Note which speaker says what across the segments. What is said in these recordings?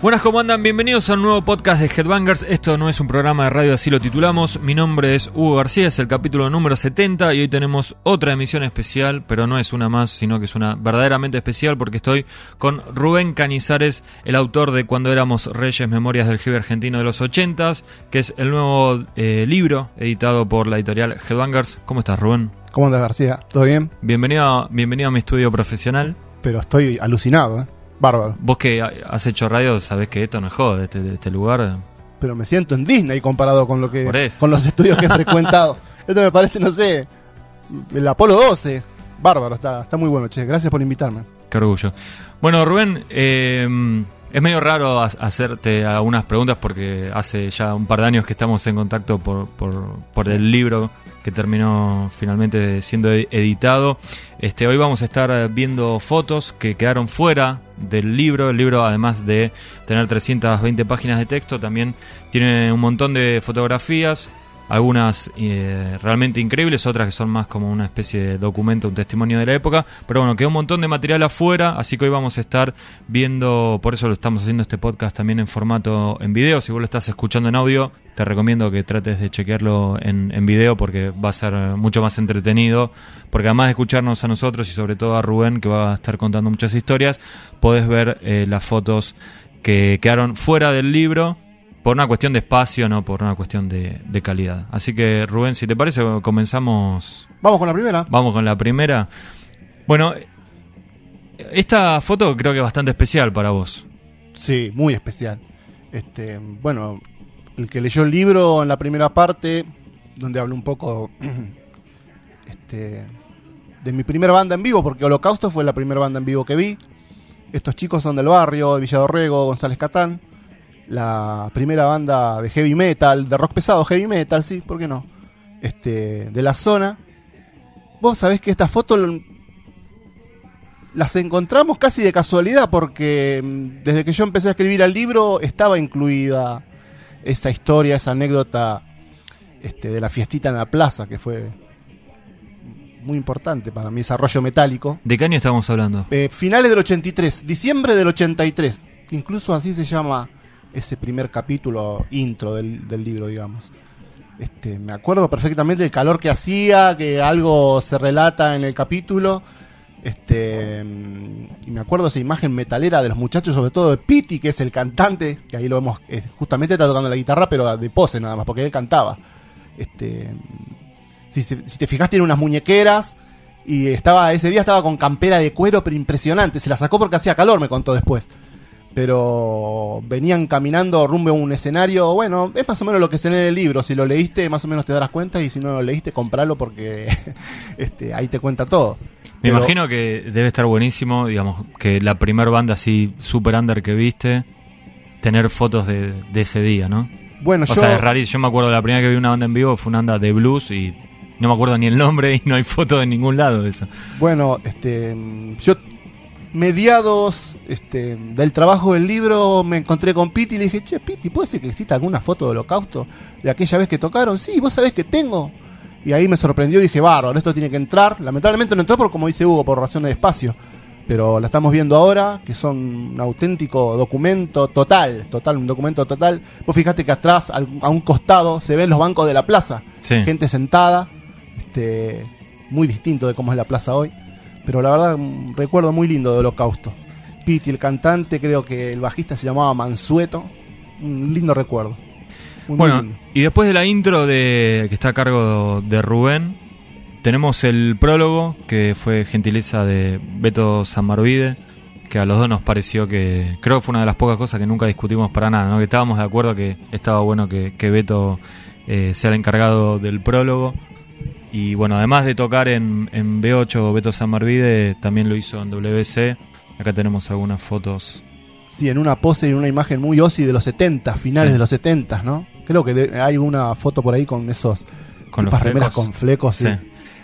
Speaker 1: Buenas, ¿cómo andan? Bienvenidos a un nuevo podcast de Headbangers. Esto no es un programa de radio, así lo titulamos. Mi nombre es Hugo García, es el capítulo número 70 y hoy tenemos otra emisión especial, pero no es una más, sino que es una verdaderamente especial porque estoy con Rubén Canizares, el autor de Cuando éramos Reyes, Memorias del Heavy Argentino de los 80s, que es el nuevo eh, libro editado por la editorial Headbangers. ¿Cómo estás, Rubén?
Speaker 2: ¿Cómo andas, García? ¿Todo bien?
Speaker 1: Bienvenido, bienvenido a mi estudio profesional.
Speaker 2: Pero estoy alucinado, ¿eh? Bárbaro.
Speaker 1: Vos que has hecho radio sabés que esto no es joda, este, este lugar.
Speaker 2: Pero me siento en Disney comparado con lo
Speaker 1: Por
Speaker 2: que
Speaker 1: eso.
Speaker 2: con los estudios que he frecuentado. Esto me parece, no sé, el Apolo 12. Bárbaro, está, está muy bueno, che. Gracias por invitarme.
Speaker 1: Qué orgullo. Bueno, Rubén, eh, es medio raro ha- hacerte algunas preguntas porque hace ya un par de años que estamos en contacto por, por- por el libro que terminó finalmente siendo e- editado. Este, hoy vamos a estar viendo fotos que quedaron fuera del libro. El libro, además de tener 320 páginas de texto, también tiene un montón de fotografías. Algunas eh, realmente increíbles, otras que son más como una especie de documento, un testimonio de la época. Pero bueno, quedó un montón de material afuera, así que hoy vamos a estar viendo, por eso lo estamos haciendo este podcast también en formato en video. Si vos lo estás escuchando en audio, te recomiendo que trates de chequearlo en, en video porque va a ser eh, mucho más entretenido. Porque además de escucharnos a nosotros y sobre todo a Rubén, que va a estar contando muchas historias, podés ver eh, las fotos que quedaron fuera del libro por una cuestión de espacio, no por una cuestión de, de calidad. Así que, Rubén, si te parece, comenzamos.
Speaker 2: Vamos con la primera.
Speaker 1: Vamos con la primera. Bueno, esta foto creo que es bastante especial para vos.
Speaker 2: Sí, muy especial. Este, bueno, el que leyó el libro en la primera parte, donde hablé un poco este, de mi primera banda en vivo, porque Holocausto fue la primera banda en vivo que vi. Estos chicos son del barrio, de Villadorrego, González Catán. La primera banda de heavy metal, de rock pesado, heavy metal, sí, ¿por qué no? Este, de la zona. Vos sabés que esta foto lo- las encontramos casi de casualidad porque mm, desde que yo empecé a escribir el libro estaba incluida esa historia, esa anécdota este, de la fiestita en la plaza que fue muy importante para mi desarrollo metálico.
Speaker 1: ¿De qué año estamos hablando?
Speaker 2: Eh, finales del 83, diciembre del 83, que incluso así se llama ese primer capítulo intro del, del libro, digamos. Este, me acuerdo perfectamente del calor que hacía, que algo se relata en el capítulo. Este, mm, y me acuerdo esa imagen metalera de los muchachos, sobre todo de Piti, que es el cantante, que ahí lo vemos, eh, justamente está tocando la guitarra, pero de pose nada más, porque él cantaba. Este, si, se- si te fijaste tiene unas muñequeras y estaba ese día estaba con campera de cuero pero impresionante se la sacó porque hacía calor me contó después pero venían caminando rumbo a un escenario bueno es más o menos lo que se lee en el libro si lo leíste más o menos te darás cuenta y si no lo leíste compralo porque este ahí te cuenta todo
Speaker 1: Me
Speaker 2: Pero
Speaker 1: imagino que debe estar buenísimo, digamos, que la primer banda así super under que viste, tener fotos de, de ese día, ¿no?
Speaker 2: bueno
Speaker 1: O
Speaker 2: yo
Speaker 1: sea, es rarísimo. Yo me acuerdo la primera que vi una banda en vivo fue una banda de blues y no me acuerdo ni el nombre y no hay foto de ningún lado de eso.
Speaker 2: Bueno, este, yo mediados este, del trabajo del libro me encontré con Piti y le dije, che, Piti, ¿puede ser que exista alguna foto de holocausto de aquella vez que tocaron? Sí, vos sabés que tengo. Y ahí me sorprendió y dije, bárbaro, esto tiene que entrar. Lamentablemente no entró por, como dice Hugo, por razones de espacio. Pero la estamos viendo ahora, que son un auténtico documento total, total, un documento total. Vos fijate que atrás, al- a un costado, se ven los bancos de la plaza
Speaker 1: Sí.
Speaker 2: gente sentada, este, muy distinto de cómo es la plaza hoy, pero la verdad un recuerdo muy lindo de Holocausto. Piti, el cantante, creo que el bajista se llamaba Mansueto, un lindo recuerdo. Muy, muy
Speaker 1: Bueno,
Speaker 2: lindo.
Speaker 1: y después de la intro de que está a cargo de Rubén, tenemos el prólogo que fue gentileza de Beto Samarvide, que a los dos nos pareció que creo que fue una de las pocas cosas que nunca discutimos para nada, ¿no? que estábamos de acuerdo que estaba bueno que, que Beto eh, sea el encargado del prólogo. Y bueno, además de tocar en, en B8 Beto Samarvide, también lo hizo en WC. Acá tenemos algunas fotos.
Speaker 2: Sí, en una pose y en una imagen muy Ozzy de los 70, finales
Speaker 1: Sí.
Speaker 2: de los 70, ¿no? Creo que de- hay una foto por ahí con esos
Speaker 1: Con los
Speaker 2: tipas remeras
Speaker 1: flecos.
Speaker 2: con flecos. sí.
Speaker 1: Sí.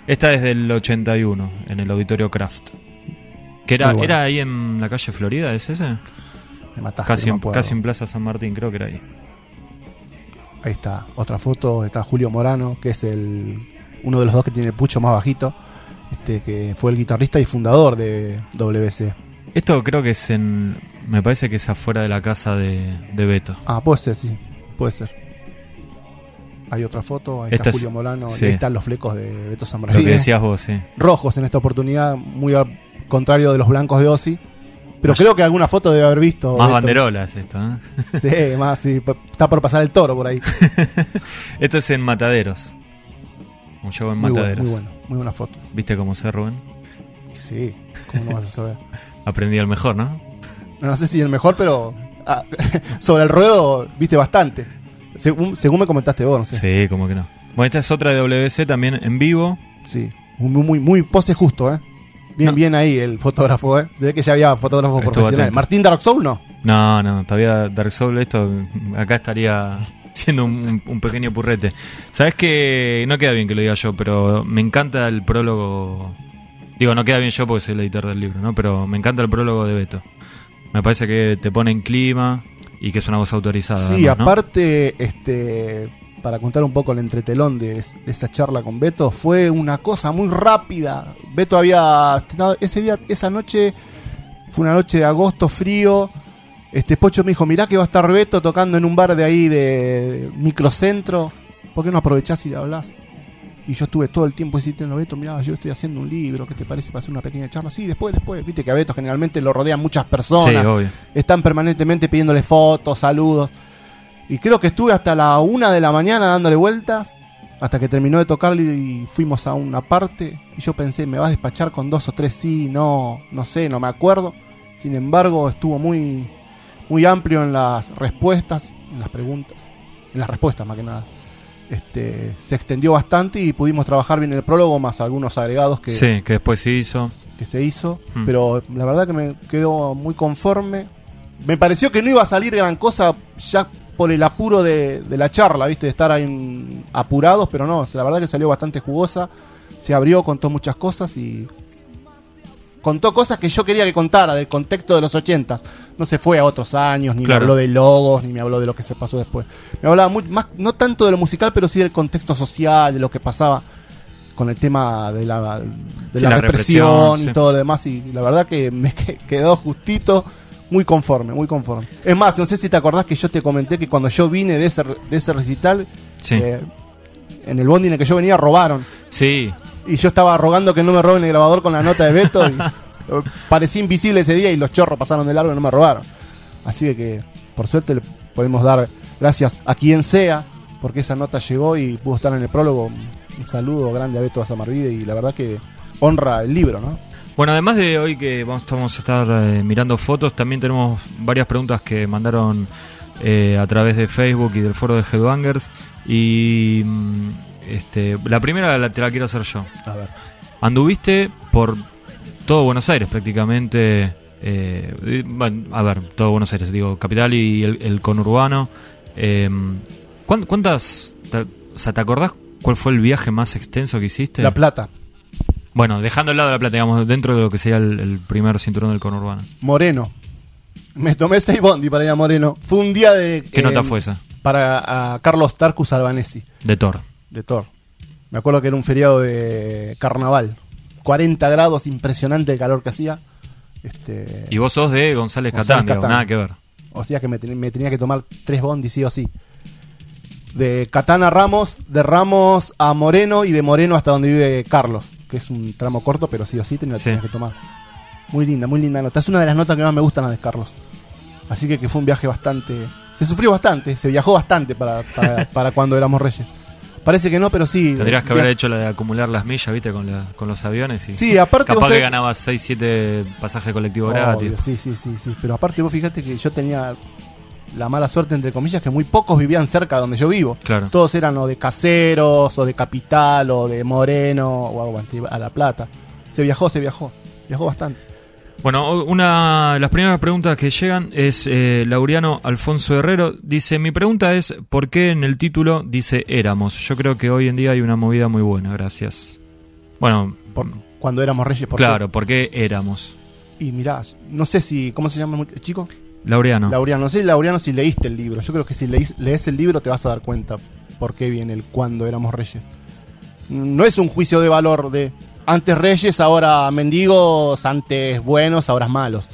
Speaker 1: Esta es del 81, en el Auditorio Kraft. Que era,
Speaker 2: Muy bueno.
Speaker 1: era ahí en la calle Florida, ¿es ese?
Speaker 2: Me mataste.
Speaker 1: Casi,
Speaker 2: no me
Speaker 1: en,
Speaker 2: acuerdo.
Speaker 1: casi en Plaza San Martín, creo que era ahí.
Speaker 2: Ahí está, otra foto, está Julio Morano, que es el uno de los dos que tiene el pucho más bajito, este que fue el guitarrista y fundador de WC.
Speaker 1: Esto creo que es en Me parece que es afuera de la casa de, de Beto.
Speaker 2: Ah, puede ser, sí. Puede ser. Hay otra foto, ahí
Speaker 1: Esta
Speaker 2: está
Speaker 1: es-
Speaker 2: Julio Molano,
Speaker 1: sí.
Speaker 2: ahí están los flecos de Beto
Speaker 1: Lo que
Speaker 2: Zambradini.
Speaker 1: decías vos, sí.
Speaker 2: Rojos en esta oportunidad, muy al contrario de los blancos de Ozzy. Pero
Speaker 1: Más-
Speaker 2: creo que alguna foto debe haber visto.
Speaker 1: Más
Speaker 2: Beto.
Speaker 1: banderolas esto, ¿eh?
Speaker 2: Sí, más, sí. pa- Está por pasar el toro por ahí.
Speaker 1: Esto es en Mataderos. Un show en
Speaker 2: Muy bueno,
Speaker 1: Mataderos.
Speaker 2: muy bueno, muy buena foto.
Speaker 1: ¿Viste cómo sé, Rubén?
Speaker 2: Y Sí, ¿cómo no vas a saber?
Speaker 1: Aprendí al mejor, ¿no?
Speaker 2: No sé si el mejor, pero ah, sobre el ruedo viste bastante. Según, según me comentaste vos, no sé.
Speaker 1: Sí,
Speaker 2: Sí.
Speaker 1: como que no. Bueno, esta es otra de WC también en vivo.
Speaker 2: Muy, muy, muy pose justo, ¿eh? Bien,
Speaker 1: No.
Speaker 2: bien ahí el fotógrafo, ¿eh? Se ve que ya había fotógrafo
Speaker 1: Estuvo
Speaker 2: profesional.
Speaker 1: atento.
Speaker 2: Martín Dark Soul no.
Speaker 1: No, no, todavía Dark Souls esto acá estaría siendo un, un pequeño purrete. Sabes que no queda bien que lo diga yo, pero me encanta el prólogo. Digo, no queda bien yo porque soy el editor del libro, ¿no? Pero me encanta el prólogo de Beto. Me parece que te pone en clima y que es una voz autorizada.
Speaker 2: Sí,
Speaker 1: además, ¿no?
Speaker 2: aparte, este, para contar un poco el entretelón de, es- de esa charla con Beto, fue una cosa muy rápida. Beto había estado- ese día, esa noche, fue una noche de agosto frío. Este Pocho me dijo, mirá que va a estar Beto tocando en un bar de ahí de microcentro. ¿Por qué no aprovechás y le hablás? Y yo estuve todo el tiempo diciendo, Beto, mirá, yo estoy haciendo un libro, ¿qué te parece para hacer una pequeña charla? Sí, después, después. Viste que a Beto generalmente lo rodean muchas personas
Speaker 1: Sí, obvio.
Speaker 2: están permanentemente pidiéndole fotos, saludos. Y creo que estuve hasta la una de la mañana dándole vueltas, hasta que terminó de tocarle y fuimos a una parte. Y yo pensé, me vas a despachar con dos o tres sí, no, no sé, no me acuerdo. Sin embargo, estuvo muy, muy amplio en las respuestas, en las preguntas, en las respuestas más que nada. Este, se extendió bastante y pudimos trabajar bien el prólogo, más algunos agregados que,
Speaker 1: Sí, que después se hizo.
Speaker 2: que se hizo,
Speaker 1: Hmm.
Speaker 2: pero la verdad que me quedo muy conforme. Me pareció que no iba a salir gran cosa ya por el apuro de, de la charla, ¿viste? De estar ahí en- apurados, pero no, la verdad que salió bastante jugosa. Se abrió, contó muchas cosas y. Contó cosas que yo quería que contara del contexto de los ochentas. No se fue a otros años, ni
Speaker 1: Claro.
Speaker 2: me habló de logos, ni me habló de lo que se pasó después. Me hablaba muy, más, no tanto de lo musical, pero sí del contexto social, de lo que pasaba con el tema de la, de
Speaker 1: Sí,
Speaker 2: la
Speaker 1: la
Speaker 2: represión,
Speaker 1: represión,
Speaker 2: y
Speaker 1: sí.
Speaker 2: todo lo demás. Y la verdad que me que- quedó justito, muy conforme, muy conforme. Es más, no sé si te acordás que yo te comenté que cuando yo vine de ese, re- de ese recital,
Speaker 1: Sí.
Speaker 2: eh, en el bondi en el que yo venía, robaron.
Speaker 1: Sí,
Speaker 2: Y yo estaba rogando que no me roben el grabador con la nota de Beto. y, eh, parecí invisible ese día y los chorros pasaron de largo y no me robaron. Así de que, por suerte, le podemos dar gracias a quien sea, porque esa nota llegó y pudo estar en el prólogo. Un saludo grande a Beto Azamarvide y la verdad que honra el libro, ¿no?
Speaker 1: Bueno, además de hoy que vamos, vamos a estar eh, mirando fotos, también tenemos varias preguntas que mandaron eh, a través de Facebook y del foro de Headbangers. Y mm, este, la primera la- te la quiero hacer yo.
Speaker 2: A ver.
Speaker 1: Anduviste por todo Buenos Aires prácticamente. eh, y, bueno, a ver, todo Buenos Aires, digo, capital y el, el conurbano. Eh, ¿cuán- ¿Cuántas... te- o sea, ¿te acordás cuál fue el viaje más extenso que hiciste?
Speaker 2: La Plata,
Speaker 1: Bueno, dejando al lado la plata, digamos, dentro de lo que sería el, el primer cinturón del conurbano.
Speaker 2: Moreno. Me tomé seis bondi para ir a Moreno. Fue un día de.
Speaker 1: ¿Qué
Speaker 2: eh,
Speaker 1: nota fue esa?
Speaker 2: Para a Carlos Tarcus Albanesi.
Speaker 1: De Thor.
Speaker 2: de Thor. Me acuerdo que era un feriado de carnaval. 40 grados, impresionante el calor que hacía. Este,
Speaker 1: Y vos sos de González,
Speaker 2: González
Speaker 1: Catán, digamos,
Speaker 2: Catán.
Speaker 1: nada que ver.
Speaker 2: o sea que me, ten- me tenía que tomar tres bondis sí o sí. De Catán a Ramos, de Ramos a Moreno y de Moreno hasta donde vive Carlos, que es un tramo corto, pero sí o sí tenía,
Speaker 1: Sí.
Speaker 2: tenías que tomar. Muy linda, muy linda nota. Es una de las notas que más me gustan las de Carlos. Así que, que fue un viaje bastante... Se sufrió bastante, se viajó bastante para, para, para cuando éramos reyes. Parece que no, pero sí.
Speaker 1: Tendrías que haber
Speaker 2: via-
Speaker 1: hecho la de acumular las millas, viste, con, la- con los aviones. Y
Speaker 2: Sí, aparte vos
Speaker 1: Capaz que
Speaker 2: sabés-
Speaker 1: ganabas 6, 7 pasajes colectivos
Speaker 2: Obvio,
Speaker 1: gratis.
Speaker 2: sí, sí, sí, sí. Pero aparte vos fijate que yo tenía la mala suerte, entre comillas, que muy pocos vivían cerca de donde yo vivo.
Speaker 1: Claro.
Speaker 2: Todos eran o de Caseros, o de Capital, o de Moreno, o a Guante- a La Plata. Se viajó, se viajó. Se viajó bastante.
Speaker 1: Bueno, o- una de las primeras preguntas que llegan es eh, Laureano Alfonso Herrero. Dice, mi pregunta es, ¿por qué en el título dice éramos? Yo creo que hoy en día hay una movida muy buena, gracias. Bueno,
Speaker 2: Por- cuando éramos reyes, por
Speaker 1: claro, ¿por qué éramos?
Speaker 2: Y mirá, no sé si... ¿Cómo se llama el chico?
Speaker 1: Laureano.
Speaker 2: Laureano. No sé, Laureano, si leíste el libro. Yo creo que si leís- lees el libro te vas a dar cuenta por qué viene el cuando éramos reyes. No es un juicio de valor de antes reyes, ahora mendigos, antes buenos, ahora malos.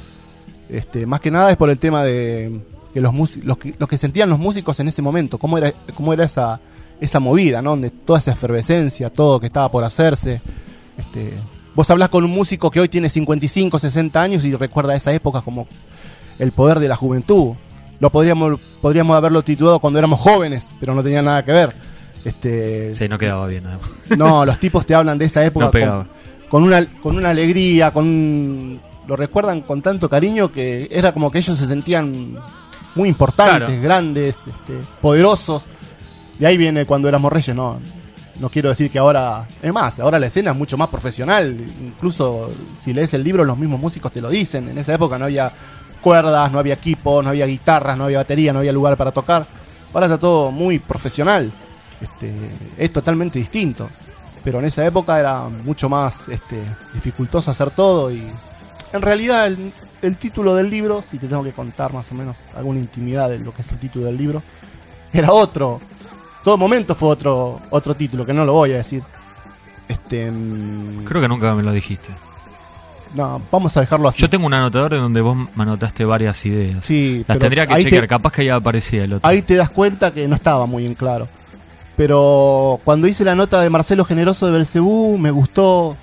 Speaker 2: Este, más que nada es por el tema de que los, mús- los que, lo que sentían los músicos en ese momento, cómo era, cómo era esa, esa movida, ¿no? Donde toda esa efervescencia, todo que estaba por hacerse. Este, vos hablás con un músico que hoy tiene 55, 60 años y recuerda esa época como el poder de la juventud. Lo podríamos, podríamos haberlo titulado cuando éramos jóvenes, pero no tenía nada que ver. Este,
Speaker 1: Sí, no quedaba bien, además.
Speaker 2: no, los tipos te hablan de esa época
Speaker 1: No
Speaker 2: con,
Speaker 1: pegaba.
Speaker 2: con una, con una alegría, con un- lo recuerdan con tanto cariño que era como que ellos se sentían muy importantes,
Speaker 1: Claro.
Speaker 2: grandes, este, poderosos. De ahí viene cuando éramos reyes, no. No quiero decir que ahora es más, ahora la escena es mucho más profesional. Incluso si lees el libro, los mismos músicos te lo dicen. En esa época no había cuerdas, no había equipo, no había guitarras, no había batería, no había lugar para tocar. Ahora está todo muy profesional. Este, es totalmente distinto. Pero en esa época era mucho más este, dificultoso hacer todo y en realidad el, el título del libro, si te tengo que contar más o menos alguna intimidad de lo que es el título del libro, era otro. Todo momento fue otro otro título que no lo voy a decir. Este, mm,
Speaker 1: Creo que nunca me lo dijiste.
Speaker 2: no, vamos a dejarlo así.
Speaker 1: Yo tengo un anotador en donde vos me anotaste varias ideas.
Speaker 2: Sí,
Speaker 1: Las
Speaker 2: pero
Speaker 1: tendría que
Speaker 2: ahí
Speaker 1: chequear,
Speaker 2: te-
Speaker 1: capaz que ya aparecía el otro.
Speaker 2: ahí te das cuenta que no estaba muy en claro. Pero cuando hice la nota de Marcelo Generoso de Belcebú, me gustó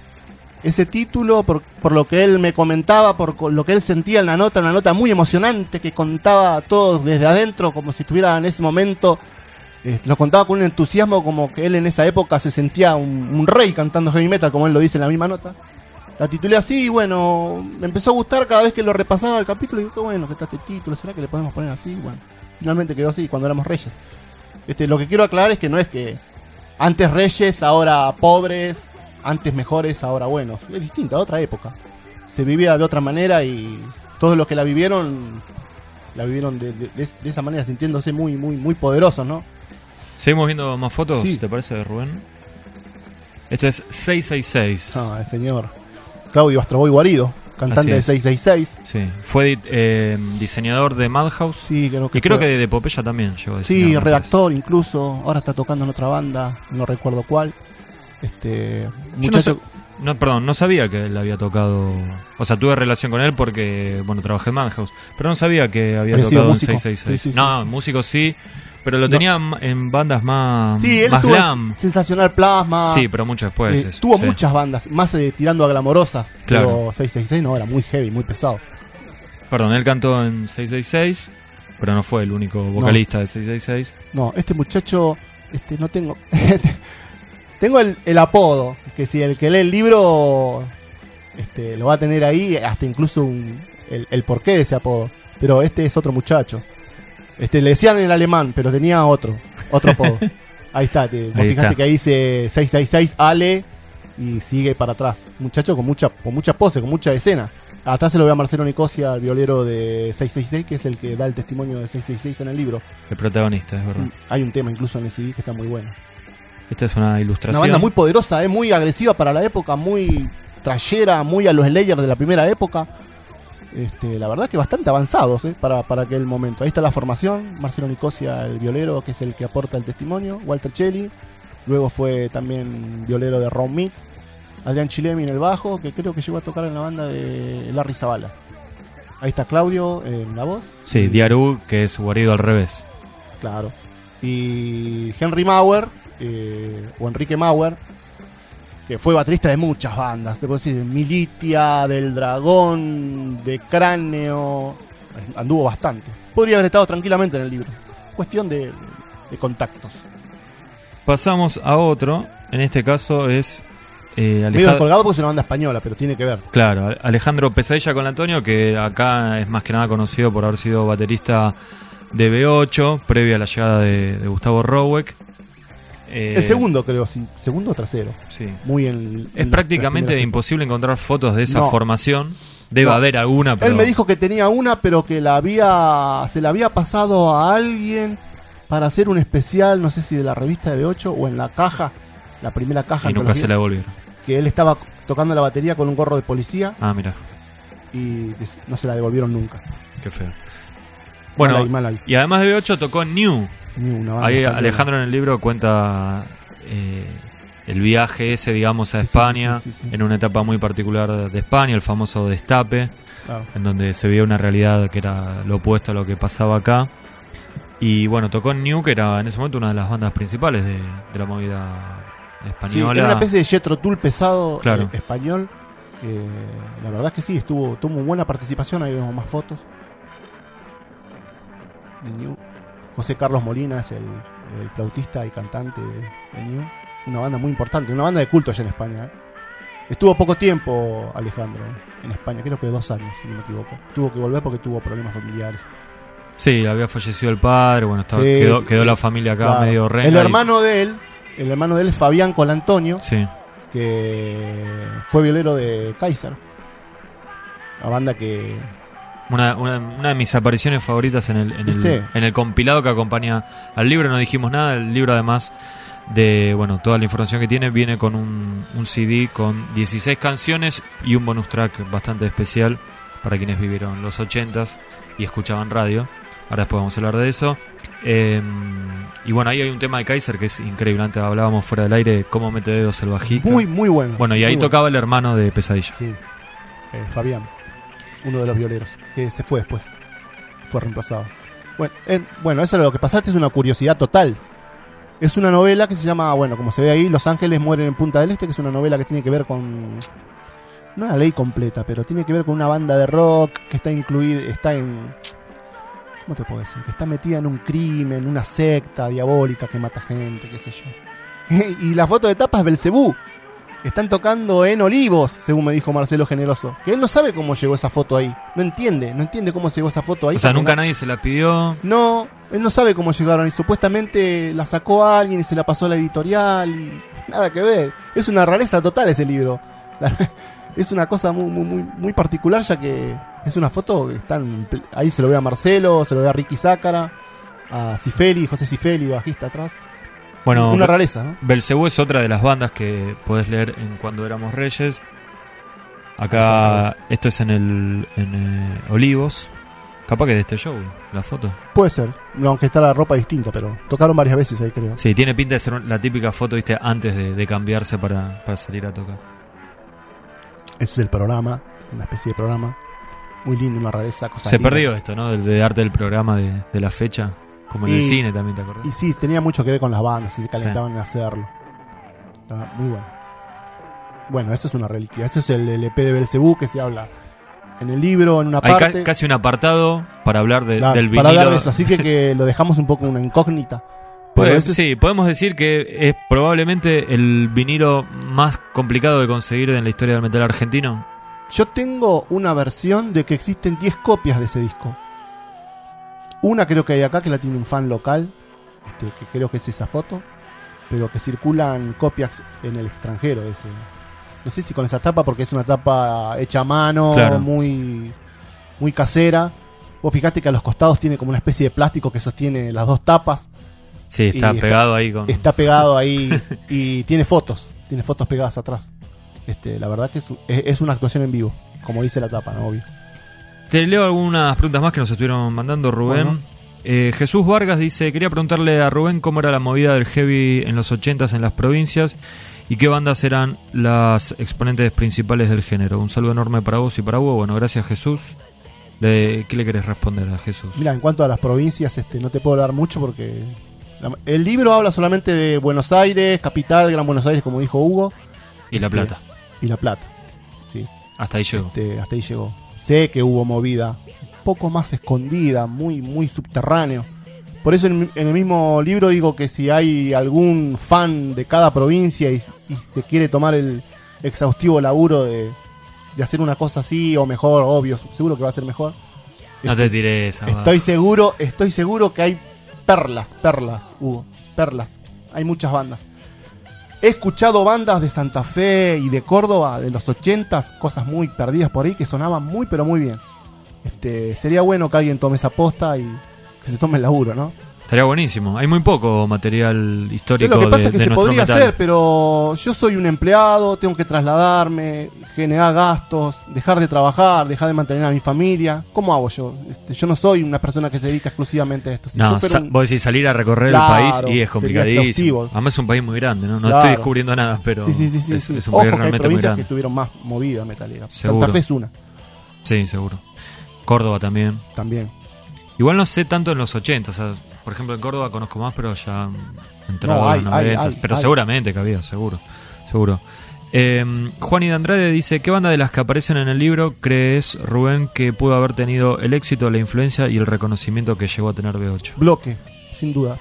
Speaker 2: ese título por, por lo que él me comentaba, por co- lo que él sentía en la nota, una nota muy emocionante que contaba a todos desde adentro, como si estuviera en ese momento. eh, lo contaba con un entusiasmo como que él en esa época se sentía un, un rey cantando heavy metal, como él lo dice en la misma nota. La titulé así y bueno, me empezó a gustar cada vez que lo repasaba el capítulo y dije, bueno, que está este título, ¿será que le podemos poner así? Bueno, finalmente quedó así cuando éramos reyes. Este, lo que quiero aclarar es que no es que antes reyes, ahora pobres, antes mejores, ahora buenos. Es distinta, otra época. Se vivía de otra manera y todos los que la vivieron, la vivieron de, de- de- de esa manera, sintiéndose muy, muy, muy poderosos, ¿no?
Speaker 1: ¿Seguimos viendo más fotos?
Speaker 2: Sí.
Speaker 1: ¿Te parece, Rubén? Esto es 666.
Speaker 2: Ah, el señor Claudio Astroboy Guarido, cantante de
Speaker 1: Así
Speaker 2: 666.
Speaker 1: Sí. Fue di- eh, diseñador de Madhouse.
Speaker 2: Sí, creo que
Speaker 1: y creo
Speaker 2: fue-
Speaker 1: que de Popeya también llegó a
Speaker 2: Sí,
Speaker 1: diseñar, me
Speaker 2: redactor incluso, ahora está tocando en otra banda, no recuerdo cuál.
Speaker 1: parece.
Speaker 2: Este
Speaker 1: Yo no
Speaker 2: muchacho,
Speaker 1: sa- no, perdón, no sabía que él había tocado. O sea, tuve relación con él porque, bueno, trabajé en Madhouse. Pero no sabía que había
Speaker 2: Había
Speaker 1: tocado
Speaker 2: sido
Speaker 1: en
Speaker 2: músico.
Speaker 1: 666.
Speaker 2: Sí, sí, sí.
Speaker 1: No, músico sí, pero lo
Speaker 2: No.
Speaker 1: tenía m- en bandas más,
Speaker 2: sí, él
Speaker 1: más
Speaker 2: estuvo en
Speaker 1: glam.
Speaker 2: sensacional plasma.
Speaker 1: Sí, pero mucho después.
Speaker 2: eh,
Speaker 1: eso,
Speaker 2: tuvo
Speaker 1: sí.
Speaker 2: muchas bandas, más eh, tirando a glamorosas,
Speaker 1: Claro.
Speaker 2: pero 666 no, era muy heavy, muy pesado.
Speaker 1: Perdón, él cantó en 666, pero no fue el único vocalista de 666.
Speaker 2: No, este muchacho, este no tengo tengo el, el apodo, que si el que lee el libro este lo va a tener ahí, hasta incluso un- el, el porqué de ese apodo, pero este es otro muchacho. Este le decían en alemán, pero tenía otro, otro apodo. ahí está, te, vos
Speaker 1: Ahí
Speaker 2: fijaste
Speaker 1: está.
Speaker 2: que ahí dice 666 Ale y sigue para atrás. Muchacho con mucha con mucha pose, con mucha escena. Atrás se lo ve a Marcelo Nicosia, el violero de 666, que es el que da el testimonio de 666 en el libro.
Speaker 1: El protagonista, es verdad.
Speaker 2: Mm. Hay un tema incluso en el CD que está muy bueno.
Speaker 1: Esta es una
Speaker 2: Una
Speaker 1: ilustración.
Speaker 2: banda muy poderosa, eh, muy agresiva para la época, muy trayera, muy a los Slayers de la primera época. Este, la verdad que bastante avanzados eh, para, para aquel momento. Ahí está la formación, Marcelo Nicosia, el violero, que es el que aporta el testimonio, Walter Chelli, luego fue también violero de Ron Meat, Adrián Chilemi en el bajo, que creo que llegó a tocar en la banda de Larry Zavala. Ahí está Claudio eh, en la voz.
Speaker 1: Sí, Diaru, que es Guarido al revés.
Speaker 2: Claro. Y Henry Mauer, eh, o Enrique Mauer, que fue baterista de muchas bandas. Te puedo decir, Militia, del Dragón, de Cráneo. Anduvo bastante. Podría haber estado tranquilamente en el libro. Cuestión de, de contactos.
Speaker 1: Pasamos a otro. En este caso es eh,
Speaker 2: Medio
Speaker 1: Alejandro.
Speaker 2: colgado porque es una banda española, pero tiene que ver.
Speaker 1: Claro, Ale- Alejandro Pesadilla con Antonio, que acá es más que nada conocido por haber sido baterista de B8, previa a la llegada de, de Gustavo Roweck. Eh,
Speaker 2: el segundo, creo, sí. Segundo o tercero.
Speaker 1: Sí.
Speaker 2: Muy en.
Speaker 1: Es prácticamente
Speaker 2: imposible.
Speaker 1: imposible encontrar fotos de esa
Speaker 2: No.
Speaker 1: formación. Debe
Speaker 2: No.
Speaker 1: haber alguna, pero.
Speaker 2: Él me dijo que tenía una, pero que la había. se la había pasado a alguien para hacer un especial, no sé si de la revista de B8 o en la caja, la primera caja
Speaker 1: y
Speaker 2: que,
Speaker 1: nunca
Speaker 2: los-
Speaker 1: se la devolvieron.
Speaker 2: que él estaba tocando la batería con un gorro de policía
Speaker 1: Ah, mira,
Speaker 2: y des- no se la devolvieron nunca.
Speaker 1: qué feo. Bueno,
Speaker 2: Mal ahí, mal ahí.
Speaker 1: y además de B8 tocó New.
Speaker 2: Ni una banda
Speaker 1: Ahí
Speaker 2: española.
Speaker 1: Alejandro en el libro cuenta eh, el viaje ese, digamos, a
Speaker 2: Sí, sí,
Speaker 1: España,
Speaker 2: sí, sí, sí, sí.
Speaker 1: en una etapa muy particular de España, el famoso destape.
Speaker 2: Claro.
Speaker 1: en donde se veía una realidad que era lo opuesto a lo que pasaba acá. Y bueno, tocó en New, que era en ese momento una de las bandas principales de, de la movida
Speaker 2: Sí, era
Speaker 1: española.
Speaker 2: una especie de Jetro Tool pesado
Speaker 1: Claro.
Speaker 2: eh, español. Eh, la verdad es que sí, estuvo, tuvo muy buena participación. Ahí vemos más fotos. De New. José Carlos Molina es el, el flautista y cantante de, de New. Una banda muy importante, una banda de culto allá en España. ¿eh? Estuvo poco tiempo Alejandro en España, creo que dos años, si no me equivoco. Tuvo que volver porque tuvo problemas familiares.
Speaker 1: Sí, había fallecido el padre, bueno, estaba-
Speaker 2: Sí. eh,
Speaker 1: quedó, quedó la familia acá
Speaker 2: Claro.
Speaker 1: medio renga.
Speaker 2: el
Speaker 1: y-
Speaker 2: hermano de él, el hermano de él es Fabián Colantonio.
Speaker 1: Sí,
Speaker 2: que fue violero de Kaiser. La banda que.
Speaker 1: una, una- una de mis apariciones favoritas en el, en, el,
Speaker 2: ¿Viste?
Speaker 1: en el compilado que acompaña al libro, no dijimos nada, el libro además de, bueno, toda la información que tiene viene con un, un CD con 16 canciones y un bonus track bastante especial para quienes vivieron los 80s y escuchaban radio. Ahora después vamos a hablar de eso. Eh, y bueno, ahí hay un tema de Kaiser que es increíble. Antes hablábamos fuera del aire cómo mete dedos el bajista.
Speaker 2: Muy, muy bueno.
Speaker 1: bueno, y ahí
Speaker 2: muy
Speaker 1: tocaba el hermano de Pesadilla.
Speaker 2: bueno. Sí. Eh, Fabián, uno de los violeros, que se fue después. Fue reemplazado. Bueno, en- bueno, eso era lo que pasaste, es una curiosidad total. Es una novela que se llama, bueno, como se ve ahí, Los Ángeles mueren en Punta del Este, que es una novela que tiene que ver con. No la ley completa, pero tiene que ver con una banda de rock que está incluida, está en. ¿Cómo te puedo decir? Que está metida en un crimen, una secta diabólica que mata gente, qué sé yo. y la foto de tapa es Belcebú. Están tocando en Olivos, según me dijo Marcelo Generoso. Que él no sabe cómo llegó esa foto ahí. No entiende, no entiende cómo llegó esa foto ahí.
Speaker 1: O sea,
Speaker 2: Cuando
Speaker 1: nunca nadie se la pidió.
Speaker 2: no, él no sabe cómo llegaron y supuestamente la sacó a alguien y se la pasó a la editorial y nada que ver. Es una rareza total ese libro. La- es una cosa muy, muy, muy, muy particular ya que es una foto que están... Ahí se lo ve a Marcelo, se lo ve a Ricky Zácara, a Cifeli, José Cifeli, bajista atrás.
Speaker 1: Bueno,
Speaker 2: una rareza, ¿no?
Speaker 1: Belcebú es otra de las bandas que podés leer en Cuando Éramos Reyes. Acá, esto es en el en, eh, Olivos. Capaz que de este show, la foto.
Speaker 2: Puede ser, no, aunque está la ropa distinta, pero tocaron varias veces ahí creo.
Speaker 1: Sí, tiene pinta de ser la típica foto, viste, antes de, de cambiarse para, para salir a tocar.
Speaker 2: Ese es el programa, una especie de programa. Muy lindo, una rareza. Cosa
Speaker 1: Se
Speaker 2: linda.
Speaker 1: perdió esto, ¿no? Del de arte del programa de, de la fecha. Como en
Speaker 2: Y-
Speaker 1: el cine también, ¿te acordás?
Speaker 2: Y sí, tenía mucho que ver con las bandas y se calentaban en hacerlo. Estaba muy bueno. Bueno, eso es una reliquia. Eso es el LP de Belcebú que se habla en el libro, en una
Speaker 1: Hay ca-
Speaker 2: parte.
Speaker 1: casi un apartado para hablar de-
Speaker 2: Claro,
Speaker 1: del
Speaker 2: para
Speaker 1: vinilo.
Speaker 2: hablar de eso, así que, que lo dejamos un poco una incógnita. Pero
Speaker 1: Puede-
Speaker 2: ese es-
Speaker 1: sí, podemos decir que es probablemente el vinilo más complicado de conseguir en la historia del metal argentino.
Speaker 2: Yo tengo una versión de que existen 10 copias de ese disco. Una creo que hay acá que la tiene un fan local, este, que creo que es esa foto, pero que circulan copias en el extranjero de ese. No sé si con esa tapa, porque es una tapa hecha a mano,
Speaker 1: Claro.
Speaker 2: muy, muy casera. Vos fijate que a los costados tiene como una especie de plástico que sostiene las dos tapas.
Speaker 1: Sí, está
Speaker 2: Y está-
Speaker 1: pegado ahí con.
Speaker 2: Está pegado ahí y tiene fotos. Tiene fotos pegadas atrás. Este, la verdad que es, es- es una actuación en vivo, como dice la tapa, ¿no? obvio.
Speaker 1: Te leo algunas preguntas más que nos estuvieron mandando, Rubén.
Speaker 2: Bueno.
Speaker 1: Eh, Jesús Vargas dice: Quería preguntarle a Rubén cómo era la movida del heavy en los 80s en las provincias y qué bandas eran las exponentes principales del género. Un saludo enorme para vos y para vos. Bueno, gracias, Jesús. Le- ¿Qué le querés responder a Jesús?
Speaker 2: Mira, en cuanto a las provincias, este, no te puedo hablar mucho porque la- el libro habla solamente de Buenos Aires, capital, Gran Buenos Aires, como dijo Hugo,
Speaker 1: y La Plata.
Speaker 2: y La Plata. Sí,
Speaker 1: Hasta ahí llegó.
Speaker 2: este, hasta ahí llegó. Sé que hubo movida, un poco más escondida, muy, muy subterráneo. Por eso en, en el mismo libro digo que si hay algún fan de cada provincia y, y se quiere tomar el exhaustivo laburo de, de hacer una cosa así o mejor, obvio, seguro que va a ser mejor.
Speaker 1: No te tiré esa. Ah, va.
Speaker 2: este, Estoy seguro, estoy seguro que hay perlas, perlas, Hugo, perlas. Hay muchas bandas. He escuchado bandas de Santa Fe y de Córdoba de los 80s, cosas muy perdidas por ahí que sonaban muy pero muy bien. Este, sería bueno que alguien tome esa posta y que se tome el laburo, ¿no?
Speaker 1: Estaría buenísimo. Hay muy poco material
Speaker 2: Sí,
Speaker 1: histórico
Speaker 2: lo que pasa
Speaker 1: de,
Speaker 2: es que
Speaker 1: de
Speaker 2: se
Speaker 1: nuestro
Speaker 2: podría
Speaker 1: metal.
Speaker 2: hacer, pero yo soy un empleado, tengo que trasladarme, generar gastos, dejar de trabajar, dejar de mantener a mi familia. ¿Cómo hago yo? Este, yo no soy una persona que se dedica exclusivamente a esto. Si yo
Speaker 1: No,
Speaker 2: fuera
Speaker 1: sa-
Speaker 2: un-
Speaker 1: vos decís salir a recorrer el
Speaker 2: Claro,
Speaker 1: país y es
Speaker 2: sería
Speaker 1: complicadísimo.
Speaker 2: exhaustivo.
Speaker 1: Además es un país muy grande, ¿no? No
Speaker 2: Claro.
Speaker 1: estoy descubriendo nada, pero
Speaker 2: Sí, sí, sí, sí,
Speaker 1: es,
Speaker 2: sí.
Speaker 1: es un
Speaker 2: Ojo
Speaker 1: país
Speaker 2: que hay
Speaker 1: realmente muy
Speaker 2: provincias que
Speaker 1: grande.
Speaker 2: estuvieron más movidas metaleras.
Speaker 1: Seguro.
Speaker 2: Santa Fe es una.
Speaker 1: Sí, seguro. Córdoba también.
Speaker 2: también.
Speaker 1: Igual no sé tanto en los 80, o sea, por ejemplo en Córdoba conozco más, pero ya entraba
Speaker 2: No,
Speaker 1: en los
Speaker 2: hay, hay,
Speaker 1: 90,
Speaker 2: hay,
Speaker 1: pero
Speaker 2: hay.
Speaker 1: seguramente que había, seguro, seguro. Eh, Juan de Andrade dice, ¿qué banda de las que aparecen en el libro crees, Rubén, que pudo haber tenido el éxito, la influencia y el reconocimiento que llegó a tener B8?
Speaker 2: Bloque, sin duda.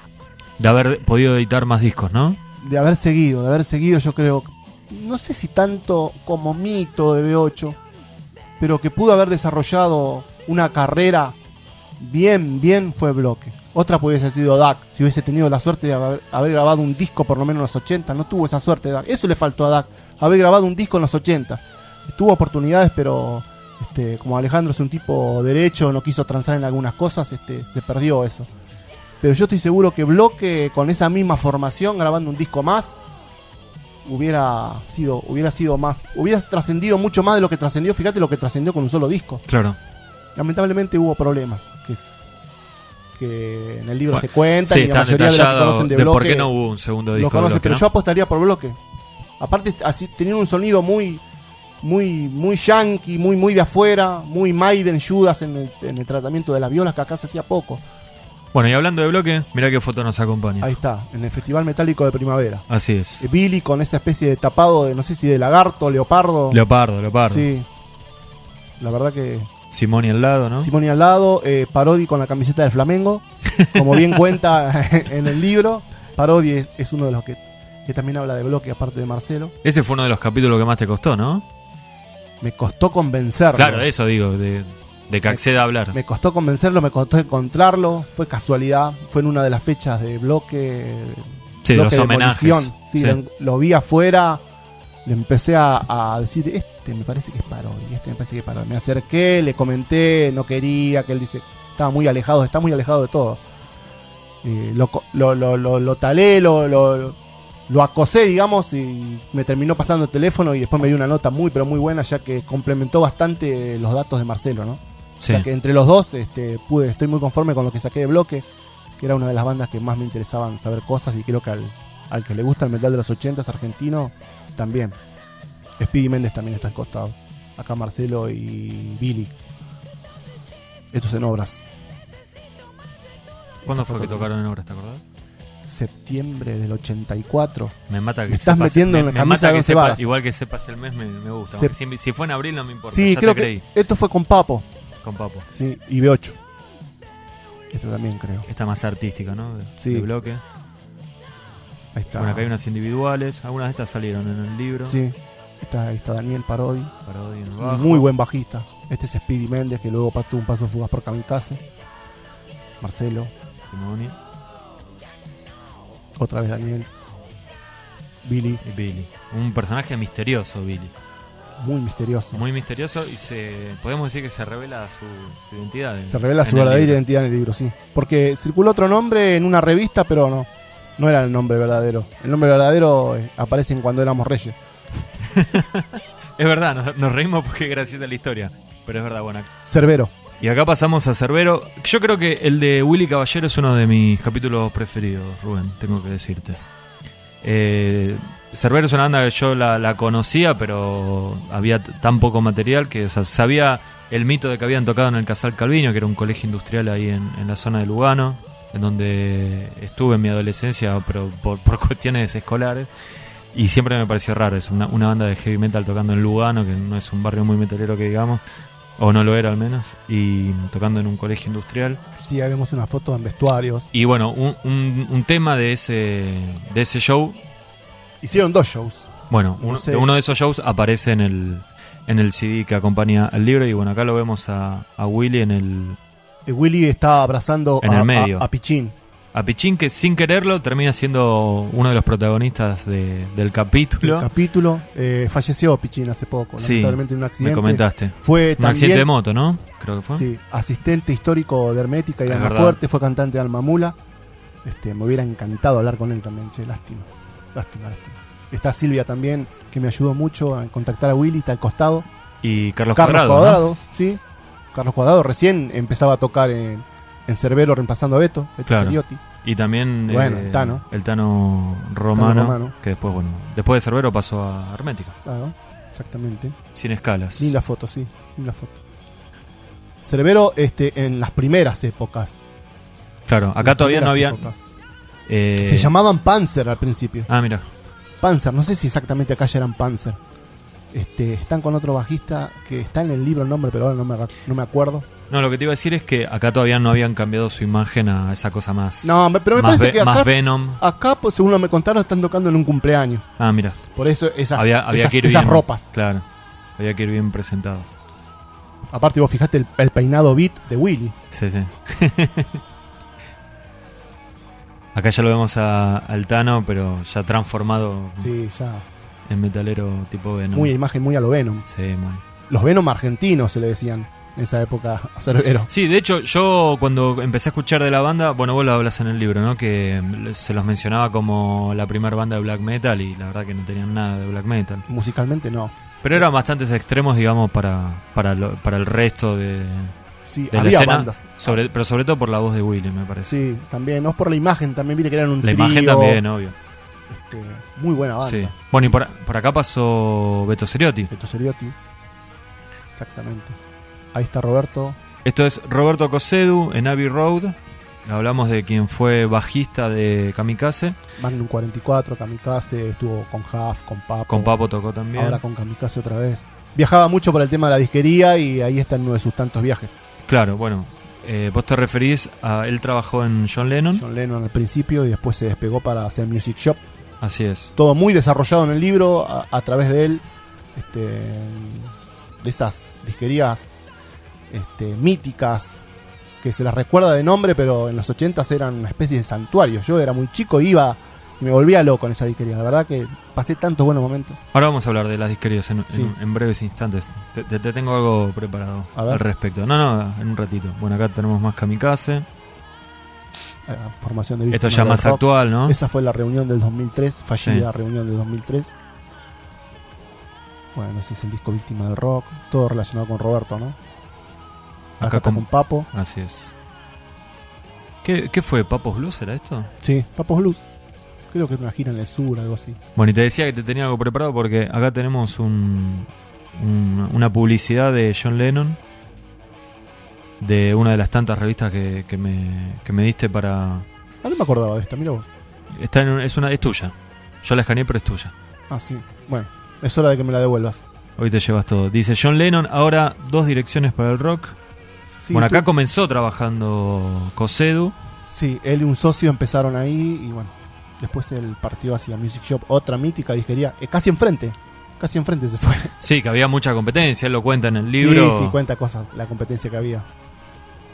Speaker 1: De haber podido editar más discos, ¿no?
Speaker 2: De haber seguido, de haber seguido, yo creo. No sé si tanto como mito de B8, pero que pudo haber desarrollado una carrera bien, bien fue Bloque. Otra pudiese haber sido Dak, si hubiese tenido la suerte de haber, haber grabado un disco por lo menos en los 80. No tuvo esa suerte Dak. Eso le faltó a Dak, haber grabado un disco en los 80. Tuvo oportunidades, pero este, como Alejandro es un tipo derecho, no quiso transar en algunas cosas, este, se perdió eso. Pero yo estoy seguro que Bloque, con esa misma formación, grabando un disco más, hubiera sido, hubiera sido más, hubiera trascendido mucho más de lo que trascendió. Fíjate lo que trascendió con un solo disco.
Speaker 1: Claro.
Speaker 2: Lamentablemente hubo problemas, que es que en el libro
Speaker 1: Bueno,
Speaker 2: se cuenta
Speaker 1: Sí,
Speaker 2: y
Speaker 1: está
Speaker 2: la mayoría de los que
Speaker 1: detallado
Speaker 2: conocen
Speaker 1: de,
Speaker 2: de,
Speaker 1: por
Speaker 2: Bloque
Speaker 1: qué no hubo un segundo
Speaker 2: lo
Speaker 1: disco. de
Speaker 2: conoce,
Speaker 1: Bloque,
Speaker 2: pero
Speaker 1: ¿no?
Speaker 2: yo apostaría por Bloque. Aparte, así tenía un sonido muy, muy, muy yankee, muy, muy de afuera, muy Maiden Judas en el, en el tratamiento de las violas, que acá se hacía poco.
Speaker 1: Bueno, y hablando de Bloque, mirá qué foto nos acompaña.
Speaker 2: Ahí está, en el Festival Metálico de Primavera.
Speaker 1: Así es.
Speaker 2: Eh, Billy con esa especie de tapado de, no sé si de lagarto, leopardo.
Speaker 1: Leopardo, Leopardo.
Speaker 2: Sí. La verdad que
Speaker 1: Simoni al lado, ¿no?
Speaker 2: Simoni al lado, eh, Parodi con la camiseta del Flamengo, como bien cuenta en el libro. Parodi es, es uno de los que, que también habla de bloque, aparte de Marcelo.
Speaker 1: Ese fue uno de los capítulos que más te costó, ¿no?
Speaker 2: Me costó convencerlo.
Speaker 1: Claro, eso digo, de, de que acceda a hablar.
Speaker 2: Me costó convencerlo, me costó encontrarlo. Fue casualidad, fue en una de las fechas de bloque.
Speaker 1: sí,
Speaker 2: bloque
Speaker 1: los
Speaker 2: de
Speaker 1: homenajes.
Speaker 2: Demolición. Sí,
Speaker 1: Sí.
Speaker 2: Lo, en- lo vi afuera, le empecé a, a decir, este me parece que es Parodi, este me parece que es Parodi. Me acerqué, le comenté, no quería, que él dice, estaba muy alejado, está muy alejado de todo. Eh, lo, co- lo, lo, lo- lo talé, lo, lo, lo acosé, digamos, y me terminó pasando el teléfono y después me dio una nota muy, pero muy buena, ya que complementó bastante los datos de Marcelo, ¿no?
Speaker 1: Sí.
Speaker 2: O sea que entre los dos este, pude, estoy muy conforme con lo que saqué de bloque, que era una de las bandas que más me interesaban saber cosas y creo que al, al que le gusta el metal de los 80 argentino también. Speedy Méndez también está al costado. Acá Marcelo y Billy. Estos en obras.
Speaker 1: ¿Cuándo
Speaker 2: Esta
Speaker 1: fue que
Speaker 2: foto-
Speaker 1: tocaron en obras, te acordás?
Speaker 2: Septiembre del 84.
Speaker 1: Me mata que
Speaker 2: Me estás
Speaker 1: sepas-
Speaker 2: metiendo en
Speaker 1: me,
Speaker 2: la
Speaker 1: me
Speaker 2: camisa
Speaker 1: mata
Speaker 2: de
Speaker 1: que
Speaker 2: once
Speaker 1: sepas-
Speaker 2: varas.
Speaker 1: Igual que sepas el mes, me, me gusta.
Speaker 2: Se-
Speaker 1: Si, si fue en abril, no me importa.
Speaker 2: sí,
Speaker 1: ya
Speaker 2: creo
Speaker 1: te creí,
Speaker 2: que esto fue con Papo.
Speaker 1: con Papo.
Speaker 2: Sí, y B8. Esto también creo.
Speaker 1: Esta más artística, ¿no? De,
Speaker 2: Sí.
Speaker 1: de bloque.
Speaker 2: Ahí está.
Speaker 1: Bueno, acá hay unas individuales. Algunas de estas salieron en el libro.
Speaker 2: Sí. Está, ahí está Daniel Parodi.
Speaker 1: Parodia en el bajo.
Speaker 2: Muy buen bajista. Este es Speedy Méndez, que luego tuvo un paso fugaz por Kamikaze. Marcelo,
Speaker 1: Simoni
Speaker 2: otra vez Daniel. Billy,
Speaker 1: y Billy. Un personaje misterioso, Billy.
Speaker 2: muy misterioso.
Speaker 1: Muy misterioso y se podemos decir que se revela su identidad. en-
Speaker 2: Se revela su
Speaker 1: en el
Speaker 2: verdadera
Speaker 1: libro.
Speaker 2: identidad en el libro, sí. Porque circuló otro nombre en una revista, pero no. No era el nombre verdadero. El nombre verdadero eh, aparece en cuando éramos reyes.
Speaker 1: Es verdad, nos, nos reímos porque es graciosa la historia. Pero es verdad, bueno.
Speaker 2: Cerbero.
Speaker 1: Y acá pasamos a Cerbero. Yo creo que el de Willy Caballero es uno de mis capítulos preferidos, Rubén, tengo que decirte. Eh, Cerbero es una banda que yo la, la conocía, pero había t- tan poco material que o sea, sabía el mito de que habían tocado en el Casal Calviño, que era un colegio industrial ahí en, en la zona de Lugano, en donde estuve en mi adolescencia, pero por, por cuestiones escolares. Y siempre me pareció raro, es una, una banda de heavy metal tocando en Lugano, que no es un barrio muy metalero que digamos, o no lo era al menos, y tocando en un colegio industrial.
Speaker 2: Sí, ahí vemos una foto en vestuarios.
Speaker 1: Y bueno, un, un- un tema de ese, de ese show,
Speaker 2: Hicieron dos shows.
Speaker 1: bueno,
Speaker 2: No
Speaker 1: uno,
Speaker 2: sé.
Speaker 1: uno de esos shows aparece en el, en el CD que acompaña al libro, y bueno, acá lo vemos a, a Willy en el...
Speaker 2: Eh, Willy está abrazando
Speaker 1: En
Speaker 2: a,
Speaker 1: el
Speaker 2: a-
Speaker 1: medio.
Speaker 2: a Pichín.
Speaker 1: A Pichín que sin quererlo termina siendo uno de los protagonistas de- del capítulo.
Speaker 2: El capítulo. eh, falleció Pichín hace poco,
Speaker 1: Sí,
Speaker 2: lamentablemente en un
Speaker 1: me
Speaker 2: accidente.
Speaker 1: comentaste.
Speaker 2: Fue
Speaker 1: Un accidente
Speaker 2: también
Speaker 1: de moto, ¿no? Creo que fue.
Speaker 2: Sí, asistente histórico de Hermética y
Speaker 1: Es
Speaker 2: de Alma
Speaker 1: verdad.
Speaker 2: Fuerte, fue cantante de Alma Mula. Este, me hubiera encantado hablar con él también, che, lástima, lástima, lástima. Está Silvia también, que me ayudó mucho a contactar a Willy, está al costado.
Speaker 1: Y Carlos,
Speaker 2: Carlos
Speaker 1: Cuadrado.
Speaker 2: Cuadrado,
Speaker 1: ¿no?
Speaker 2: sí. Carlos Cuadrado recién empezaba a tocar en, en Cerbero reemplazando a Beto, Beto
Speaker 1: Claro.
Speaker 2: Seriotti.
Speaker 1: Y también eh,
Speaker 2: Bueno, el Tano.
Speaker 1: el Tano Romano,
Speaker 2: Tano Romano.
Speaker 1: que después, bueno, después de Cerbero pasó a Hermética,
Speaker 2: Claro, exactamente.
Speaker 1: sin escalas.
Speaker 2: Linda foto, sí, linda foto. Cerbero este, en las primeras épocas.
Speaker 1: Claro, acá
Speaker 2: Las
Speaker 1: todavía no había.
Speaker 2: primeras épocas.
Speaker 1: eh,
Speaker 2: Se llamaban Panzer al principio.
Speaker 1: Ah, mira.
Speaker 2: Panzer, no sé si exactamente acá ya eran Panzer. Este, están con otro bajista que está en el libro el nombre, pero ahora no me, ra- no me acuerdo.
Speaker 1: No, lo que te iba a decir es que acá todavía no habían cambiado su imagen a esa cosa más.
Speaker 2: No, me- pero me
Speaker 1: más,
Speaker 2: parece
Speaker 1: Ve-
Speaker 2: que acá,
Speaker 1: más Venom.
Speaker 2: acá, pues, según lo me contaron, están tocando en un cumpleaños.
Speaker 1: Ah, mira.
Speaker 2: Por eso esas,
Speaker 1: Había, había
Speaker 2: esas,
Speaker 1: que ir
Speaker 2: esas
Speaker 1: bien.
Speaker 2: ropas.
Speaker 1: Claro. Había que ir bien presentado.
Speaker 2: Aparte, vos fijaste el, el peinado beat de Willy.
Speaker 1: Sí, sí. acá ya lo vemos a Altano, pero ya transformado
Speaker 2: Sí, ya.
Speaker 1: en metalero tipo Venom.
Speaker 2: Muy imagen, muy a lo Venom.
Speaker 1: Sí, muy.
Speaker 2: Los Venom argentinos se le decían en esa época a Cerbero.
Speaker 1: Sí, de hecho, yo cuando empecé a escuchar de la banda, bueno, vos lo hablas en el libro, ¿no? Que mm, se los mencionaba como la primera banda de black metal y la verdad que no tenían nada de black metal.
Speaker 2: Musicalmente no.
Speaker 1: Pero eran bastantes extremos, digamos, para, para, lo- para el resto de,
Speaker 2: Sí,
Speaker 1: de la
Speaker 2: había
Speaker 1: escena.
Speaker 2: bandas.
Speaker 1: Sobre, pero sobre todo por la voz de Willy, me parece.
Speaker 2: Sí, también. No por la imagen, también viste que eran un
Speaker 1: la imagen
Speaker 2: trío,
Speaker 1: también, obvio.
Speaker 2: este, muy buena banda.
Speaker 1: Sí. Bueno, y por, por acá pasó Beto Seriotti.
Speaker 2: Beto Seriotti. Exactamente. Ahí está Roberto.
Speaker 1: Esto es Roberto Cosedu en Abbey Road. Hablamos de quien fue bajista de Kamikaze.
Speaker 2: Magnum 44, Kamikaze, estuvo con Huff, con Papo.
Speaker 1: Con Papo tocó también.
Speaker 2: Ahora con Kamikaze otra vez. Viajaba mucho por el tema de la disquería y ahí está en uno de sus tantos viajes.
Speaker 1: Claro, bueno, eh, vos te referís a él trabajó en John Lennon,
Speaker 2: John Lennon al principio y después se despegó para hacer Music Shop.
Speaker 1: así es.
Speaker 2: Todo muy desarrollado en el libro, a, a través de él. Este, de esas disquerías este, míticas que se las recuerda de nombre, pero en los 80 eran una especie de santuario. Yo era muy chico, iba y me volvía loco en esa disquería. La verdad que pasé tantos buenos momentos.
Speaker 1: Ahora vamos a hablar de las disquerías en, en-
Speaker 2: Sí.
Speaker 1: en breves instantes. Te, te- te tengo algo preparado
Speaker 2: A ver.
Speaker 1: al respecto. No, no, en un ratito. Bueno, acá tenemos más Kamikaze.
Speaker 2: Eh, formación de
Speaker 1: Esto
Speaker 2: víctimas
Speaker 1: ya
Speaker 2: del
Speaker 1: más
Speaker 2: rock.
Speaker 1: actual, ¿no?
Speaker 2: Esa fue la reunión del 2003, fallida reunión del 2003. Bueno, ese es el disco Víctima del Rock, todo relacionado con Roberto, ¿no? Acá,
Speaker 1: Acá
Speaker 2: está
Speaker 1: con-
Speaker 2: con Papo.
Speaker 1: Así es. ¿Qué, qué fue? ¿Papos Blues era esto?
Speaker 2: Sí, Papos Blues. Creo que es una gira en el sur, algo así.
Speaker 1: Bueno, y te decía que te tenía algo preparado porque acá tenemos un, un- una publicidad de John Lennon de una de las tantas revistas que, que me, que me diste para,
Speaker 2: Ah, no me acordaba de esta, mira vos.
Speaker 1: Está en un- es una es tuya. Yo la escaneé, pero es tuya.
Speaker 2: Ah, sí. Bueno, es hora de que me la devuelvas.
Speaker 1: Hoy te llevas todo. Dice John Lennon, ahora dos direcciones para el rock.
Speaker 2: Sí,
Speaker 1: bueno,
Speaker 2: tú-
Speaker 1: acá comenzó trabajando Cosedu.
Speaker 2: Sí, él y un socio empezaron ahí y bueno. Después él partió hacia Music Shop, otra mítica disquería, eh, casi enfrente. Casi enfrente se fue.
Speaker 1: Sí, que había mucha competencia, él lo cuenta en el libro.
Speaker 2: Sí, sí, cuenta cosas, la competencia que había.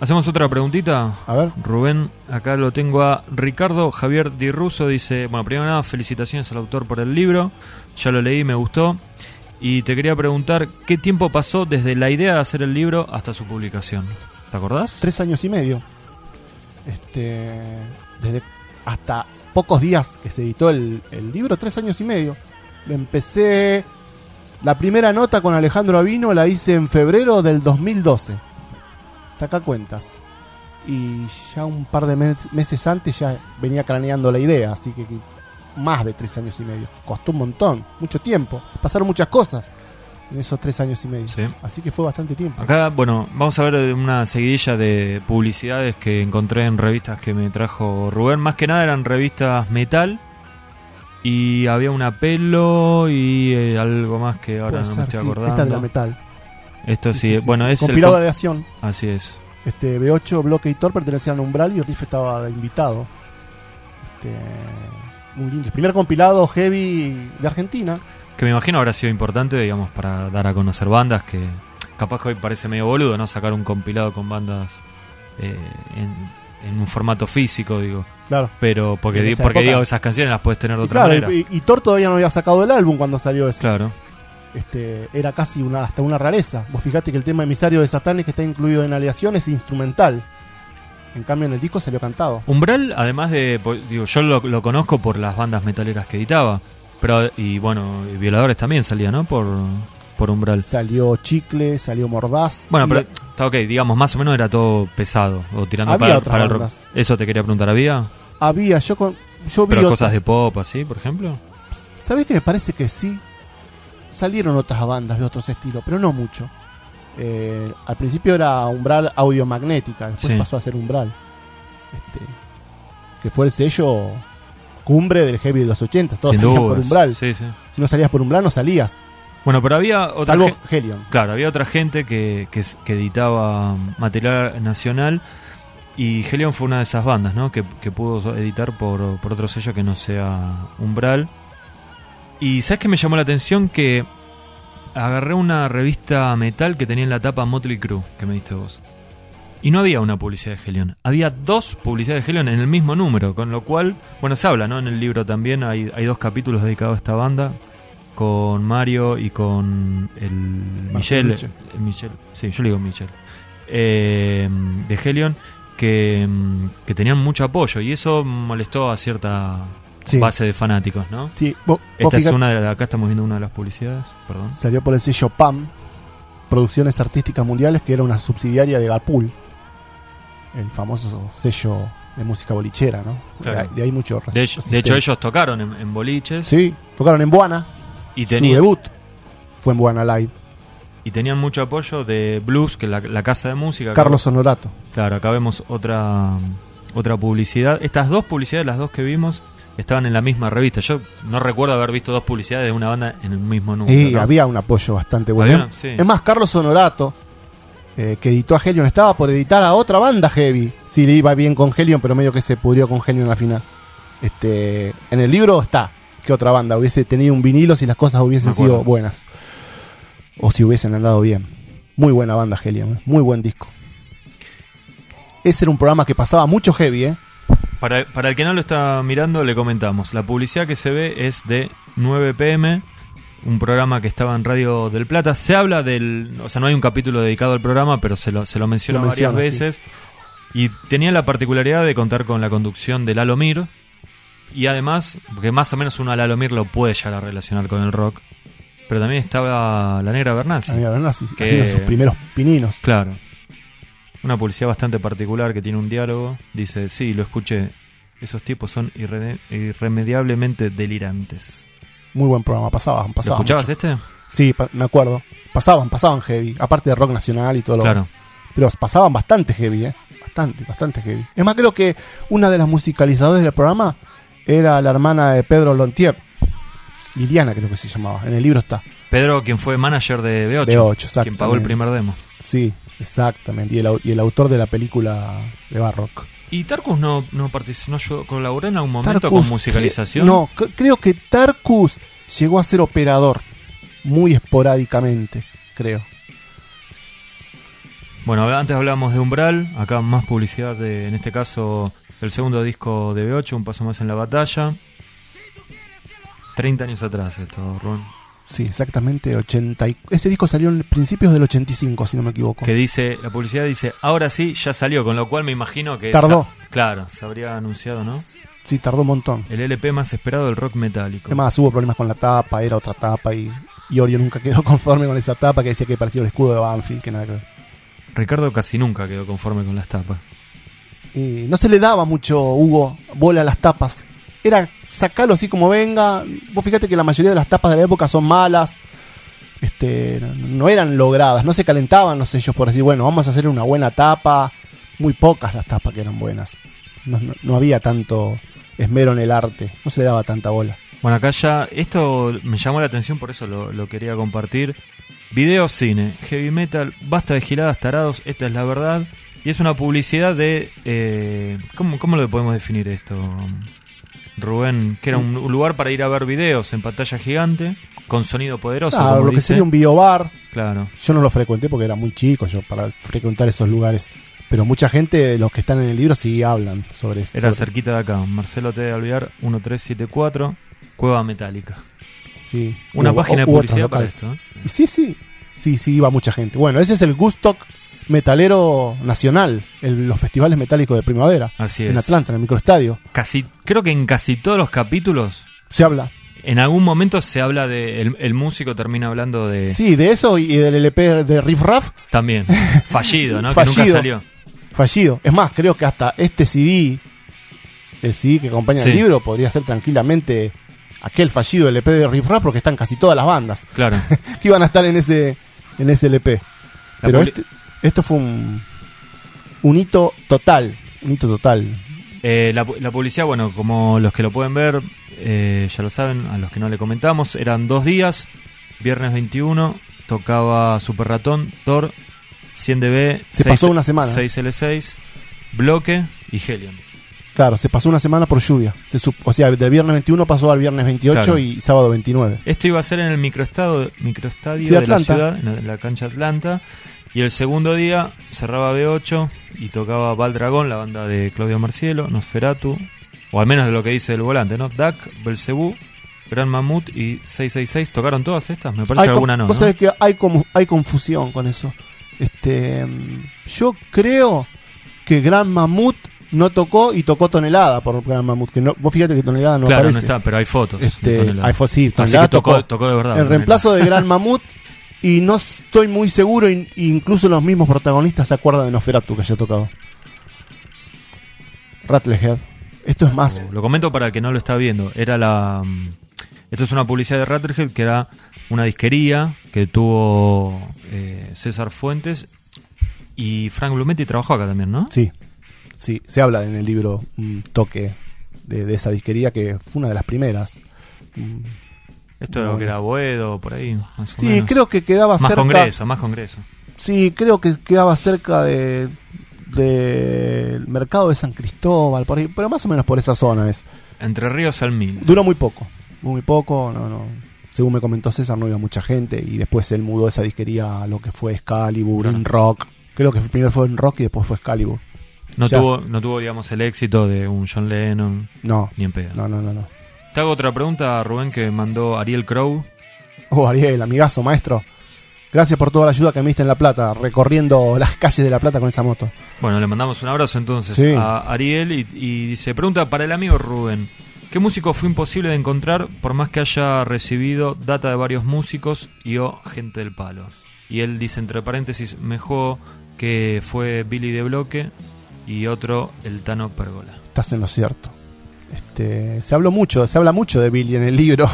Speaker 1: Hacemos otra preguntita.
Speaker 2: A ver.
Speaker 1: Rubén, acá lo tengo a Ricardo Javier Di Russo, dice, bueno, primero nada, felicitaciones al autor por el libro, ya lo leí, me gustó, y te quería preguntar, ¿qué tiempo pasó desde la idea de hacer el libro hasta su publicación? ¿Te acordás?
Speaker 2: tres años y medio. Este, desde hasta pocos días que se editó el, el libro, tres años y medio. Lo empecé. La primera nota con Alejandro Avino la hice en febrero del 2012. Saca cuentas. Y ya un par de mes- meses antes ya venía craneando la idea, así que que más de tres años y medio. Costó un montón, mucho tiempo. Pasaron muchas cosas en esos tres años y medio.
Speaker 1: Sí.
Speaker 2: Así que fue bastante tiempo.
Speaker 1: Acá, bueno, vamos a ver una seguidilla de publicidades que encontré en revistas que me trajo Rubén. Más que nada eran revistas metal. Y había una pelo y eh, algo más que ahora
Speaker 2: Puede
Speaker 1: no me
Speaker 2: ser,
Speaker 1: estoy
Speaker 2: sí,
Speaker 1: acordando.
Speaker 2: esta de la metal.
Speaker 1: Esto sí,
Speaker 2: Sí, sí, sí,
Speaker 1: bueno,
Speaker 2: sí.
Speaker 1: es el.
Speaker 2: Compilado
Speaker 1: com-
Speaker 2: de acción.
Speaker 1: Así es.
Speaker 2: Este, B8, Bloque y Thor pertenecían a Umbral y Riff estaba de invitado. Este, muy lindo. El primer compilado heavy de Argentina.
Speaker 1: Que me imagino habrá sido importante, digamos, para dar a conocer bandas que. Capaz que hoy parece medio boludo, ¿no? Sacar un compilado con bandas eh, en, en un formato físico, digo.
Speaker 2: Claro.
Speaker 1: Pero porque,
Speaker 2: En
Speaker 1: di-
Speaker 2: esa
Speaker 1: porque
Speaker 2: época.
Speaker 1: digo, esas canciones las puedes tener de
Speaker 2: Y,
Speaker 1: otra
Speaker 2: claro,
Speaker 1: manera.
Speaker 2: y, y Thor todavía no había sacado el álbum cuando salió eso.
Speaker 1: claro.
Speaker 2: Este, era casi una, hasta una rareza. Vos fijate que el tema emisario de Satán que está incluido en Aleación es instrumental. En cambio en el disco salió cantado.
Speaker 1: Umbral, además de. po- Digo, yo lo, lo conozco por las bandas metaleras que editaba. Pero, y bueno, y Violadores también salía, ¿no? Por, por Umbral.
Speaker 2: Salió Chicle, salió Mordaz.
Speaker 1: Bueno,
Speaker 2: Y
Speaker 1: pero está ok, digamos, más o menos era todo pesado. O tirando
Speaker 2: Había
Speaker 1: para,
Speaker 2: otras
Speaker 1: para el rock.
Speaker 2: bandas.
Speaker 1: Eso te quería preguntar, ¿había?
Speaker 2: había, yo con, yo vi
Speaker 1: Pero
Speaker 2: otras.
Speaker 1: cosas de pop, así, por ejemplo.
Speaker 2: ¿Sabés que me parece que sí? Salieron otras bandas de otros estilos, pero no mucho. Eh, al principio era Umbral Audiomagnética, después
Speaker 1: Sí.
Speaker 2: pasó a ser Umbral. Este, que fue el sello cumbre del heavy de los 80. Todos
Speaker 1: Sin
Speaker 2: salían por
Speaker 1: dudas.
Speaker 2: Umbral.
Speaker 1: Sí, sí.
Speaker 2: Si no salías por Umbral, no salías.
Speaker 1: Bueno, pero había otra
Speaker 2: salvo
Speaker 1: gen-
Speaker 2: Helion.
Speaker 1: Claro, había otra gente que, que s- que editaba material nacional y Helion fue una de esas bandas, ¿no? Que, que pudo editar por, por otro sello que no sea Umbral. Y ¿sabes qué me llamó la atención? Que agarré una revista metal que tenía en la tapa Motley Crue, que me diste vos. Y no había una publicidad de Helion. Había dos publicidades de Helion en el mismo número, con lo cual, bueno, se habla, ¿no? En el libro también hay, hay dos capítulos dedicados a esta banda, con Mario y con el Michel.
Speaker 2: Michel.
Speaker 1: el Michel, sí, yo le digo Michel. eh, de Helion, que, mm, que tenían mucho apoyo y eso molestó a cierta
Speaker 2: Sí.
Speaker 1: base de fanáticos, ¿no?
Speaker 2: Sí, vos- vos
Speaker 1: Esta es
Speaker 2: fijate-
Speaker 1: una de, acá estamos viendo una de las publicidades, perdón.
Speaker 2: Salió por el sello PAM, Producciones Artísticas Mundiales, que era una subsidiaria de Garpool, el famoso sello de música bolichera, ¿no?
Speaker 1: Claro.
Speaker 2: De, ahí- de ahí mucho res-
Speaker 1: De hecho, de hecho,
Speaker 2: resistencia.
Speaker 1: ellos tocaron en, en boliches
Speaker 2: Sí, tocaron en Buana,
Speaker 1: y,
Speaker 2: su
Speaker 1: tenían,
Speaker 2: debut fue en Buana Live,
Speaker 1: y tenían mucho apoyo de Blues, que es la, la casa de música. Acá-
Speaker 2: Carlos Honorato.
Speaker 1: Claro, acá vemos otra, otra publicidad. Estas dos publicidades, las dos que vimos, estaban en la misma revista. Yo no recuerdo haber visto dos publicidades de una banda en el mismo número.
Speaker 2: Y
Speaker 1: ¿no?
Speaker 2: había un apoyo bastante bueno.
Speaker 1: Había una- sí.
Speaker 2: Es más, Carlos Honorato, eh, que editó a Helion, estaba por editar a otra banda heavy. Sí, le iba bien con Helion, pero medio que se pudrió con Helion al final. Este, en el libro está que otra banda hubiese tenido un vinilo si las cosas hubiesen
Speaker 1: Me acuerdo.
Speaker 2: sido buenas. O si hubiesen andado bien. Muy buena banda Helion, eh, muy buen disco. Ese era un programa que pasaba mucho heavy, ¿eh?
Speaker 1: Para, para el que no lo está mirando, le comentamos. La publicidad que se ve es de 9 pm, un programa que estaba en Radio del Plata. Se habla del. O sea, no hay un capítulo dedicado al programa, pero se lo, se lo menciona
Speaker 2: Lo
Speaker 1: varias
Speaker 2: menciona, sí.
Speaker 1: veces. Y tenía la particularidad de contar con la conducción de Lalo Mir. Y además, porque más o menos uno a Lalo Mir lo puede llegar a relacionar con el rock. Pero también estaba la Negra Bernasi.
Speaker 2: Amiga Bernal, así-
Speaker 1: Que-
Speaker 2: haciendo sus primeros pininos.
Speaker 1: Claro. Una publicidad bastante particular que tiene un diálogo. Dice, sí, lo escuché. Esos tipos son irre- irremediablemente delirantes.
Speaker 2: Muy buen programa, pasaba,
Speaker 1: ¿Lo
Speaker 2: pasaba.
Speaker 1: escuchabas
Speaker 2: mucho.
Speaker 1: este?
Speaker 2: Sí, pa- me acuerdo. Pasaban, pasaban heavy. Aparte de rock nacional y todo lo
Speaker 1: Claro.
Speaker 2: Pero pasaban bastante heavy, ¿eh? Bastante, bastante heavy. Es más, creo que una de las musicalizadoras del programa era la hermana de Pedro Lontier. Liliana, creo que se llamaba. En el libro está.
Speaker 1: Pedro, quien fue manager de B8.
Speaker 2: De 8, exacto.
Speaker 1: quien pagó el primer demo.
Speaker 2: Sí, exactamente. Y el, au- y el autor de la película de Barrock.
Speaker 1: ¿Y Tarkus no, no, partici- no ayudó- colaboró en algún momento con musicalización?
Speaker 2: cre- no, cre- creo que Tarkus llegó a ser operador. Muy esporádicamente, creo.
Speaker 1: Bueno, antes hablábamos de Umbral. Acá más publicidad de, en este caso, el segundo disco de B8, Un Paso Más en la Batalla. 30 años atrás esto, Ron.
Speaker 2: Sí, exactamente. 80 y- Ese disco salió en principios del 85, si no me equivoco.
Speaker 1: que dice, la publicidad dice, ahora sí, ya salió, con lo cual me imagino que...
Speaker 2: Tardó.
Speaker 1: sa- claro, se habría anunciado, ¿no?
Speaker 2: Sí, tardó un montón.
Speaker 1: El LP más esperado del rock metálico.
Speaker 2: Además, hubo problemas con la tapa, era otra tapa y, y Orio nunca quedó conforme con esa tapa que decía que parecía el escudo de Banfield, que nada que ver.
Speaker 1: Ricardo casi nunca quedó conforme con las tapas.
Speaker 2: Y no se le daba mucho, Hugo, bola a las tapas. Era sacarlo así como venga. Vos fíjate que la mayoría de las tapas de la época son malas. Este, no- no eran logradas, no se calentaban los sellos por decir, bueno, vamos a hacer una buena tapa. Muy pocas las tapas que eran buenas. No- no- no había tanto esmero en el arte, no se le daba tanta bola.
Speaker 1: Bueno, acá ya, esto me llamó la atención, por eso lo, lo quería compartir. Video cine, heavy metal, basta de giladas tarados, esta es la verdad. Y es una publicidad de... eh, ¿cómo, ¿Cómo lo podemos definir esto? Rubén, que era un lugar para ir a ver videos en pantalla gigante, con sonido poderoso.
Speaker 2: Ah,
Speaker 1: como
Speaker 2: lo que
Speaker 1: dice.
Speaker 2: sería un biobar,
Speaker 1: Claro.
Speaker 2: Yo no lo frecuenté porque era muy chico yo para frecuentar esos lugares. Pero mucha gente, los que están en el libro, sí hablan sobre eso.
Speaker 1: Era
Speaker 2: sobre-
Speaker 1: cerquita de acá, Marcelo T. de Alvear, 1374, Cueva Metálica.
Speaker 2: sí.
Speaker 1: Una
Speaker 2: Hubo-
Speaker 1: página de
Speaker 2: hubo otros
Speaker 1: publicidad para
Speaker 2: locales.
Speaker 1: esto. ¿eh?
Speaker 2: Y sí, sí. Sí, sí, iba mucha gente. Bueno, ese es el Gustock metalero nacional, el- los festivales metálicos de primavera.
Speaker 1: Así es.
Speaker 2: En Atlanta, en el microestadio.
Speaker 1: Casi, creo que en casi todos los capítulos,
Speaker 2: Se habla.
Speaker 1: en algún momento se habla de. El, el músico termina hablando de.
Speaker 2: Sí, de eso y del LP de Riff Raff,
Speaker 1: También. Fallido, ¿no? Que nunca
Speaker 2: Fallido.
Speaker 1: salió.
Speaker 2: fallido. Es más, creo que hasta este CD, el CD que acompaña
Speaker 1: Sí.
Speaker 2: el libro, podría ser tranquilamente aquel fallido LP de Riff Raff porque están casi todas las bandas.
Speaker 1: Claro.
Speaker 2: que iban a estar en ese en ese LP.
Speaker 1: La
Speaker 2: Pero
Speaker 1: publi-
Speaker 2: este- esto fue un, un hito total. Un hito total.
Speaker 1: Eh, la, pu- la publicidad, bueno, como los que lo pueden ver, eh, ya lo saben, a los que no le comentamos, eran dos días, viernes 21, tocaba Super Ratón, Thor, 100 dB,
Speaker 2: Se pasó una semana.
Speaker 1: 6L6, Bloque y Helion.
Speaker 2: Claro, se pasó una semana por lluvia. Se sup- o sea, del viernes 21 pasó al viernes 28
Speaker 1: Claro.
Speaker 2: y sábado 29.
Speaker 1: Esto iba a ser en el microestado, microestadio
Speaker 2: Sí,
Speaker 1: de la
Speaker 2: Atlanta.
Speaker 1: ciudad, en la, en la cancha Atlanta. Y el segundo día cerraba B8 y tocaba Valdragón, la banda de Claudio Marcielo, Nosferatu, o al menos de lo que dice el volante, ¿no? Duck, Belcebú, Gran Mamut y 666. ¿Tocaron todas estas? Me parece
Speaker 2: Hay
Speaker 1: que
Speaker 2: co-
Speaker 1: alguna no.
Speaker 2: Vos
Speaker 1: ¿no?
Speaker 2: sabés que hay, como, hay confusión con eso. Este, mm, yo creo que Gran Mamut no tocó y tocó Tonelada por Gran Mamut. Que no, vos fíjate que Tonelada no
Speaker 1: claro,
Speaker 2: aparece.
Speaker 1: no está, pero hay fotos. de
Speaker 2: Este,
Speaker 1: Tonelada.
Speaker 2: ahí fue sí,
Speaker 1: Así que
Speaker 2: Tonelada
Speaker 1: tocó,
Speaker 2: tocó.
Speaker 1: tocó, de verdad.
Speaker 2: El reemplazo de Gran Mamut. Y no estoy muy seguro, in- incluso los mismos protagonistas se acuerdan de Nosferatu que haya tocado. Rattlehead. Esto es más.
Speaker 1: Lo comento para el que no lo está viendo. Era la. mm, Esto es una publicidad de Ratterhead que era una disquería que tuvo eh, César Fuentes y Frank Blumetti trabajó acá también, ¿no?
Speaker 2: Sí, sí, se habla en el libro un toque de, de esa disquería que fue una de las primeras. Mm,
Speaker 1: Esto era lo que era Boedo, por ahí. Más o
Speaker 2: Sí,
Speaker 1: menos.
Speaker 2: creo que quedaba
Speaker 1: Más
Speaker 2: cerca.
Speaker 1: congreso, más congreso.
Speaker 2: Sí, creo que quedaba cerca de del mercado de San Cristóbal, por ahí, pero más o menos por esa zona es.
Speaker 1: Entre Ríos al Mil.
Speaker 2: Duró muy poco, muy poco, no, no. Según me comentó César, no iba mucha gente y después él mudó esa disquería a lo que fue Excalibur,
Speaker 1: Claro.
Speaker 2: en rock. Creo que primero fue en rock y después fue Excalibur.
Speaker 1: No
Speaker 2: Ya
Speaker 1: tuvo, no tuvo, digamos, el éxito de un John Lennon
Speaker 2: No,
Speaker 1: ni en pedo.
Speaker 2: no, no, no. no.
Speaker 1: Te hago otra pregunta, Rubén, que mandó Ariel Crow.
Speaker 2: Oh, Ariel, amigazo, maestro. Gracias por toda la ayuda que me diste en La Plata, recorriendo las calles de La Plata con esa moto.
Speaker 1: Bueno, le mandamos un abrazo entonces
Speaker 2: Sí.
Speaker 1: a Ariel y, y dice, pregunta para el amigo Rubén, ¿qué músico fue imposible de encontrar por más que haya recibido data de varios músicos y o gente del palo? Y él dice entre paréntesis, mejor que fue Billy de Bloque y otro el Tano Pergola.
Speaker 2: Estás en lo cierto. Este, se habló mucho, se habla mucho de Billy en el libro.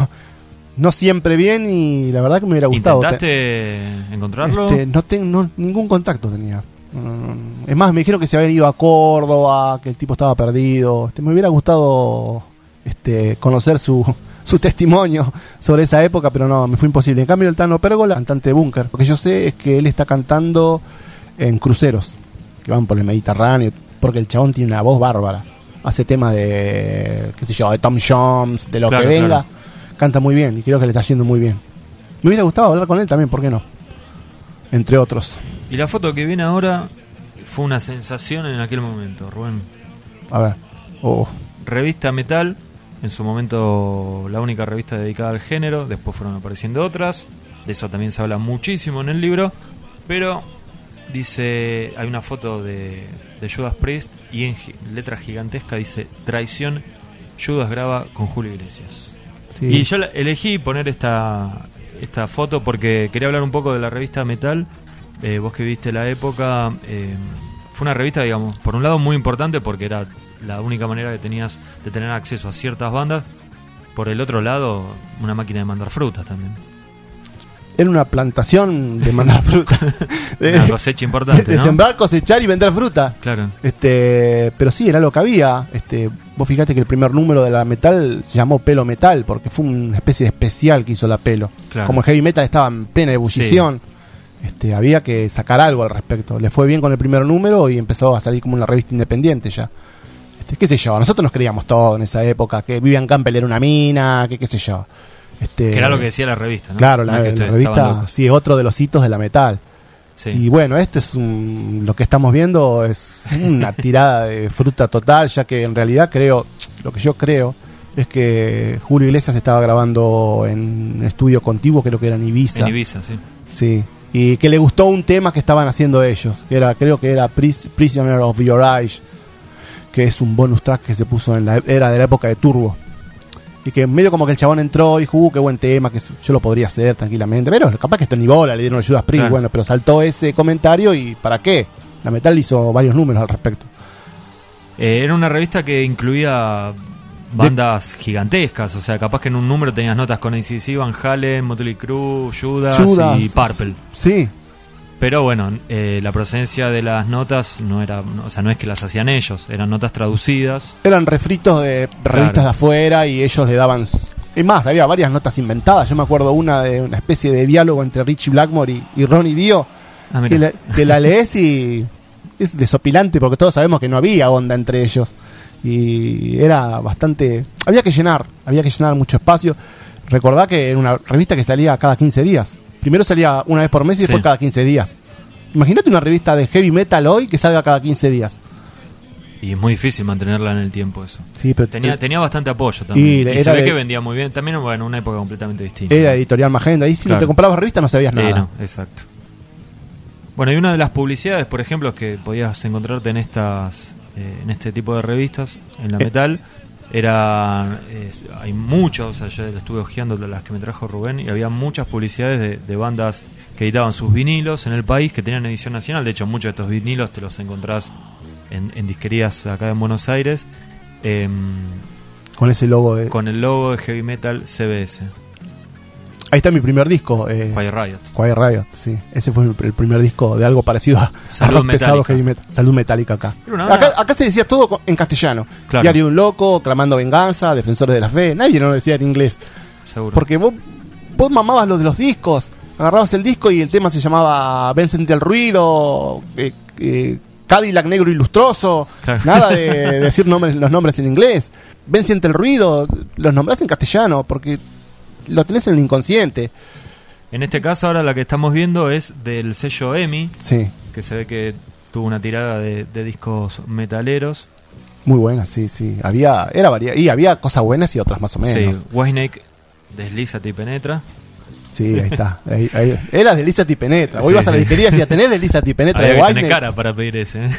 Speaker 2: No siempre bien y la verdad que me hubiera gustado.
Speaker 1: ¿Intentaste
Speaker 2: Te-
Speaker 1: encontrarlo?
Speaker 2: este, no tengo ningún contacto tenía. No, no, no. Es más, me dijeron que se habían ido a Córdoba, que el tipo estaba perdido. Este, me hubiera gustado este, conocer su, su testimonio sobre esa época, pero no, me fue imposible. En cambio, el Tano Pérgola, cantante de Búnker. Lo que yo sé es que él está cantando en cruceros, que van por el Mediterráneo, porque el chabón tiene una voz bárbara. Hace temas de, qué sé yo, de Tom Jones, de lo
Speaker 1: Claro,
Speaker 2: que venga.
Speaker 1: claro.
Speaker 2: Canta muy bien y creo que le está yendo muy bien. Me hubiera gustado hablar con él también, ¿por qué no? Entre otros.
Speaker 1: Y la foto que viene ahora fue una sensación en aquel momento, Rubén.
Speaker 2: A ver. Oh,
Speaker 1: Revista Metal, en su momento la única revista dedicada al género, después fueron apareciendo otras, de eso también se habla muchísimo en el libro, pero dice, hay una foto de, de Judas Priest y en gi- letra gigantesca dice, traición, Judas graba con Julio Iglesias.
Speaker 2: sí.
Speaker 1: Y yo la- elegí poner esta, esta foto porque quería hablar un poco de la revista Metal. Eh, vos que viste la época, eh, fue una revista, digamos, por un lado muy importante porque era la única manera que tenías de tener acceso a ciertas bandas. Por el otro lado, una máquina de mandar frutas también.
Speaker 2: Era una plantación de mandar fruta. De-
Speaker 1: Una cosecha importante,
Speaker 2: de
Speaker 1: ¿no?
Speaker 2: sembrar, cosechar y vender fruta.
Speaker 1: Claro.
Speaker 2: Este, pero sí, era lo que había. Este, vos fijate que el primer número de la metal se llamó Pelo Metal, porque fue una especie de especial que hizo la pelo.
Speaker 1: Claro.
Speaker 2: Como el heavy metal estaba en plena ebullición, este, había que sacar algo al respecto. Le fue bien con el primer número y empezó a salir como una revista independiente ya. Este, qué sé yo, nosotros nos creíamos todo en esa época, que Vivian Campbell era una mina, que qué sé yo. Este,
Speaker 1: Que era lo que decía la revista, ¿no?
Speaker 2: Claro,
Speaker 1: No
Speaker 2: la,
Speaker 1: es que
Speaker 2: la
Speaker 1: ustedes estaban
Speaker 2: revista
Speaker 1: locos.
Speaker 2: sí es otro de los hitos de la metal.
Speaker 1: Sí.
Speaker 2: Y bueno, esto es un- lo que estamos viendo es una tirada de fruta total, ya que en realidad creo, lo que yo creo es que Julio Iglesias estaba grabando en un estudio contiguo, creo que era en Ibiza.
Speaker 1: en Ibiza, sí.
Speaker 2: Sí. Y que le gustó un tema que estaban haciendo ellos, que era creo que era Pris- Prisoner of Your Eyes, que es un bonus track que se puso en la e- era de la época de Turbo. Y que medio como que el chabón entró y dijo, "Uh, qué buen tema, que se- yo lo podría hacer tranquilamente. Pero capaz que esto ni bola, le dieron ayuda a Spring,
Speaker 1: Claro.
Speaker 2: bueno, pero saltó ese comentario y ¿para qué? La Metal hizo varios números al respecto.
Speaker 1: Eh, era una revista que incluía bandas gigantescas, o sea, capaz que en un número tenías notas con ACDC, Van Halen, Motley Crue, Judas,
Speaker 2: Judas,
Speaker 1: y Purple.
Speaker 2: Sí,
Speaker 1: Pero bueno, eh, la procedencia de las notas no era, no- o sea, no es que las hacían ellos, eran notas traducidas.
Speaker 2: Eran refritos de revistas
Speaker 1: Claro.
Speaker 2: de afuera y ellos le daban. s- Es más, había varias notas inventadas. Yo me acuerdo una de una especie de diálogo entre Richie Blackmore y, y Ronnie Dio,
Speaker 1: Ah,
Speaker 2: que
Speaker 1: mira.
Speaker 2: la, que la lees y es desopilante porque todos sabemos que no había onda entre ellos. Y era bastante. Había que llenar, había que llenar mucho espacio. Recordá que era una revista que salía cada 15 días. Primero salía una vez por mes y
Speaker 1: Sí.
Speaker 2: después cada 15 días. Imagínate una revista de heavy metal hoy que salga cada 15 días.
Speaker 1: Y es muy difícil mantenerla en el tiempo eso.
Speaker 2: Sí, pero
Speaker 1: Tenía,
Speaker 2: eh,
Speaker 1: tenía bastante apoyo también.
Speaker 2: le-
Speaker 1: Y, se
Speaker 2: era
Speaker 1: ve
Speaker 2: de-
Speaker 1: que vendía muy bien. También, bueno, una época completamente distinta.
Speaker 2: Era editorial Magenta. Y si no
Speaker 1: Claro.
Speaker 2: te comprabas revistas no sabías nada.
Speaker 1: Eh, no, exacto. Bueno, y una de las publicidades, por ejemplo, que podías encontrarte en estas eh, en este tipo de revistas, en la
Speaker 2: Eh.
Speaker 1: metal, era eh, hay muchos, o sea, yo estuve hojeando las que me trajo Rubén y había muchas publicidades de, de bandas que editaban sus vinilos en el país que tenían edición nacional, de hecho muchos de estos vinilos te los encontrás en, en disquerías acá en Buenos Aires em,
Speaker 2: Con ese logo de.
Speaker 1: con el logo de heavy metal CBS,
Speaker 2: Eh. Ahí está mi primer disco. Eh,
Speaker 1: Fire Riot.
Speaker 2: Quiet Riot, sí. Ese fue el, el primer disco de algo parecido a,
Speaker 1: Salud
Speaker 2: a rock pesado,
Speaker 1: metálica.
Speaker 2: heavy metal. Salud metálica acá.
Speaker 1: Era una banda-
Speaker 2: acá. acá se decía todo co- en castellano.
Speaker 1: Claro.
Speaker 2: Diario de un loco, clamando venganza, defensores de la fe. Nadie lo decía en inglés.
Speaker 1: Seguro.
Speaker 2: Porque vos, vos mamabas los de los discos. Agarrabas el disco y el tema se llamaba Vincent del Ruido, eh, eh, Cadillac Negro Ilustroso.
Speaker 1: Claro.
Speaker 2: Nada de decir nombres, los nombres en inglés. Vincent el Ruido, los nombrás en castellano porque lo tenés en el inconsciente.
Speaker 1: En este caso, ahora la que estamos viendo es del sello EMI,
Speaker 2: Sí,
Speaker 1: que se ve que tuvo una tirada de, de discos metaleros.
Speaker 2: muy buena, sí, sí. Había, era varia- y había cosas buenas y otras más o menos.
Speaker 1: Sí, Whitesnake, Deslízate y Penetra.
Speaker 2: Sí, ahí está. Ahí, ahí. Era de Lisa Tipenetra. Vos
Speaker 1: Sí,
Speaker 2: ibas a la
Speaker 1: sí.
Speaker 2: disquería y decías, tenés de Lisa Tipenetra
Speaker 1: Había
Speaker 2: de
Speaker 1: que tener
Speaker 2: Wagner?"
Speaker 1: cara para pedir ese. ¿eh?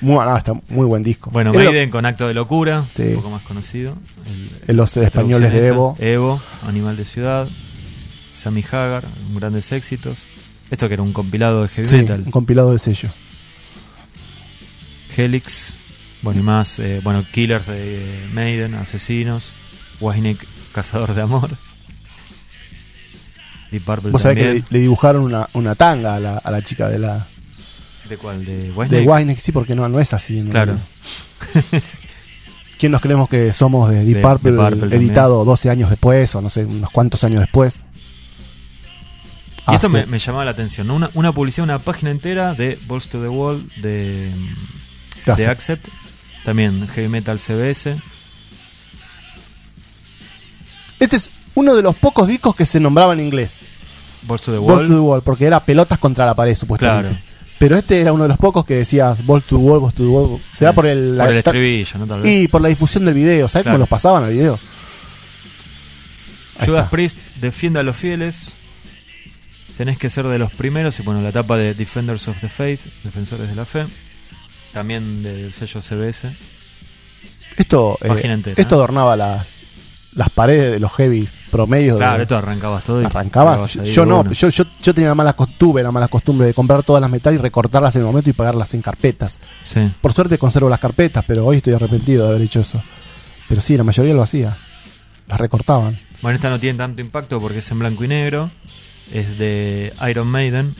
Speaker 2: Muy, no, está muy buen disco.
Speaker 1: bueno,
Speaker 2: Era lo-
Speaker 1: Maiden con Acto de Locura,
Speaker 2: Sí.
Speaker 1: un poco más conocido. El-
Speaker 2: Eh, los eh,
Speaker 1: la
Speaker 2: españoles de Evo.
Speaker 1: traducción esa. Evo, Animal de Ciudad. Sammy Hagar, grandes éxitos. Esto que era un compilado de heavy
Speaker 2: Sí,
Speaker 1: metal.
Speaker 2: un compilado de sello.
Speaker 1: Helix, bueno, y más, eh, bueno, Killers de eh, Maiden, Asesinos, Wajnik, Cazador de Amor, Deep Purple
Speaker 2: Vos sabés que
Speaker 1: Pues también.
Speaker 2: le, le dibujaron una, una tanga a la, a la chica de la
Speaker 1: ¿De cuál? ¿De
Speaker 2: de
Speaker 1: Wajnik?
Speaker 2: Winex, sí, porque no, no es así.
Speaker 1: Pues
Speaker 2: ¿no?
Speaker 1: Claro.
Speaker 2: ¿Quién nos creemos que somos de Deep
Speaker 1: De-
Speaker 2: Purple,
Speaker 1: de Purple también.
Speaker 2: editado 12 años después o no sé, unos cuantos años después? Ah,
Speaker 1: Y esto
Speaker 2: Hace-
Speaker 1: me, me llamaba la atención, ¿no? una, una publicidad, una página entera de Balls to the Wall, de,
Speaker 2: te hace-
Speaker 1: de Accept, también Heavy Metal CBS,
Speaker 2: Este es uno de los pocos discos que se nombraba en inglés.
Speaker 1: Balls to the
Speaker 2: Ball to the
Speaker 1: Wall,
Speaker 2: Wall, porque era pelotas contra la pared, supuestamente.
Speaker 1: Claro.
Speaker 2: Pero este era uno de los pocos que decías Ball to the Wall, Ball to the Wall. Será
Speaker 1: Sí,
Speaker 2: por el,
Speaker 1: eh, por
Speaker 2: la-
Speaker 1: el estribillo, ¿no? Tal vez.
Speaker 2: y por la difusión del video. ¿Sabes
Speaker 1: Claro.
Speaker 2: cómo los pasaban al video? Ahí
Speaker 1: Judas
Speaker 2: está.
Speaker 1: Priest defiende a los fieles. Tenés que ser de los primeros. Y bueno, la tapa de Defenders of the Faith, Defensores de la Fe. También del sello CBS.
Speaker 2: Esto, eh,
Speaker 1: Página entera,
Speaker 2: esto
Speaker 1: ¿eh?
Speaker 2: adornaba la- las paredes de los heavies promedios. de-
Speaker 1: Claro, esto arrancabas todo. y
Speaker 2: Arrancabas.
Speaker 1: pegabas
Speaker 2: Yo,
Speaker 1: ahí,
Speaker 2: yo no,
Speaker 1: bueno.
Speaker 2: yo, yo, yo tenía la mala costumbre, la mala costumbre de comprar todas las metal y recortarlas en el momento y pagarlas en carpetas.
Speaker 1: Sí.
Speaker 2: Por suerte conservo las carpetas, pero hoy estoy arrepentido de haber hecho eso. Pero sí, la mayoría lo hacía. Las recortaban.
Speaker 1: Bueno, esta no tiene tanto impacto porque es en blanco y negro. Es de Iron Maiden.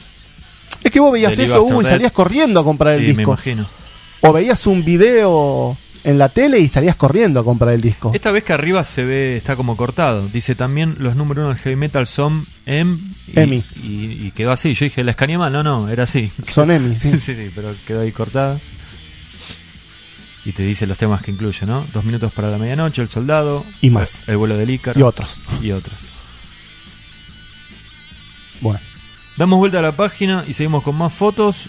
Speaker 2: Es que vos veías
Speaker 1: Del
Speaker 2: eso,
Speaker 1: Leave
Speaker 2: Hugo, y
Speaker 1: After
Speaker 2: salías
Speaker 1: Death.
Speaker 2: corriendo a comprar el
Speaker 1: y eh, me
Speaker 2: disco.
Speaker 1: imagino.
Speaker 2: O veías un video en la tele y salías corriendo a comprar el disco.
Speaker 1: Esta vez que arriba se ve, está como cortado. Dice también los número uno del heavy metal son M y,
Speaker 2: Emi.
Speaker 1: y- y quedó así. Yo dije, la escaneé mal. No, no, era así.
Speaker 2: Son Emmy, sí.
Speaker 1: Sí, sí, sí, pero quedó ahí cortada. Y te dice los temas que incluye, ¿no? Dos minutos para la medianoche, El Soldado.
Speaker 2: Y más.
Speaker 1: El vuelo del Ícaro.
Speaker 2: Y otros.
Speaker 1: y otros.
Speaker 2: Bueno.
Speaker 1: Damos vuelta a la página y seguimos con más fotos.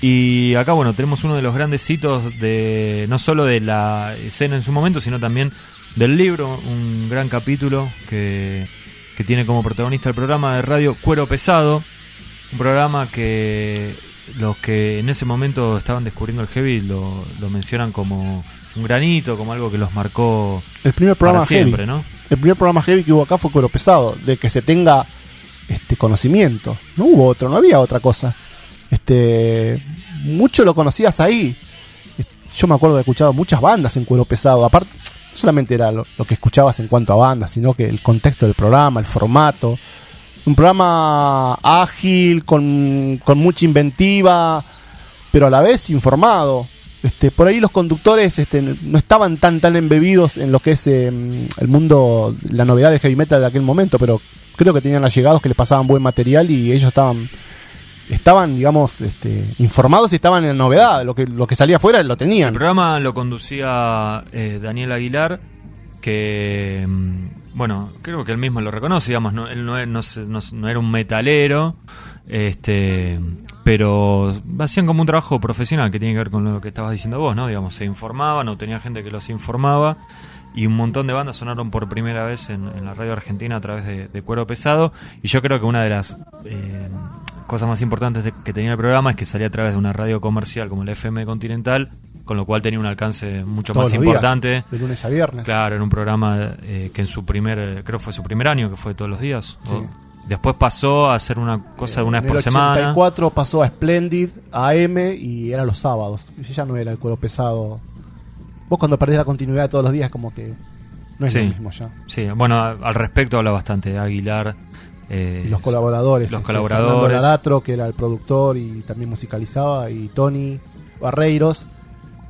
Speaker 1: Y acá, bueno, tenemos uno de los grandes hitos de no solo de la escena en su momento, sino también del libro, un gran capítulo que, que tiene como protagonista el programa de radio Cuero Pesado, un programa que los que en ese momento estaban descubriendo el heavy lo, lo mencionan como un granito, como algo que los marcó
Speaker 2: El primer
Speaker 1: para
Speaker 2: programa
Speaker 1: siempre,
Speaker 2: heavy.
Speaker 1: ¿no?
Speaker 2: El primer programa heavy que hubo acá fue Cuero Pesado, de que se tenga este conocimiento. No hubo otro, no había otra cosa. Este mucho lo conocías ahí. Yo me acuerdo de haber escuchado muchas bandas en Cuero Pesado, aparte no solamente era lo, lo que escuchabas en cuanto a bandas, sino que el contexto del programa, el formato, Un programa ágil, con, con mucha inventiva, pero a la vez informado. Este, por ahí los conductores este, no estaban tan tan embebidos en lo que es eh, el mundo, la novedad de heavy metal de aquel momento, pero creo que tenían allegados que les pasaban buen material y ellos estaban, estaban digamos, este, informados y estaban en la novedad. Lo que, lo que salía afuera lo
Speaker 1: El
Speaker 2: tenían.
Speaker 1: programa lo conducía eh, Daniel Aguilar, que, mm, bueno, creo que él mismo lo reconoce, digamos, no, él no, e- no se- no se- no era un metalero, este, pero hacían como un trabajo profesional que tiene que ver con lo que estabas diciendo vos, ¿no? Digamos, se informaban, no tenía gente que los informaba. Y un montón de bandas sonaron por primera vez en, en la radio argentina a través de, de Cuero Pesado. Y yo creo que una de las eh, cosas más importantes de- que tenía el programa es que salía a través de una radio comercial como la FM Continental, con lo cual tenía un alcance mucho
Speaker 2: Todos
Speaker 1: más
Speaker 2: los días,
Speaker 1: importante.
Speaker 2: de lunes a viernes.
Speaker 1: Claro, en un programa eh, que en su primer, eh, creo fue su primer año, que fue todos los días.
Speaker 2: Sí. Eh,
Speaker 1: O- Después pasó a hacer una cosa de una
Speaker 2: en
Speaker 1: vez por
Speaker 2: el
Speaker 1: semana.
Speaker 2: 84 pasó a Splendid, a M y eran los sábados. Ya no era el cuero pesado. Vos cuando perdés la continuidad todos los días como que no es
Speaker 1: Sí.
Speaker 2: lo mismo ya.
Speaker 1: Sí, bueno, a- al respecto habla bastante Aguilar. eh,
Speaker 2: Y los colaboradores.
Speaker 1: Los
Speaker 2: este,
Speaker 1: colaboradores.
Speaker 2: Fernando Laratro, que era el productor y también musicalizaba, y Tony Barreiros,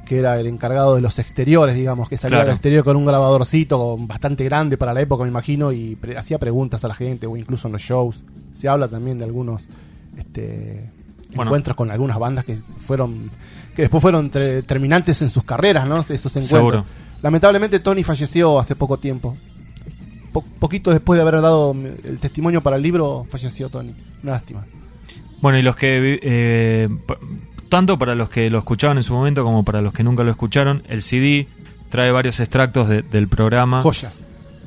Speaker 2: que era el encargado de los exteriores, digamos, que salía
Speaker 1: Claro.
Speaker 2: al exterior con un grabadorcito con- bastante grande para la época, me imagino, y pre- hacía preguntas a la gente, o incluso en los shows. Se habla también de algunos este,
Speaker 1: Bueno.
Speaker 2: encuentros con algunas bandas que fueron que después fueron tre- terminantes en sus carreras, ¿no? Esos encuentros.
Speaker 1: Seguro.
Speaker 2: Lamentablemente Tony falleció hace poco tiempo. Po- poquito después de haber dado el testimonio para el libro, falleció Tony. Una lástima.
Speaker 1: Bueno, y los que. vi- eh, pa- tanto para los que lo escuchaban en su momento como para los que nunca lo escucharon, el CD trae varios extractos de- del programa.
Speaker 2: Joyas.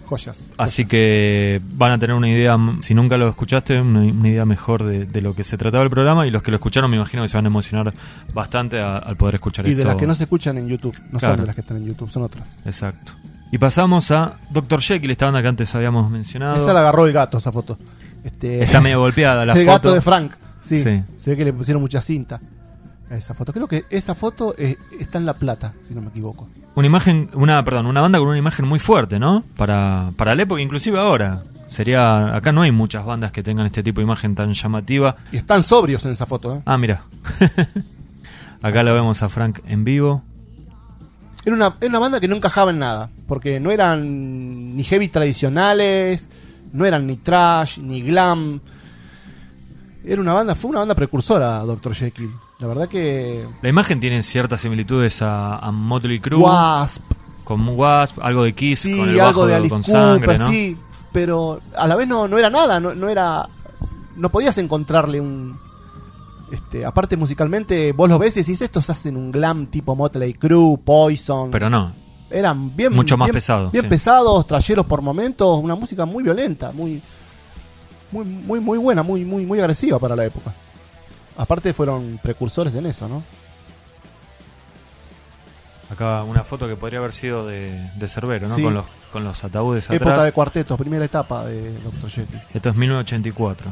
Speaker 2: Joyas.
Speaker 1: Así que van a tener una idea, m- si nunca lo escuchaste, una, una idea mejor de, de lo que se trataba el programa. Y los que lo escucharon, me imagino que se van a emocionar bastante a- al poder escuchar
Speaker 2: Y
Speaker 1: esto.
Speaker 2: de las que no se escuchan en YouTube. No
Speaker 1: Claro.
Speaker 2: son de las que están en YouTube, son otras.
Speaker 1: Exacto. Y pasamos a Dr. Jekyll, esta banda que antes habíamos mencionado.
Speaker 2: Esa la agarró el gato, esa foto. Este,
Speaker 1: Está medio golpeada la
Speaker 2: el
Speaker 1: foto.
Speaker 2: gato de Frank. Sí,
Speaker 1: Sí.
Speaker 2: Se ve que le pusieron mucha cinta a esa foto. Creo que esa foto eh, está en La Plata, si no me equivoco.
Speaker 1: Una imagen, una, perdón, una banda con una imagen muy fuerte, ¿no? Para, para la época, inclusive ahora. Sería, acá no hay muchas bandas que tengan este tipo de imagen tan llamativa.
Speaker 2: Y están sobrios en esa foto. ¿eh?
Speaker 1: Ah, mira. acá lo vemos a Frank en vivo.
Speaker 2: Era una, era una banda que no encajaba en nada, porque no eran ni heavy tradicionales, no eran ni trash, ni glam. Era una banda, fue una banda precursora, Dr. Jekyll. La verdad que
Speaker 1: La imagen tiene ciertas similitudes a, a Motley Crue,
Speaker 2: Wasp,
Speaker 1: con Wasp, algo de Kiss,
Speaker 2: sí,
Speaker 1: con el bajo
Speaker 2: algo de Alice
Speaker 1: con
Speaker 2: Cooper,
Speaker 1: sangre, ¿no?
Speaker 2: sí, pero a la vez no, no era nada, no, no era no podías encontrarle un este, aparte musicalmente vos los ves y decís estos hacen un glam tipo Motley Crue, Poison,
Speaker 1: Pero no,
Speaker 2: eran bien
Speaker 1: Mucho más
Speaker 2: bien-
Speaker 1: pesados,
Speaker 2: bien
Speaker 1: sí.
Speaker 2: pesados trayeros por momentos una música muy violenta muy muy muy muy buena muy muy muy agresiva para la época aparte fueron precursores en eso no
Speaker 1: acá una foto que podría haber sido de, de Cerbero, ¿no?
Speaker 2: Sí.
Speaker 1: Con, los, con los ataúdes
Speaker 2: época
Speaker 1: atrás.
Speaker 2: de cuartetos primera etapa de Dr. Jekyll
Speaker 1: Esto es 1984.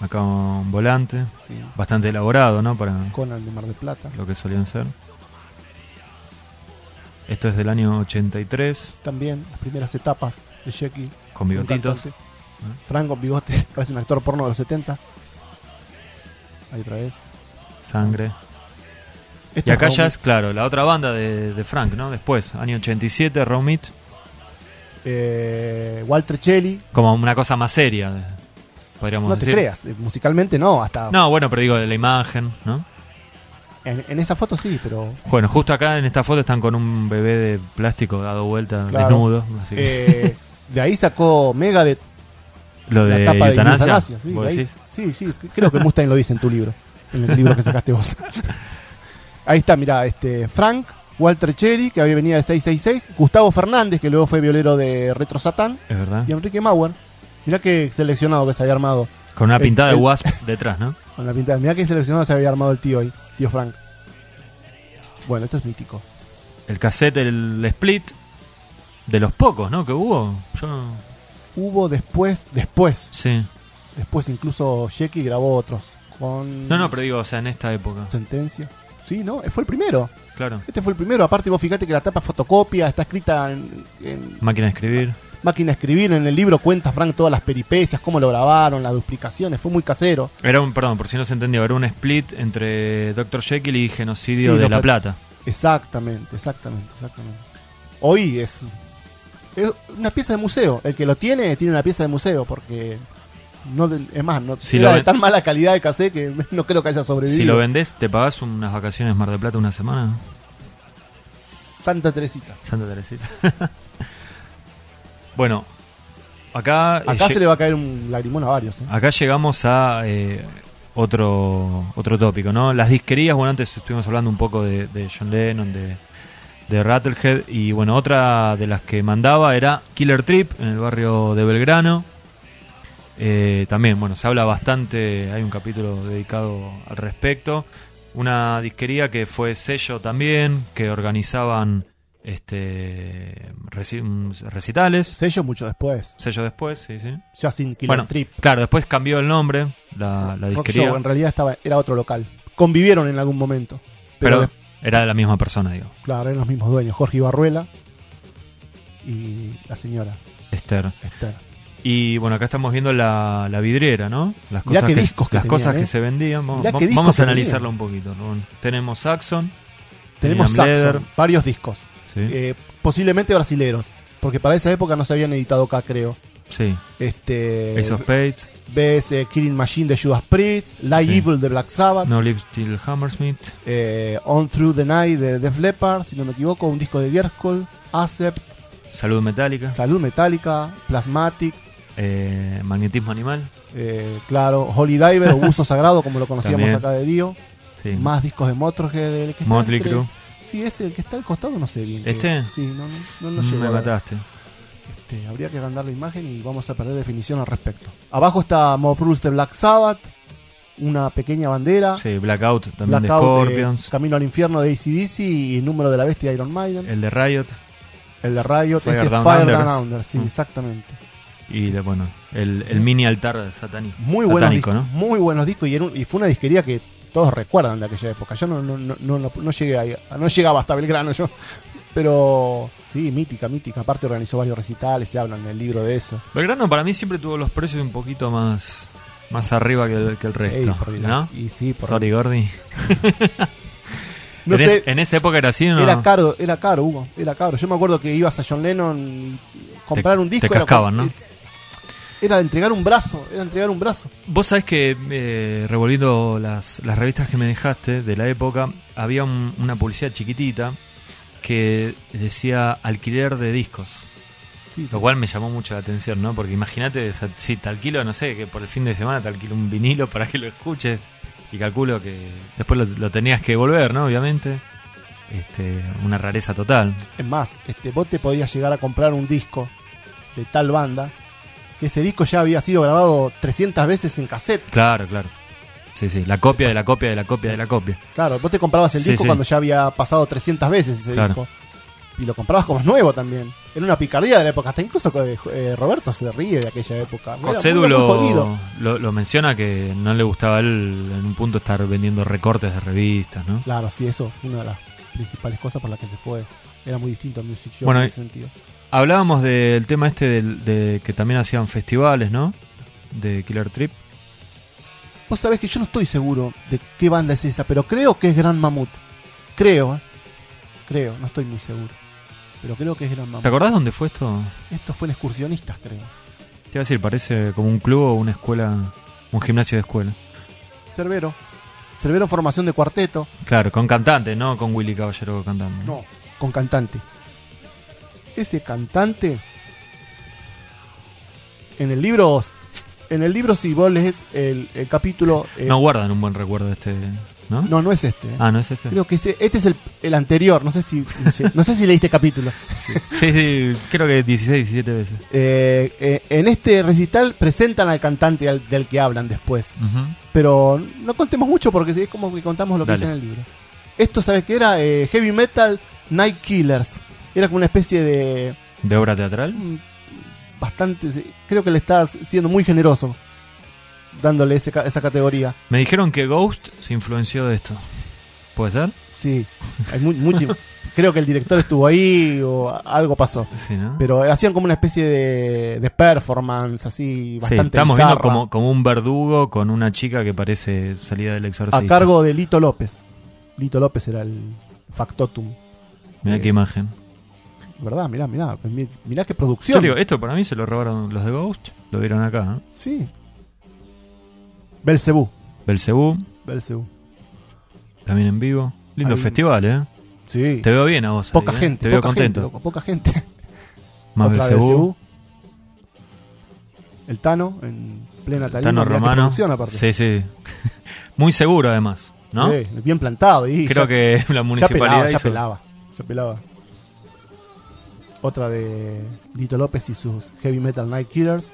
Speaker 1: Acá un volante,
Speaker 2: sí.
Speaker 1: bastante elaborado, ¿no? Para
Speaker 2: Conan de Mar del Plata
Speaker 1: lo que solían ser. Esto es del año 83,
Speaker 2: también las primeras etapas de Jekyll
Speaker 1: con
Speaker 2: un
Speaker 1: bigotitos. Ah.
Speaker 2: cantante. Frank con bigote parece un actor porno de los 70 ahí otra vez
Speaker 1: Sangre.
Speaker 2: Esto
Speaker 1: Y acá
Speaker 2: Raw
Speaker 1: ya
Speaker 2: Meat.
Speaker 1: es, claro, la otra banda de, de Frank, ¿no? Después, año 87, Raw Meat,
Speaker 2: Eh, Walter Chelly
Speaker 1: como una cosa más seria, podríamos
Speaker 2: no te
Speaker 1: decir.
Speaker 2: creas eh, musicalmente no hasta
Speaker 1: No, bueno, pero digo de la imagen, ¿no?
Speaker 2: En, en esa foto sí, pero.
Speaker 1: Bueno, justo acá en esta foto están con un bebé de plástico dado vuelta,
Speaker 2: Claro.
Speaker 1: desnudo. Así que
Speaker 2: eh, de ahí sacó Megadeth
Speaker 1: lo de
Speaker 2: la tapa de
Speaker 1: eutanasia,
Speaker 2: Eutanasia, sí,
Speaker 1: vos
Speaker 2: de ahí-
Speaker 1: decís.
Speaker 2: sí, sí, creo que Mustaine lo dice en tu libro, en el libro que sacaste vos. ahí está, mirá, este, Frank, Walter Cherry, que había venido de 666, Gustavo Fernández, que luego fue violero de Retro Satán,
Speaker 1: Es verdad.
Speaker 2: y Enrique Mauer. Mirá qué seleccionado que se había armado.
Speaker 1: Con una
Speaker 2: el-
Speaker 1: pintada
Speaker 2: el-
Speaker 1: de Wasp detrás, ¿no?
Speaker 2: Con la pintada. Mirá qué seleccionado se había armado el tío ahí, tío Frank. Bueno, esto es mítico.
Speaker 1: El cassette, el split, de los pocos, ¿no? Que hubo. Yo no-
Speaker 2: Hubo después, después,
Speaker 1: Sí.
Speaker 2: después incluso Shecky grabó otros. Con
Speaker 1: No, no, pero digo, o sea, en esta época.
Speaker 2: Sentencia. Sí, no, fue el primero.
Speaker 1: Claro.
Speaker 2: Este fue el primero. Aparte, vos fíjate que la tapa es fotocopia, está escrita en, en-
Speaker 1: Máquina de escribir.
Speaker 2: máquina a escribir. En el libro cuenta Frank todas las peripecias, cómo lo grabaron, las duplicaciones, fue muy casero.
Speaker 1: Era un, perdón, por si no se entendió, era un split entre Dr. Jekyll y Genocidio
Speaker 2: Sí,
Speaker 1: de
Speaker 2: lo
Speaker 1: La
Speaker 2: pat-
Speaker 1: Plata.
Speaker 2: Exactamente, exactamente, exactamente. Hoy es, es una pieza de museo. El que lo tiene, tiene una pieza de museo, porque no de- es más, no
Speaker 1: Si
Speaker 2: era
Speaker 1: lo
Speaker 2: de
Speaker 1: ven-
Speaker 2: tan mala calidad de cassette que no creo que haya sobrevivido.
Speaker 1: Si lo vendés, te pagás unas vacaciones Mar de Plata una semana.
Speaker 2: Santa Teresita.
Speaker 1: Santa Teresita. bueno, acá, eh,
Speaker 2: Acá
Speaker 1: lle-
Speaker 2: se le va a caer un lagrimón a varios. ¿eh?
Speaker 1: acá llegamos a eh, otro, otro tópico, ¿no? Las disquerías, bueno, antes estuvimos hablando un poco de, de John Lennon, de, de Rattlehead, y bueno, otra de las que mandaba era Killer Trip en el barrio de Belgrano. Eh, también, bueno, se habla bastante, hay un capítulo dedicado al respecto. Una disquería que fue sello también, que organizaban este reci- mm, recitales.
Speaker 2: Sello mucho después.
Speaker 1: Sello después, sí, sí.
Speaker 2: Ya sin Killer
Speaker 1: Bueno,
Speaker 2: Trip.
Speaker 1: Claro, después cambió el nombre, la, la
Speaker 2: Rock
Speaker 1: disquería,
Speaker 2: Show, en realidad estaba, era otro local. Convivieron en algún momento. Pero,
Speaker 1: pero era de la misma persona, digo,
Speaker 2: claro, eran los mismos dueños, Jorge Ibarruela y la señora
Speaker 1: Esther.
Speaker 2: Esther.
Speaker 1: Y bueno, acá estamos viendo la, la vidriera, ¿no? Las cosas,
Speaker 2: Mirá qué
Speaker 1: que,
Speaker 2: discos que
Speaker 1: las
Speaker 2: tenían,
Speaker 1: cosas
Speaker 2: ¿eh?
Speaker 1: que se vendían. Vamos,
Speaker 2: Mirá
Speaker 1: va-
Speaker 2: qué discos
Speaker 1: vamos a
Speaker 2: que
Speaker 1: analizarla un poquito. Rubén. Tenemos Saxon.
Speaker 2: Tenemos
Speaker 1: tenían
Speaker 2: Saxon,
Speaker 1: Leather,
Speaker 2: varios discos,
Speaker 1: sí,
Speaker 2: eh, posiblemente brasileros, porque para esa época no se habían editado acá, creo.
Speaker 1: sí,
Speaker 2: Este,
Speaker 1: Ace of Spades,
Speaker 2: ves eh, Killing Machine de Judas Priest, Lie
Speaker 1: Sí.
Speaker 2: Evil de Black Sabbath,
Speaker 1: No Live Till Hammersmith,
Speaker 2: eh, On Through the Night de Def Leppard, si no me equivoco, un disco de Gerskol, Acept,
Speaker 1: Salud Metálica,
Speaker 2: Salud Metálica, Plasmatic,
Speaker 1: eh, Magnetismo Animal.
Speaker 2: eh, claro, Holy Diver o Buzo Sagrado, como lo conocíamos
Speaker 1: También.
Speaker 2: acá de Dio.
Speaker 1: Sí.
Speaker 2: Más discos de Motorhead. El que está
Speaker 1: Motley
Speaker 2: entre-
Speaker 1: Crue.
Speaker 2: Sí, ese, el que está al costado, no sé bien. qué
Speaker 1: ¿Este?
Speaker 2: es. Sí, no, no, no lo llego
Speaker 1: Me
Speaker 2: a ver.
Speaker 1: mataste.
Speaker 2: Este, habría que agrandar la imagen y vamos a perder definición al respecto. Abajo está Mob Rules de Black Sabbath, una pequeña bandera,
Speaker 1: Sí, Blackout también
Speaker 2: Blackout
Speaker 1: de
Speaker 2: eh, de
Speaker 1: Scorpions.
Speaker 2: Camino al Infierno de ACDC y Número de la Bestia de Iron Maiden, el,
Speaker 1: el de Riot.
Speaker 2: de Riot,
Speaker 1: Eh, Fire
Speaker 2: ese es
Speaker 1: Down
Speaker 2: Fire
Speaker 1: Under.
Speaker 2: Down Under, sí,
Speaker 1: Mm.
Speaker 2: exactamente.
Speaker 1: Y de- bueno, el, el mini altar satánico.
Speaker 2: Muy buenos,
Speaker 1: satánico,
Speaker 2: discos,
Speaker 1: ¿no?
Speaker 2: muy buenos discos y, era un- y fue una disquería que todos recuerdan de aquella época. Yo no, no, no, no, no- no llegué ahí, no llegaba hasta Belgrano yo, pero sí, mítica, mítica. Aparte organizó varios recitales, se habla en el libro de eso.
Speaker 1: Belgrano para mí siempre tuvo los precios un poquito más, más arriba que el, que el
Speaker 2: Ey,
Speaker 1: resto.
Speaker 2: por Dios.
Speaker 1: ¿no?
Speaker 2: Y sí, por
Speaker 1: Sorry, Gordy.
Speaker 2: No
Speaker 1: en,
Speaker 2: sé,
Speaker 1: es- en esa época era así, ¿no?
Speaker 2: Era caro, era caro, Hugo, era caro. Yo me acuerdo que ibas a John Lennon y comprar un
Speaker 1: te
Speaker 2: disco.
Speaker 1: cascaban,
Speaker 2: era,
Speaker 1: ¿no?
Speaker 2: Era de entregar un brazo, era entregar un brazo.
Speaker 1: Vos sabés que eh, revolviendo las, las revistas que me dejaste de la época, había un- una publicidad chiquitita que decía alquiler de discos.
Speaker 2: Sí,
Speaker 1: Lo cual me llamó mucho la atención, ¿no? Porque imagínate, esa- si te alquilo, no sé, que por el fin de semana te alquilo un vinilo para que lo escuches. Y calculo que después lo, lo tenías que devolver, ¿no? Obviamente. Este, una rareza total.
Speaker 2: Es más, este, vos te podías llegar a comprar un disco de tal banda que ese disco ya había sido grabado 300 veces en cassette.
Speaker 1: Claro, claro. Sí, sí, la copia de la copia de la copia de la copia.
Speaker 2: Claro, vos te comprabas el
Speaker 1: Sí,
Speaker 2: disco
Speaker 1: sí.
Speaker 2: cuando ya había pasado 300 veces ese
Speaker 1: Claro.
Speaker 2: disco. Y lo comprabas como nuevo también. Era una picardía de la época. Hasta incluso eh, eh, Roberto se ríe de aquella época. Era
Speaker 1: Cosedu
Speaker 2: muy- muy
Speaker 1: lo,
Speaker 2: jodido.
Speaker 1: lo, lo menciona que no le gustaba a él en un punto estar vendiendo recortes de revistas, ¿no?
Speaker 2: Claro, sí, eso fue una de las principales cosas por las que se fue. Era muy distinto al Music Show
Speaker 1: Bueno,
Speaker 2: en
Speaker 1: y-
Speaker 2: ese sentido.
Speaker 1: Hablábamos del tema este del- de que también hacían festivales, ¿no? De Killer Trip.
Speaker 2: Vos sabés que yo no estoy seguro de qué banda es esa, pero creo que es Gran Mamut. Creo, ¿eh? Creo, no estoy muy seguro. Pero creo que es Gran Mamut.
Speaker 1: ¿Te acordás dónde fue esto?
Speaker 2: Esto fue en Excursionistas, creo.
Speaker 1: Te iba a decir, parece como un club o una escuela, un gimnasio de escuela.
Speaker 2: Cerbero. Cerbero en formación de cuarteto.
Speaker 1: Claro, con cantante, no con Willy Caballero cantando.
Speaker 2: No, con cantante. Ese cantante. En el libro. En el libro, si vos lees el, el capítulo. eh,
Speaker 1: No guardan un buen recuerdo de este, ¿no?
Speaker 2: no, no es este. ¿eh?
Speaker 1: Ah, ¿no es este?
Speaker 2: Creo que ese- este es el, el anterior, no sé si no sé si leíste capítulo.
Speaker 1: Sí. sí, sí, creo que 16, 17 veces.
Speaker 2: Eh, eh, en este recital presentan al cantante al- del que hablan después,
Speaker 1: Ujú.
Speaker 2: pero no contemos mucho porque es como que contamos lo que
Speaker 1: Dale.
Speaker 2: dice en el libro. Esto, ¿sabes qué era? Eh, heavy Metal Night Killers. Era como una especie de...
Speaker 1: ¿De obra teatral?
Speaker 2: mm, Bastante... Creo que le estás siendo muy generoso dándole ese ca- esa categoría.
Speaker 1: Me dijeron que Ghost se influenció de esto. ¿Puede ser?
Speaker 2: Sí, hay mu- mucho- creo que el director estuvo ahí o a- algo pasó.
Speaker 1: Sí, ¿no?
Speaker 2: Pero hacían como una especie de, de performance así
Speaker 1: Sí,
Speaker 2: bastante
Speaker 1: estamos
Speaker 2: bizarra,
Speaker 1: viendo como, como un verdugo con una chica que parece salida del exorcista.
Speaker 2: a cargo de Lito López. Lito López era el factotum,
Speaker 1: Mira qué imagen.
Speaker 2: ¿verdad? Mirá, mirá, pues mi- mirá qué producción.
Speaker 1: Yo digo, eh, esto para mí se lo robaron los de Ghost. Lo vieron acá. ¿no?
Speaker 2: Sí. Belcebú,
Speaker 1: Belcebú,
Speaker 2: Belcebú.
Speaker 1: también en vivo. Lindo
Speaker 2: Ahí-
Speaker 1: festival, ¿eh?
Speaker 2: Sí.
Speaker 1: Te veo bien a vos. ahí,
Speaker 2: poca
Speaker 1: ¿eh?
Speaker 2: gente,
Speaker 1: Te veo
Speaker 2: poca gente,
Speaker 1: contento.
Speaker 2: loco, poca gente.
Speaker 1: Más
Speaker 2: Otra
Speaker 1: Belcebú.
Speaker 2: Belcebú. El Tano en plena tarima,
Speaker 1: Tano
Speaker 2: mirá qué
Speaker 1: Romano.
Speaker 2: producción aparte.
Speaker 1: Sí, sí. Muy seguro, además. ¿No?
Speaker 2: Sí, bien plantado y
Speaker 1: Creo
Speaker 2: ya-
Speaker 1: que la
Speaker 2: Ya
Speaker 1: municipalidad
Speaker 2: pelaba, ya
Speaker 1: hizo-
Speaker 2: pelaba, ya pelaba. Otra de Lito López y sus Heavy Metal Night Killers.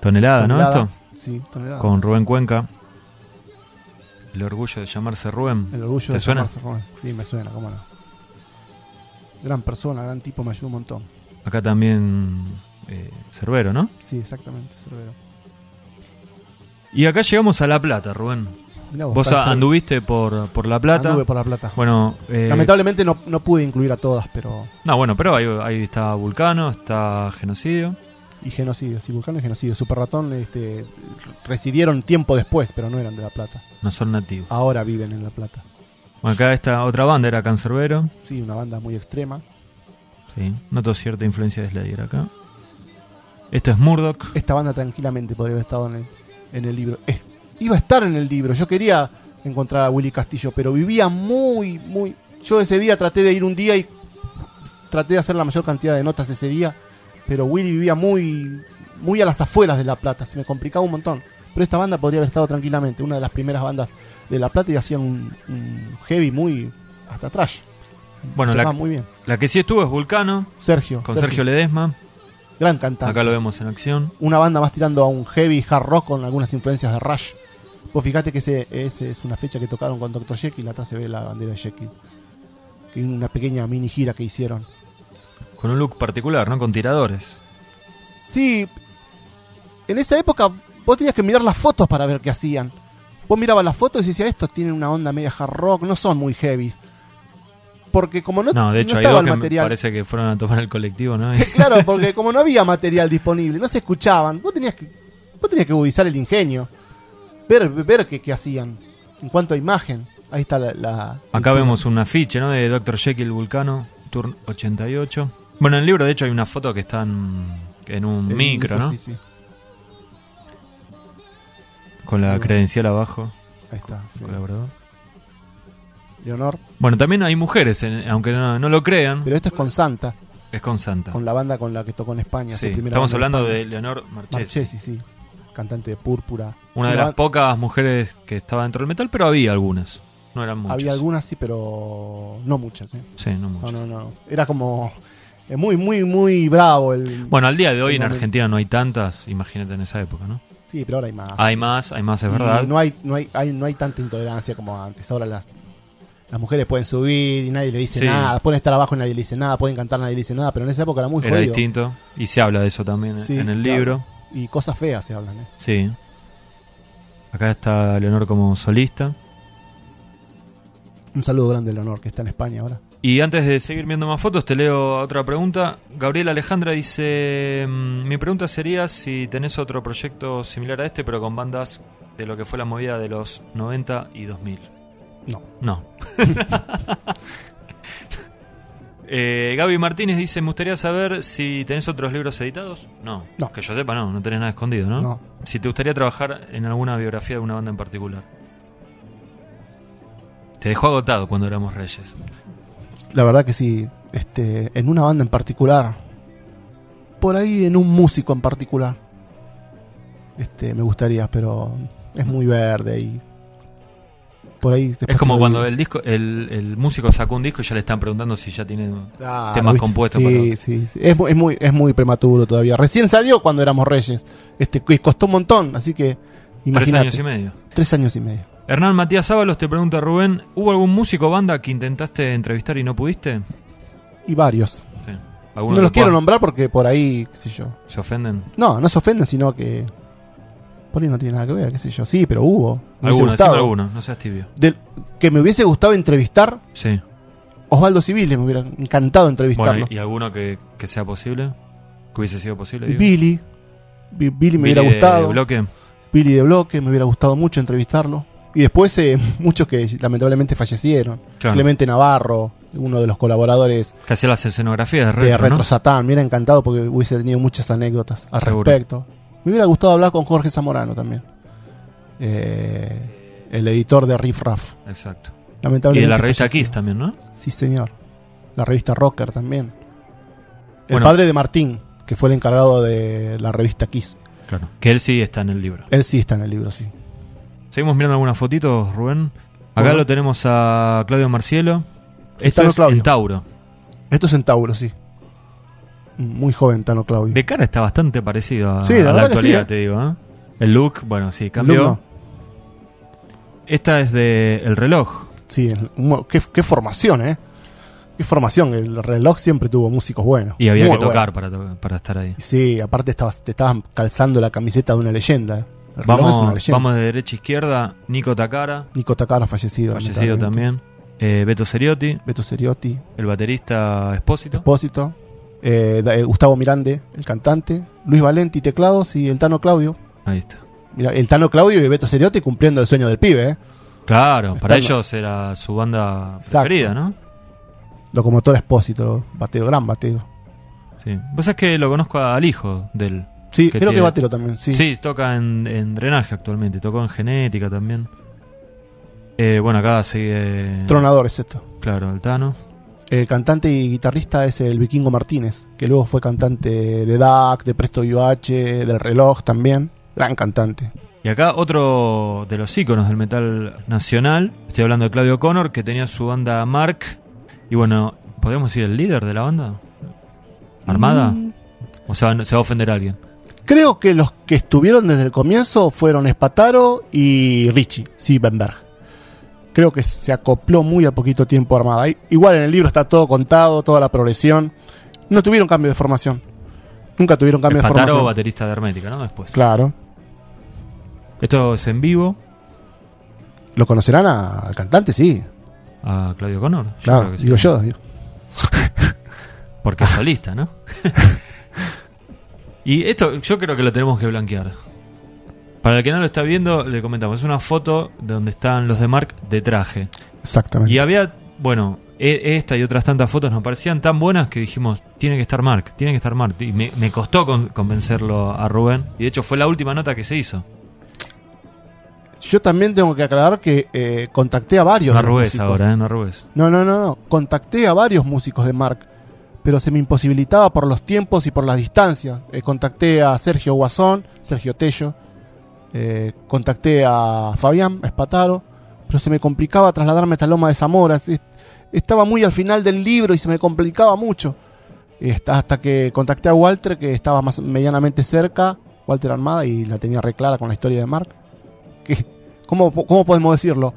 Speaker 1: Tonelada, ¿no?
Speaker 2: Tonelada.
Speaker 1: Esto.
Speaker 2: Sí, tonelada.
Speaker 1: Con Rubén Cuenca. El orgullo de llamarse Rubén.
Speaker 2: El orgullo
Speaker 1: ¿Te
Speaker 2: de
Speaker 1: suena?
Speaker 2: llamarse Rubén. Sí, me suena, cómo no. Gran persona, gran tipo, me ayudó un montón.
Speaker 1: Acá también eh, Cerbero, ¿no?
Speaker 2: Sí, exactamente, Cerbero.
Speaker 1: Y acá llegamos a La Plata, Rubén.
Speaker 2: Mirá
Speaker 1: Vos
Speaker 2: para ser-
Speaker 1: anduviste por, por La Plata.
Speaker 2: Anduve por La Plata.
Speaker 1: Bueno, eh,
Speaker 2: Lamentablemente no, no pude incluir a todas, pero...
Speaker 1: no, bueno, pero ahí, ahí está Vulcano, está Genocidio.
Speaker 2: Y genocidio, sí, Vulcano y genocidio. Super Ratón este, residieron tiempo después, pero no eran de La Plata.
Speaker 1: No son nativos.
Speaker 2: Ahora viven en La Plata.
Speaker 1: Bueno, acá esta otra banda era Cancerbero.
Speaker 2: Sí, una banda muy extrema.
Speaker 1: Sí, noto cierta influencia de Slayer acá. Esto es Murdoch.
Speaker 2: esta banda tranquilamente podría haber estado en el, en el libro. Es- iba a estar en el libro. Yo quería encontrar a Willy Castillo, pero vivía muy, muy. Yo ese día traté de ir un día y traté de hacer la mayor cantidad de notas ese día, pero Willy vivía muy, muy a las afueras de La Plata. Se me complicaba un montón. Pero esta banda podría haber estado tranquilamente, una de las primeras bandas de La Plata y hacían un, un heavy muy hasta trash.
Speaker 1: Bueno, la-
Speaker 2: Tocaban muy bien.
Speaker 1: La que sí estuvo es Vulcano,
Speaker 2: Sergio,
Speaker 1: con Sergio, Ledesma.
Speaker 2: gran cantante.
Speaker 1: Acá lo vemos en acción.
Speaker 2: una banda más tirando a un heavy hard rock con algunas influencias de Rush. Vos fijate que ese, ese es una fecha que tocaron con Dr. Jekyll, atrás se ve la bandera de Jekyll. Que es una pequeña mini gira que hicieron.
Speaker 1: Con un look particular, ¿no? Con tiradores.
Speaker 2: Sí, en esa época vos tenías que mirar las fotos para ver qué hacían. Vos mirabas las fotos y decías, estos tienen una onda media hard rock, no son muy heavies. Porque como no,
Speaker 1: No, de hecho hay dos
Speaker 2: estaba el
Speaker 1: que me
Speaker 2: material.
Speaker 1: parece que fueron a tomar el colectivo, ¿no?
Speaker 2: Claro, porque como no había material disponible, no se escuchaban, vos tenías que, vos tenías que agudizar el ingenio, ver, ver qué, qué hacían en cuanto a imagen. Ahí está la... la-
Speaker 1: Acá
Speaker 2: el-
Speaker 1: vemos un afiche, ¿no? De Dr. Jekyll Vulcano, Turn 88. Bueno, en el libro, de hecho, hay una foto que está en, en un
Speaker 2: el-
Speaker 1: micro, ¿no?
Speaker 2: Sí, sí,
Speaker 1: Con la
Speaker 2: Ahí va.
Speaker 1: credencial abajo,
Speaker 2: ahí está. sí.
Speaker 1: colaborador.
Speaker 2: Leonor.
Speaker 1: Bueno, también hay mujeres, en- aunque no, no lo crean,
Speaker 2: Pero esto es con Santa,
Speaker 1: es con Santa.
Speaker 2: con la banda con la que tocó en España.
Speaker 1: Sí,
Speaker 2: su primera
Speaker 1: estamos
Speaker 2: banda.
Speaker 1: hablando de Leonor Marchesi,
Speaker 2: Marchesi, sí. Cantante de Púrpura.
Speaker 1: una de
Speaker 2: Una
Speaker 1: las
Speaker 2: ba-
Speaker 1: pocas mujeres que estaba dentro del metal, pero había algunas. No eran muchas.
Speaker 2: Había algunas, sí, pero no muchas. ¿eh?
Speaker 1: Sí, no
Speaker 2: No,
Speaker 1: muchas.
Speaker 2: no, no. Era como... eh, Muy, muy, muy bravo el...
Speaker 1: Bueno, al día de hoy en
Speaker 2: Igualmente.
Speaker 1: Argentina no hay tantas, imagínate en esa época, ¿no?
Speaker 2: sí, pero ahora hay más.
Speaker 1: Hay más, hay más, es
Speaker 2: Ah. Y
Speaker 1: verdad.
Speaker 2: No hay, no, hay, hay- no hay tanta intolerancia como antes. Ahora las, las mujeres pueden subir y nadie le dice
Speaker 1: Sí.
Speaker 2: nada. Pueden estar abajo y nadie le dice nada. Pueden cantar nadie le dice nada. Pero en esa época era muy
Speaker 1: Era
Speaker 2: jodido.
Speaker 1: distinto. Y se habla de eso también eh,
Speaker 2: Sí,
Speaker 1: en el
Speaker 2: se
Speaker 1: libro.
Speaker 2: Y cosas feas se hablan. ¿eh?
Speaker 1: Sí. Acá está Leonor como solista.
Speaker 2: Un saludo grande, Leonor, que está en España ahora.
Speaker 1: Y antes de seguir viendo más fotos, te leo otra pregunta. Gabriel Alejandra dice: mm, Mi pregunta sería si tenés otro proyecto similar a este, pero con bandas de lo que fue la movida de los 90 y 2000.
Speaker 2: No.
Speaker 1: No. eh, Gaby Martínez dice: Me gustaría saber si tenés otros libros editados. No.
Speaker 2: No.
Speaker 1: Que yo sepa, no. No tenés nada escondido, ¿no?
Speaker 2: No.
Speaker 1: Si te gustaría trabajar en alguna biografía de una banda en particular. Te dejó agotado cuando éramos reyes.
Speaker 2: La verdad que sí. Este, en una banda en particular. Por ahí en un músico en particular. Este, me gustaría, pero es muy verde y. Por ahí después
Speaker 1: Es como
Speaker 2: te lo
Speaker 1: cuando
Speaker 2: digo.
Speaker 1: el disco, el, el músico sacó un disco y ya le están preguntando si ya tiene.
Speaker 2: Claro,
Speaker 1: temas compuestos
Speaker 2: Sí,
Speaker 1: para otro.
Speaker 2: sí, sí. Es, mu- es muy, es muy prematuro todavía. Recién salió cuando éramos reyes. Este, y costó un montón, así que
Speaker 1: Tres
Speaker 2: imagínate.
Speaker 1: años y medio.
Speaker 2: Tres años y medio.
Speaker 1: Hernán Matías Ábalos te pregunta, Rubén, ¿hubo algún músico o banda que intentaste entrevistar y no pudiste?
Speaker 2: Y varios.
Speaker 1: Sí. Algunos
Speaker 2: no los
Speaker 1: que
Speaker 2: quiero
Speaker 1: puedan-
Speaker 2: nombrar porque por ahí, qué sé yo.
Speaker 1: ¿Se ofenden?
Speaker 2: No, no se ofenden, sino que. Por ahí no tiene nada que ver, qué sé yo. Sí, pero hubo. Me hubiese
Speaker 1: Alguno,
Speaker 2: gustado.
Speaker 1: decime alguno, no seas tibio.
Speaker 2: Del- que me hubiese gustado entrevistar,
Speaker 1: Sí.
Speaker 2: Osvaldo Civil, me hubiera encantado entrevistarlo.
Speaker 1: Bueno, y, y alguno que, que sea posible, que hubiese sido posible. digo.
Speaker 2: Billy, Bi- Billy me
Speaker 1: Billy
Speaker 2: hubiera
Speaker 1: de-
Speaker 2: gustado.
Speaker 1: de bloque.
Speaker 2: Billy de Bloque, me hubiera gustado mucho entrevistarlo. Y después eh, muchos que lamentablemente fallecieron.
Speaker 1: Claro.
Speaker 2: Clemente Navarro, uno de los colaboradores
Speaker 1: Que hacía las escenografías de
Speaker 2: de
Speaker 1: retro,
Speaker 2: Retro
Speaker 1: ¿no?
Speaker 2: Satán, me hubiera encantado porque hubiese tenido muchas anécdotas al
Speaker 1: Seguro.
Speaker 2: respecto. Me hubiera gustado hablar con Jorge Zamorano también, Eh, el editor de Riff Raff.
Speaker 1: Exacto. Y
Speaker 2: Lamentablemente.
Speaker 1: de la revista
Speaker 2: falleció.
Speaker 1: Kiss también, ¿no?
Speaker 2: Sí, señor. La revista Rocker también. El
Speaker 1: Bueno.
Speaker 2: padre de Martín, que fue el encargado de la revista Kiss.
Speaker 1: Claro. Que él sí está en el libro.
Speaker 2: Él sí está en el libro, sí.
Speaker 1: Seguimos mirando algunas fotitos, Rubén. Acá
Speaker 2: Bueno.
Speaker 1: lo tenemos a Claudio Marcielo. Esto
Speaker 2: Tano
Speaker 1: es
Speaker 2: Claudio.
Speaker 1: el Tauro.
Speaker 2: Esto es en Tauro, sí. Muy joven, Tano Claudio.
Speaker 1: De cara está bastante parecido a,
Speaker 2: Sí,
Speaker 1: a
Speaker 2: la
Speaker 1: la,
Speaker 2: verdad que
Speaker 1: actualidad,
Speaker 2: sí, ¿eh?
Speaker 1: te digo. ¿eh? El look, bueno, sí,
Speaker 2: El
Speaker 1: cambió.
Speaker 2: alumno,
Speaker 1: Esta es de El Reloj.
Speaker 2: Sí, el- un- qué, qué formación, ¿eh? Qué formación. El reloj siempre tuvo músicos buenos.
Speaker 1: Y había
Speaker 2: Muy
Speaker 1: que
Speaker 2: buenos.
Speaker 1: tocar para, to- para estar ahí.
Speaker 2: Sí, aparte estabas, te estabas calzando la camiseta de una leyenda. ¿eh? El reloj es una
Speaker 1: Vamos,
Speaker 2: leyenda.
Speaker 1: vamos de derecha a izquierda. Nico Takara,
Speaker 2: Nico Takara fallecido.
Speaker 1: fallecido también.
Speaker 2: lamentablemente.
Speaker 1: Eh, Beto Seriotti,
Speaker 2: Beto Seriotti,
Speaker 1: el baterista Espósito.
Speaker 2: Expósito. eh, da- eh, Gustavo Mirande, el cantante. Luis Valenti, teclados. Y el Tano Claudio.
Speaker 1: Ahí está.
Speaker 2: Mira, el Tano Claudio y Beto Seriotti cumpliendo el sueño del pibe, ¿eh?
Speaker 1: Claro, para
Speaker 2: Estando-
Speaker 1: ellos era su banda
Speaker 2: Exacto.
Speaker 1: preferida, ¿no?
Speaker 2: Locomotor Expósito, batero, gran batero.
Speaker 1: Sí. Vos sabés que lo conozco al hijo del.
Speaker 2: Sí,
Speaker 1: Que
Speaker 2: creo que
Speaker 1: tiene-
Speaker 2: batero también, sí.
Speaker 1: Sí, toca en, en drenaje actualmente, tocó en genética también. Eh, bueno, acá sigue.
Speaker 2: Tronador es esto.
Speaker 1: Claro, el Tano.
Speaker 2: El cantante y guitarrista es el Vikingo Martínez, que luego fue cantante de DAC, de Presto UH, del Reloj también. Gran cantante.
Speaker 1: Y acá otro de los íconos del metal nacional. Estoy hablando de Claudio Connor, que tenía su banda Mark. Y bueno, ¿podríamos decir el líder de la banda? ¿Armada?
Speaker 2: Mm,
Speaker 1: O sea, no- se va a ofender a alguien.
Speaker 2: Creo que los que estuvieron desde el comienzo fueron Espataro y Richie Siebenberg. Creo que se acopló muy al poquito tiempo a Armada. I- Igual en el libro está todo contado, toda la progresión. No tuvieron cambio de formación. Nunca tuvieron cambio de
Speaker 1: Pataro,
Speaker 2: formación.
Speaker 1: baterista de Hermética, ¿no? Después.
Speaker 2: Claro.
Speaker 1: Esto es en vivo
Speaker 2: ¿Lo conocerán a- al cantante? Sí.
Speaker 1: a Claudio Connor. Yo
Speaker 2: Claro,
Speaker 1: creo que sí.
Speaker 2: digo yo. digo.
Speaker 1: Porque es solista, ¿no? y esto yo creo que lo tenemos que blanquear. Para el que no lo está viendo, le comentamos. Es una foto de donde están los de Mark de traje.
Speaker 2: Exactamente.
Speaker 1: Y había, bueno, e- esta y otras tantas fotos nos parecían tan buenas que dijimos, tiene que estar Mark, tiene que estar Mark. Y me, me costó con- convencerlo a Rubén. Y de hecho fue la última nota que se hizo.
Speaker 2: Yo también tengo que aclarar que eh, contacté a varios.
Speaker 1: No
Speaker 2: de los
Speaker 1: arrugues
Speaker 2: músicos.
Speaker 1: ahora, ¿eh? No arrugues.
Speaker 2: No, no, no, no. Contacté a varios músicos de Mark, pero se me imposibilitaba por los tiempos y por las distancias. Eh, contacté a Sergio Guasón, Sergio Tello, eh, contacté a Fabián Espataro, pero se me complicaba trasladarme hasta Loma de Zamora. Es- Estaba muy al final del libro y se me complicaba mucho. Y hasta- Hasta que contacté a Walter, que estaba más medianamente cerca, Walter Armada, y la tenía re clara con la historia de Mark. Que, ¿cómo, ¿Cómo podemos decirlo?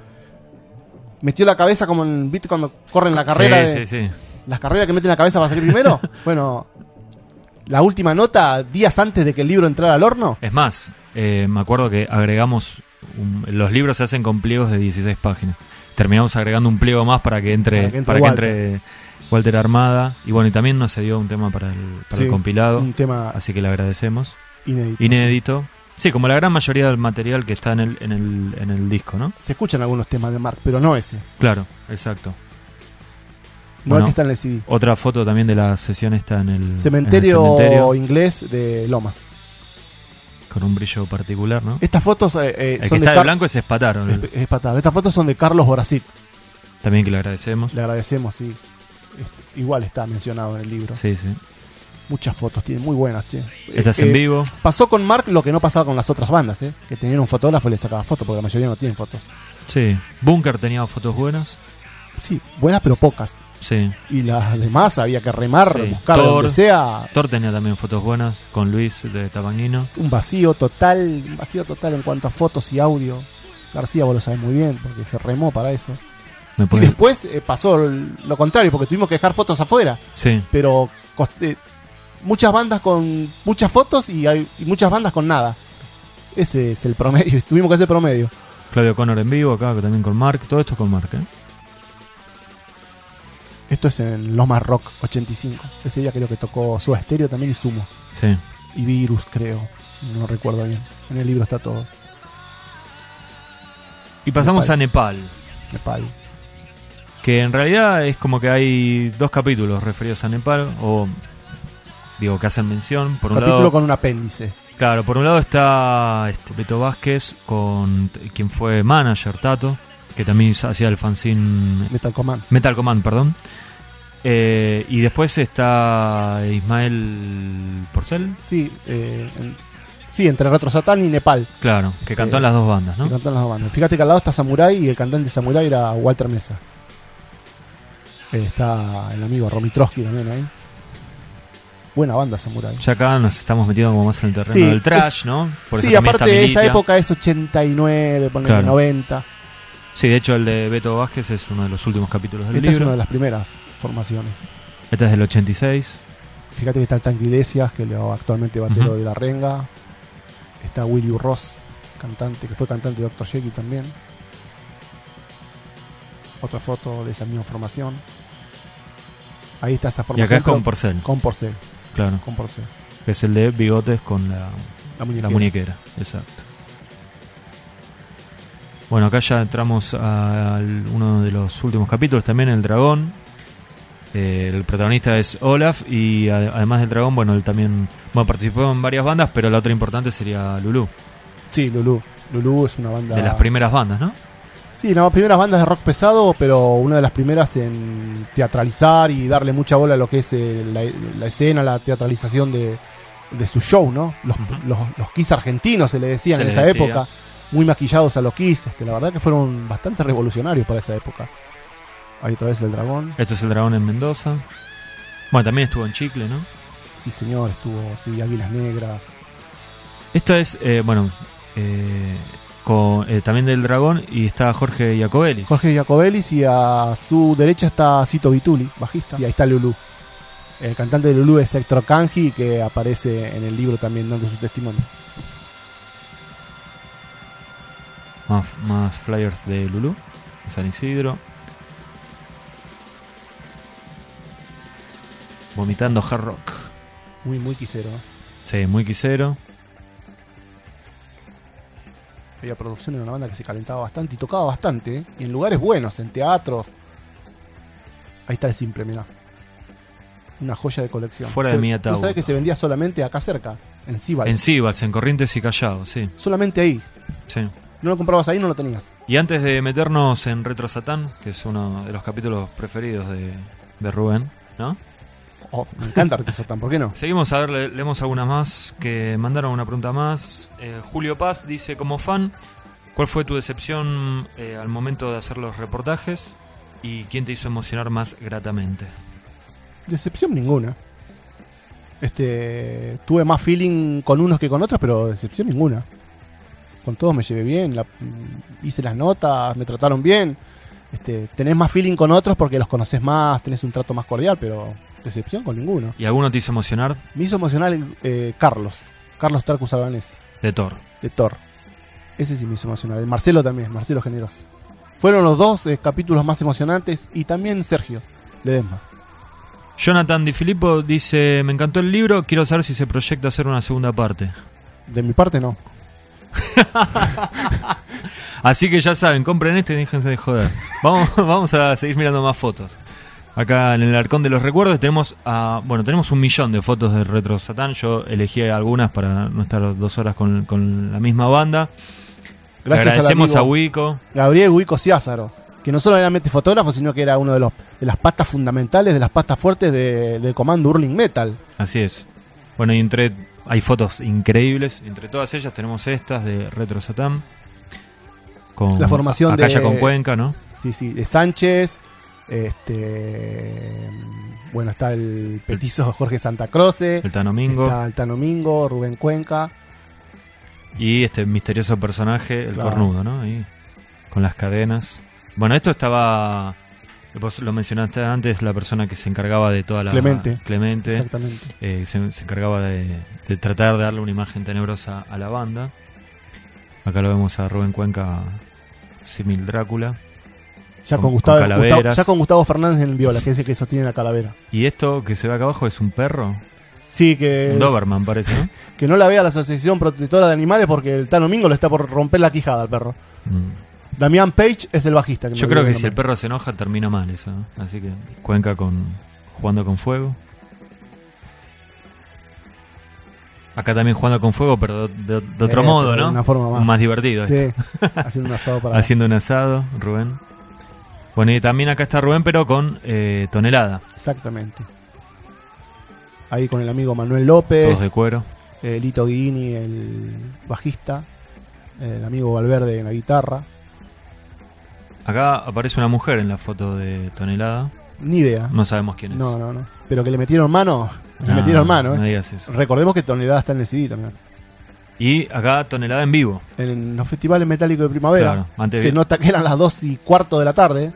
Speaker 2: Metió la cabeza como en, ¿viste cuando corren la carrera? de-
Speaker 1: Sí, sí, sí.
Speaker 2: las carreras que meten la cabeza para salir primero. bueno, la última nota, días antes de que el libro entrara al horno.
Speaker 1: Es más, eh, me acuerdo que agregamos. un- los libros se hacen con pliegos de 16 páginas. Terminamos agregando un pliego más para que entre,
Speaker 2: Para que entre
Speaker 1: para que
Speaker 2: Walter.
Speaker 1: entre Walter Armada. Y bueno, y también nos cedió un tema para el, para el
Speaker 2: Sí,
Speaker 1: compilado.
Speaker 2: Un tema
Speaker 1: Así que le agradecemos.
Speaker 2: inédito.
Speaker 1: Inédito. Sí, como la gran mayoría del material que está en el, en el, en el disco, ¿no?
Speaker 2: Se escuchan algunos temas de Mark, pero no ese.
Speaker 1: Claro, exacto.
Speaker 2: No el
Speaker 1: Bueno.
Speaker 2: que está en el CD.
Speaker 1: Otra foto también de la sesión está en el en el
Speaker 2: Cementerio,
Speaker 1: cementerio,
Speaker 2: inglés de Lomas.
Speaker 1: con un brillo particular, ¿no?
Speaker 2: Estas fotos eh, eh,
Speaker 1: El que está
Speaker 2: son de
Speaker 1: de
Speaker 2: Car-
Speaker 1: blanco es Espataro, ¿no?
Speaker 2: es- es patada. Estas fotos son de Carlos Boracic.
Speaker 1: también que le agradecemos.
Speaker 2: Le agradecemos, sí. Este, igual está mencionado en el libro.
Speaker 1: Sí, sí.
Speaker 2: Muchas fotos tiene, muy buenas, che.
Speaker 1: Estás
Speaker 2: Eh,
Speaker 1: en
Speaker 2: eh,
Speaker 1: vivo.
Speaker 2: Pasó con Mark lo que no pasaba con las otras bandas, ¿eh? Que tenían un fotógrafo y le sacaba fotos, porque la mayoría no tienen fotos.
Speaker 1: Sí. Bunker tenía fotos buenas.
Speaker 2: Sí, buenas pero pocas.
Speaker 1: Sí.
Speaker 2: Y las demás había que remar,
Speaker 1: Sí,
Speaker 2: buscar
Speaker 1: Thor.
Speaker 2: donde sea.
Speaker 1: Thor tenía también fotos buenas con Luis de Tabagnino.
Speaker 2: Un vacío total, un vacío total en cuanto a fotos y audio. García vos lo sabés muy bien, porque se remó para eso.
Speaker 1: Me
Speaker 2: Y
Speaker 1: puede-
Speaker 2: después eh, pasó el- lo contrario, porque tuvimos que dejar fotos afuera.
Speaker 1: Sí,
Speaker 2: Pero cost- eh, muchas bandas con muchas fotos y, hay, y muchas bandas con nada. Ese es el promedio, y tuvimos que hacer promedio.
Speaker 1: Claudio Connor en vivo acá, que también con Mark. Todo esto con Mark, ¿eh?
Speaker 2: Esto es en Loma Rock 85. Ese día creo que tocó Soda Stereo también y Sumo.
Speaker 1: Sí.
Speaker 2: Y Virus, creo. No recuerdo bien. En el libro está todo.
Speaker 1: Y pasamos
Speaker 2: Nepal.
Speaker 1: a Nepal,
Speaker 2: Nepal.
Speaker 1: que en realidad es como que hay dos capítulos referidos a Nepal, o digo, que hacen mención. Por un
Speaker 2: Capítulo
Speaker 1: lado,
Speaker 2: con un apéndice.
Speaker 1: Claro, por un lado está este, Beto Vázquez, con t- quien fue manager, Tato, que también hizo- hacía el fanzine
Speaker 2: Metal Command.
Speaker 1: Metal Command, perdón. Eh, y después está Ismael Porcel,
Speaker 2: Sí, eh, en- sí, entre Retro Satán y Nepal.
Speaker 1: claro, que cantó
Speaker 2: Eh,
Speaker 1: en las dos bandas,
Speaker 2: que
Speaker 1: ¿no?
Speaker 2: cantan las dos bandas. Fíjate que al lado está Samurai y el cantante de Samurai era Walter Mesa. Eh, está el amigo Romy Trotsky también ahí. Buena banda Samurai.
Speaker 1: Ya acá nos estamos metiendo como más en el terreno
Speaker 2: Sí,
Speaker 1: del trash, ¿no? Por
Speaker 2: Sí,
Speaker 1: eso también está
Speaker 2: aparte de esa
Speaker 1: Militia.
Speaker 2: época es 89, ponele
Speaker 1: Claro.
Speaker 2: 90.
Speaker 1: Sí, de hecho el de Beto Vázquez es uno de los últimos capítulos del
Speaker 2: Esta Este es
Speaker 1: libro.
Speaker 2: una de las primeras formaciones.
Speaker 1: Esta es del 86.
Speaker 2: Fíjate que está el Tanque Iglesias, que lo- actualmente batero
Speaker 1: Ujú.
Speaker 2: de la renga. Está Willy Ross, cantante, que fue cantante de Dr. Jekyll también. Otra foto de esa misma formación. Ahí está esa
Speaker 1: Y
Speaker 2: formación.
Speaker 1: acá es con
Speaker 2: pero-
Speaker 1: Porcel,
Speaker 2: con Porcel.
Speaker 1: claro.
Speaker 2: Con Porcel.
Speaker 1: Que es el de Bigotes con la
Speaker 2: La muñeca.
Speaker 1: La muñequera, exacto. Bueno, acá ya entramos a- al uno de los últimos capítulos, también el dragón. Eh, el protagonista es Olaf y ade- además del dragón, bueno, él también bueno, participó en varias bandas, pero la otra importante sería Lulu,
Speaker 2: Sí, Lulú. Lulú es una banda.
Speaker 1: de las primeras bandas, ¿no?
Speaker 2: Sí, las primeras bandas de rock pesado, pero una de las primeras en teatralizar y darle mucha bola a lo que es eh, la, la escena, la teatralización de, de su show, ¿no? Los,
Speaker 1: Ujú.
Speaker 2: los, los Kiss argentinos se le decían
Speaker 1: Se
Speaker 2: en
Speaker 1: les
Speaker 2: esa
Speaker 1: decía.
Speaker 2: época, muy maquillados a los Kiss. Este, la verdad que fueron bastante revolucionarios para esa época. Ahí otra vez el dragón.
Speaker 1: Esto es el dragón en Mendoza. Bueno, también estuvo en Chicle, ¿no?
Speaker 2: Sí, señor, estuvo, sí, Águilas Negras.
Speaker 1: Esto es, eh, bueno, eh, con- eh, también del dragón y está Jorge Iacobelis.
Speaker 2: Jorge Jacobelis y a su derecha está Cito Vituli, bajista. Y ahí está Lulú. El cantante de Lulú es Héctor Kanji, que aparece en el libro también dando su testimonio.
Speaker 1: Más, más flyers de Lulú, San Isidro. Vomitando hard rock.
Speaker 2: Muy, muy quisero. ¿eh?
Speaker 1: Sí, muy quisero.
Speaker 2: Había producción en una banda que se calentaba bastante y tocaba bastante. ¿eh? Y en lugares buenos, en teatros. Ahí está el simple, mirá. Una joya de colección.
Speaker 1: Fuera de mi ataúd.
Speaker 2: ¿Tú sabes que se vendía solamente acá cerca? En Sibal.
Speaker 1: En Sivals, en Corrientes y Callao, sí,
Speaker 2: solamente ahí.
Speaker 1: sí.
Speaker 2: No lo comprabas ahí, no lo tenías.
Speaker 1: Y antes de meternos en Retro Satán, que es uno de los capítulos preferidos de, de Rubén, ¿no?
Speaker 2: Oh, me encanta Retro Satán, ¿por qué no?
Speaker 1: Seguimos, a ver, le- leemos algunas más que mandaron una pregunta más. Eh, Julio Paz dice, como fan, ¿cuál fue tu decepción eh, al momento de hacer los reportajes? ¿Y quién te hizo emocionar más gratamente?
Speaker 2: Decepción ninguna. Este, tuve más feeling con unos que con otros, pero decepción ninguna. Con todos me llevé bien, la- mm, hice las notas, me trataron bien. Este, tenés más feeling con otros porque los conoces más, tenés un trato más cordial, pero decepción con ninguno.
Speaker 1: ¿Y alguno te hizo emocionar?
Speaker 2: Me hizo emocionar eh, Carlos, Carlos Tarcus Albanés,
Speaker 1: De Thor.
Speaker 2: de Thor. Ese sí me hizo emocionar. El Marcelo también, Marcelo Generoso. Fueron los dos eh, capítulos más emocionantes y también Sergio Ledesma.
Speaker 1: Jonathan Di Filippo dice, me encantó el libro, quiero saber si se proyecta hacer una segunda parte.
Speaker 2: De mi parte no.
Speaker 1: Así que ya saben, compren este y déjense de joder. Vamos, vamos a seguir mirando más fotos. Acá en el arcón de los recuerdos tenemos a, bueno, tenemos un millón de fotos de Retro Satán. Yo elegí algunas para no estar dos horas con, con la misma banda. Le
Speaker 2: Gracias al
Speaker 1: agradecemos a
Speaker 2: amigo-
Speaker 1: Wico.
Speaker 2: Gabriel Huico Ciázaro, que no solo era mente fotógrafo, sino que era uno de los de las patas fundamentales, de las patas fuertes de- del comando Hurling Metal.
Speaker 1: Así es. Bueno, y entre hay fotos increíbles. Entre todas ellas tenemos estas de Retro Satán. Con,
Speaker 2: La formación
Speaker 1: acá
Speaker 2: de-
Speaker 1: ya con Cuenca, ¿no?
Speaker 2: Sí, sí, de Sánchez, este bueno, está el petizo Jorge Santa Croce,
Speaker 1: El Tanomingo.
Speaker 2: está el Tano Mingo, Rubén Cuenca,
Speaker 1: Y este misterioso personaje, el
Speaker 2: Claro.
Speaker 1: cornudo, ¿no? Ahí, con las cadenas. Bueno, esto estaba. Vos lo mencionaste antes, la persona que se encargaba de toda la.
Speaker 2: Clemente.
Speaker 1: Clemente.
Speaker 2: exactamente.
Speaker 1: eh, se, se encargaba de, de tratar de darle una imagen tenebrosa a la banda. Acá lo vemos a Rubén Cuenca Simil Drácula.
Speaker 2: Ya con,
Speaker 1: Con-
Speaker 2: Gustavo,
Speaker 1: con
Speaker 2: Gustavo-
Speaker 1: calaveras.
Speaker 2: ya con Gustavo Fernández en el viola, que dice que sostiene la calavera.
Speaker 1: Y esto que se ve acá abajo es un perro.
Speaker 2: Sí, que,
Speaker 1: Un Doberman parece, ¿no?
Speaker 2: que no la vea la Asociación Protectora de Animales porque el Tano Mingo le está por romper la quijada al perro.
Speaker 1: Mm.
Speaker 2: Damián Page es el bajista. me
Speaker 1: Yo creo que
Speaker 2: olvidé
Speaker 1: si el
Speaker 2: nombre.
Speaker 1: perro se enoja termina mal eso, ¿no? Así que Cuenca con jugando con fuego. Acá también jugando con fuego, pero de, de- de otro
Speaker 2: Eh,
Speaker 1: modo,
Speaker 2: pero
Speaker 1: ¿no?
Speaker 2: de una forma más.
Speaker 1: divertido. esto.
Speaker 2: Sí, haciendo un asado para.
Speaker 1: Haciendo un asado, Rubén. Bueno, y también acá está Rubén, pero con eh, tonelada.
Speaker 2: Exactamente. Ahí con el amigo Manuel López,
Speaker 1: Todos de cuero.
Speaker 2: eh, Lito Guini, el bajista, el amigo Valverde en la guitarra.
Speaker 1: Acá aparece una mujer en la foto de tonelada.
Speaker 2: Ni idea.
Speaker 1: No sabemos quién es.
Speaker 2: No, no, no. Pero que le metieron mano, le
Speaker 1: No,
Speaker 2: metieron mano.
Speaker 1: No
Speaker 2: eh.
Speaker 1: digas eso.
Speaker 2: Recordemos que Tonelada está en el CD también.
Speaker 1: Y acá tonelada en vivo.
Speaker 2: En los festivales metálicos de primavera.
Speaker 1: Claro, antes
Speaker 2: se
Speaker 1: de-
Speaker 2: nota que eran las 2 y cuarto de la tarde.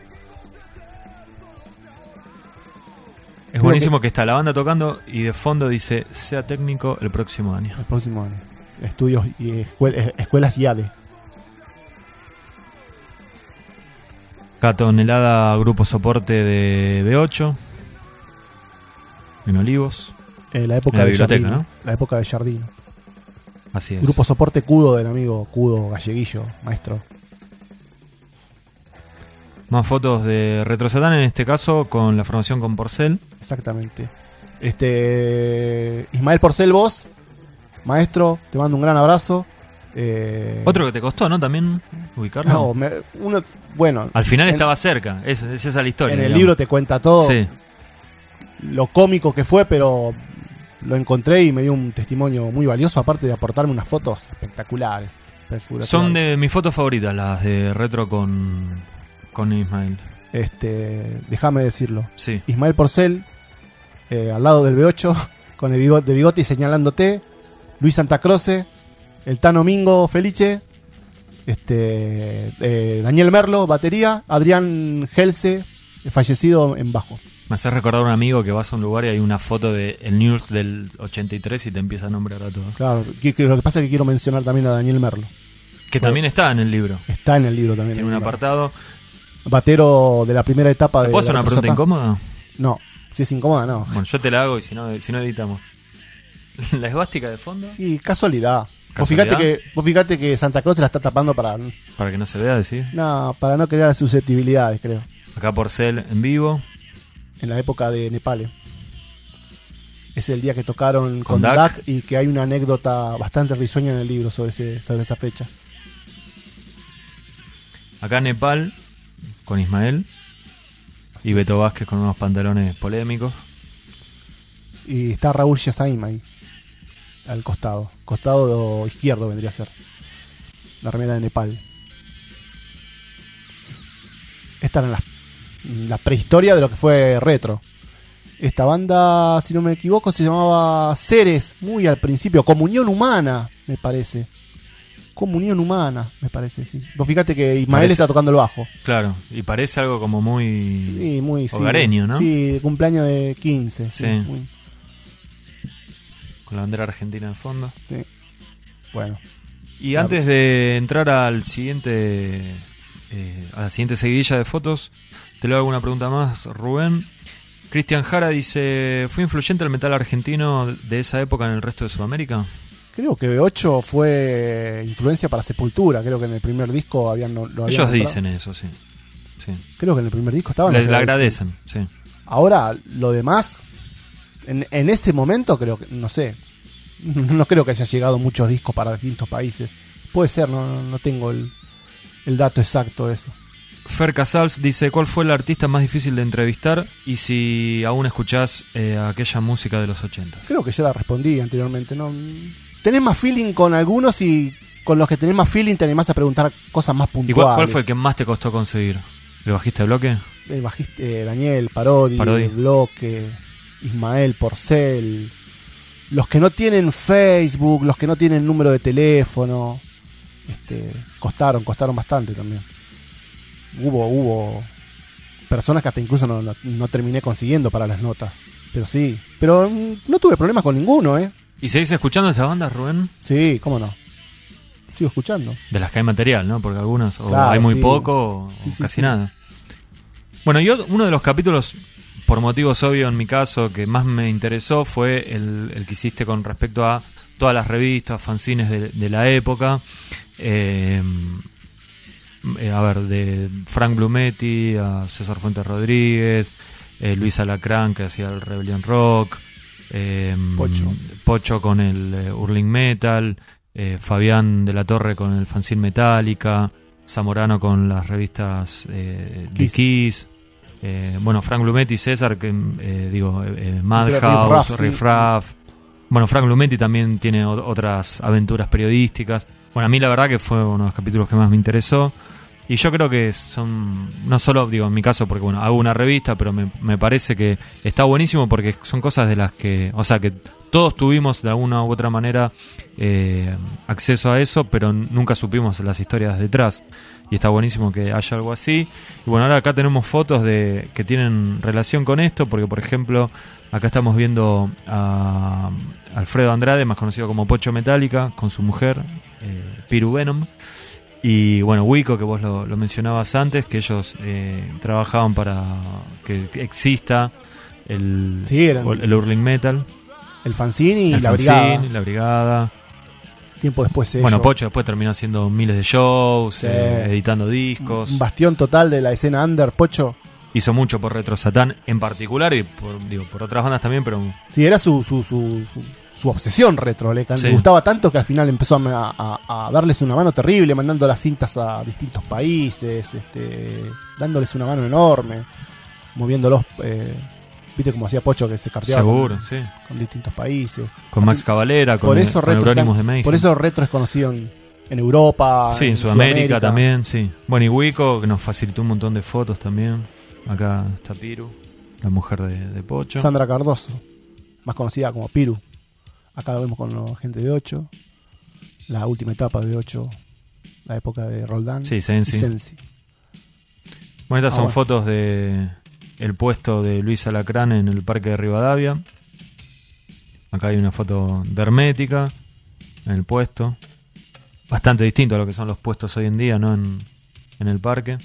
Speaker 1: Es buenísimo que está la banda tocando y de fondo dice, sea técnico el próximo año.
Speaker 2: El próximo año. Estudios y escuel- eh, escuelas IADE.
Speaker 1: Acá tonelada grupo soporte de B8. En Olivos.
Speaker 2: Eh, la época
Speaker 1: En la
Speaker 2: de
Speaker 1: biblioteca,
Speaker 2: Jardino.
Speaker 1: ¿no?
Speaker 2: La época de Jardino.
Speaker 1: Así es.
Speaker 2: Grupo Soporte Cudo del amigo Cudo Galleguillo, maestro.
Speaker 1: Más fotos de Retro Satán, en este caso con la formación con Porcel.
Speaker 2: Exactamente. Este. Ismael Porcel, vos, maestro, te mando un gran abrazo. Eh,
Speaker 1: Otro que te costó, ¿no? También ubicarlo.
Speaker 2: no, me- uno- bueno,
Speaker 1: Al final
Speaker 2: En-
Speaker 1: estaba cerca, es, es esa la historia.
Speaker 2: en el
Speaker 1: digamos.
Speaker 2: libro te cuenta todo
Speaker 1: Sí,
Speaker 2: lo cómico que fue, pero lo encontré y me dio un testimonio muy valioso, aparte de aportarme unas fotos espectaculares. espectaculares.
Speaker 1: son de mis fotos favoritas, las de Retro con, con Ismael.
Speaker 2: Este, déjame decirlo.
Speaker 1: Sí,
Speaker 2: Ismael Porcel, eh, al lado del B8, con el bigote, de bigote y señalándote. Luis Santa Croce, el Tano Mingo Felice, este, eh, Daniel Merlo, batería, Adrián Gelse, eh, fallecido en bajo.
Speaker 1: me hace recordar a un amigo que vas a un lugar y hay una foto de el News del 83 y te empieza a nombrar a todos.
Speaker 2: Claro, que- que lo que pasa es que quiero mencionar también a Daniel Merlo.
Speaker 1: Que
Speaker 2: Fue-
Speaker 1: también está en el libro.
Speaker 2: Está en el libro también.
Speaker 1: Tiene un
Speaker 2: Daniel Merlo.
Speaker 1: apartado.
Speaker 2: Batero de la primera etapa
Speaker 1: ¿Te
Speaker 2: de.
Speaker 1: puedo hacer
Speaker 2: Ah, la
Speaker 1: una
Speaker 2: Retro
Speaker 1: pregunta
Speaker 2: Zapá.
Speaker 1: incómoda?
Speaker 2: No, si es incómoda, no.
Speaker 1: Bueno, yo te la hago y si no, si no editamos. ¿La esvástica de fondo?
Speaker 2: Y casualidad. Vos
Speaker 1: ¿Casualidad?
Speaker 2: fíjate que, vos fíjate que Santa Cruz te la está tapando para
Speaker 1: Para que no se vea, decir.
Speaker 2: No, para no crear susceptibilidades, creo.
Speaker 1: Acá Porcel en vivo.
Speaker 2: En la época de Nepal. Es el día que tocaron
Speaker 1: Con
Speaker 2: con, Dak.
Speaker 1: Dak.
Speaker 2: y que hay una anécdota bastante risueña en el libro sobre, ese- sobre esa fecha.
Speaker 1: Acá Nepal con Ismael. Y Beto Vázquez con unos pantalones polémicos.
Speaker 2: Y está Raúl Yazaim ahí, al costado. Costado izquierdo vendría a ser. La remera de Nepal. Esta era la, la prehistoria de lo que fue retro. Esta banda, si no me equivoco, se llamaba Ceres, muy al principio. Comunión Humana, me parece. Comunión Humana, me parece, sí. Vos fíjate que Ismael
Speaker 1: Parece-
Speaker 2: está tocando el bajo.
Speaker 1: Claro, y parece algo como muy.
Speaker 2: Sí, muy sí.
Speaker 1: Hogareño, ¿no?
Speaker 2: Sí, de cumpleaños de 15. sí,
Speaker 1: Sí.
Speaker 2: muy-
Speaker 1: con la bandera argentina en fondo.
Speaker 2: sí. Bueno.
Speaker 1: Y
Speaker 2: Claro.
Speaker 1: antes de entrar al siguiente. eh, a la siguiente seguidilla de fotos, te le hago una pregunta más, Rubén. Cristian Jara dice: ¿Fue influyente el metal argentino de esa época en el resto de Sudamérica?
Speaker 2: Creo que B8 fue influencia para Sepultura. Creo que en el primer disco habían. lo habían
Speaker 1: Ellos
Speaker 2: nombrado.
Speaker 1: dicen eso, sí. sí.
Speaker 2: Creo que en el primer disco estaban.
Speaker 1: Les
Speaker 2: los
Speaker 1: la
Speaker 2: Evanescence.
Speaker 1: agradecen, sí.
Speaker 2: Ahora, lo demás. En, en ese momento, creo que. No sé. No creo que haya llegado muchos discos para distintos países. Puede ser, no, no- no tengo el, el dato exacto de eso.
Speaker 1: Fer Casals dice, ¿cuál fue el artista más difícil de entrevistar y si aún escuchás eh, aquella música de los 80?
Speaker 2: Creo que ya la respondí anteriormente. ¿no? Tenés más feeling con algunos y con los que tenés más feeling te animás a preguntar cosas más
Speaker 1: ¿Y
Speaker 2: puntuales.
Speaker 1: cuál, cuál fue el que más te costó conseguir? ¿El bajista de bloque?
Speaker 2: el bajista, eh, Daniel, Parodi,
Speaker 1: Parodi.
Speaker 2: Bloque, Ismael, Porcel, los que no tienen Facebook, los que no tienen número de teléfono, este, costaron, costaron bastante también. Hubo, hubo personas que hasta incluso no, no- no terminé consiguiendo para las notas. Pero sí, pero mm, no tuve problemas con ninguno, ¿eh?
Speaker 1: ¿Y seguís escuchando esta banda, Rubén?
Speaker 2: Sí, cómo no. sigo escuchando.
Speaker 1: De las que hay material, ¿no? Porque algunas o
Speaker 2: Claro,
Speaker 1: hay muy
Speaker 2: sí.
Speaker 1: poco o
Speaker 2: Sí, sí,
Speaker 1: casi
Speaker 2: sí.
Speaker 1: nada. Bueno, yo uno de los capítulos, por motivos obvios en mi caso, que más me interesó fue el, el que hiciste con respecto a todas las revistas, fanzines de, de la época. Eh, eh, a ver, de Frank Blumetti a César Fuentes Rodríguez, eh, Luis Alacrán que hacía el Rebellion Rock, eh,
Speaker 2: Pocho.
Speaker 1: Pocho con el eh, Hurling Metal, eh, Fabián de la Torre con el fanzine Metallica, Zamorano con las revistas eh, de
Speaker 2: Kiss.
Speaker 1: Kiss. eh, bueno, Frank Blumetti, César, que eh, digo, eh, eh,
Speaker 2: Riff
Speaker 1: Madhouse,
Speaker 2: Raff,
Speaker 1: Riff
Speaker 2: sí.
Speaker 1: Raff. Bueno, Frank Blumetti también tiene o- otras aventuras periodísticas. Bueno, a mí la verdad que fue uno de los capítulos que más me interesó. Y yo creo que son, no solo digo en mi caso, porque bueno, hago una revista, pero me, me parece que está buenísimo porque son cosas de las que, o sea, que todos tuvimos de alguna u otra manera eh, acceso a eso, pero nunca supimos las historias detrás. Y está buenísimo que haya algo así. Y bueno, ahora acá tenemos fotos de que tienen relación con esto, porque por ejemplo, acá estamos viendo a Alfredo Andrade, más conocido como Pocho Metálica, con su mujer, eh, Piru Venom. Y bueno, Wico, que vos lo, lo mencionabas antes, que ellos eh, trabajaban para que exista el,
Speaker 2: Sí, eran-
Speaker 1: el Hurling Metal,
Speaker 2: El fanzine y
Speaker 1: el
Speaker 2: la
Speaker 1: fanzine,
Speaker 2: brigada.
Speaker 1: la brigada.
Speaker 2: Tiempo después ellos.
Speaker 1: Bueno, Pocho después terminó haciendo miles de shows,
Speaker 2: Sí. Mm,
Speaker 1: eh, editando discos.
Speaker 2: Un bastión total de la escena under, Pocho.
Speaker 1: Hizo mucho por Retro Satán en particular y por, digo, por otras bandas también, pero
Speaker 2: Sí, era su, su, su, su, su obsesión retro. Le can-
Speaker 1: Sí.
Speaker 2: le gustaba tanto que al final empezó a, a- a darles una mano terrible, mandando las cintas a distintos países, este, dándoles una mano enorme, moviéndolos. eh, Viste como hacía Pocho que se carteaba
Speaker 1: seguro,
Speaker 2: con,
Speaker 1: sí.
Speaker 2: con distintos países.
Speaker 1: Con
Speaker 2: Así-
Speaker 1: Max Cavalera, con,
Speaker 2: por
Speaker 1: el-
Speaker 2: eso
Speaker 1: con
Speaker 2: retro
Speaker 1: Eurónimos
Speaker 2: tan-
Speaker 1: de México.
Speaker 2: Por eso retro es conocido en, en Europa.
Speaker 1: sí, en Sudamérica, también, sí. Bueno, y Wico, que nos facilitó un montón de fotos también. Acá está Piru, la mujer de, de Pocho.
Speaker 2: Sandra Cardoso, más conocida como Piru. Acá lo vemos con la gente de 8. La última etapa de 8, la época de Roldán.
Speaker 1: sí,
Speaker 2: y
Speaker 1: Sensi.
Speaker 2: Sensi.
Speaker 1: Bueno, estas
Speaker 2: Ah,
Speaker 1: son
Speaker 2: bueno.
Speaker 1: fotos de el puesto de Luis Alacrán en el parque de Rivadavia. Acá hay una foto de Hermética en el puesto. Bastante distinto a lo que son los puestos hoy en día, ¿no? En, en el parque.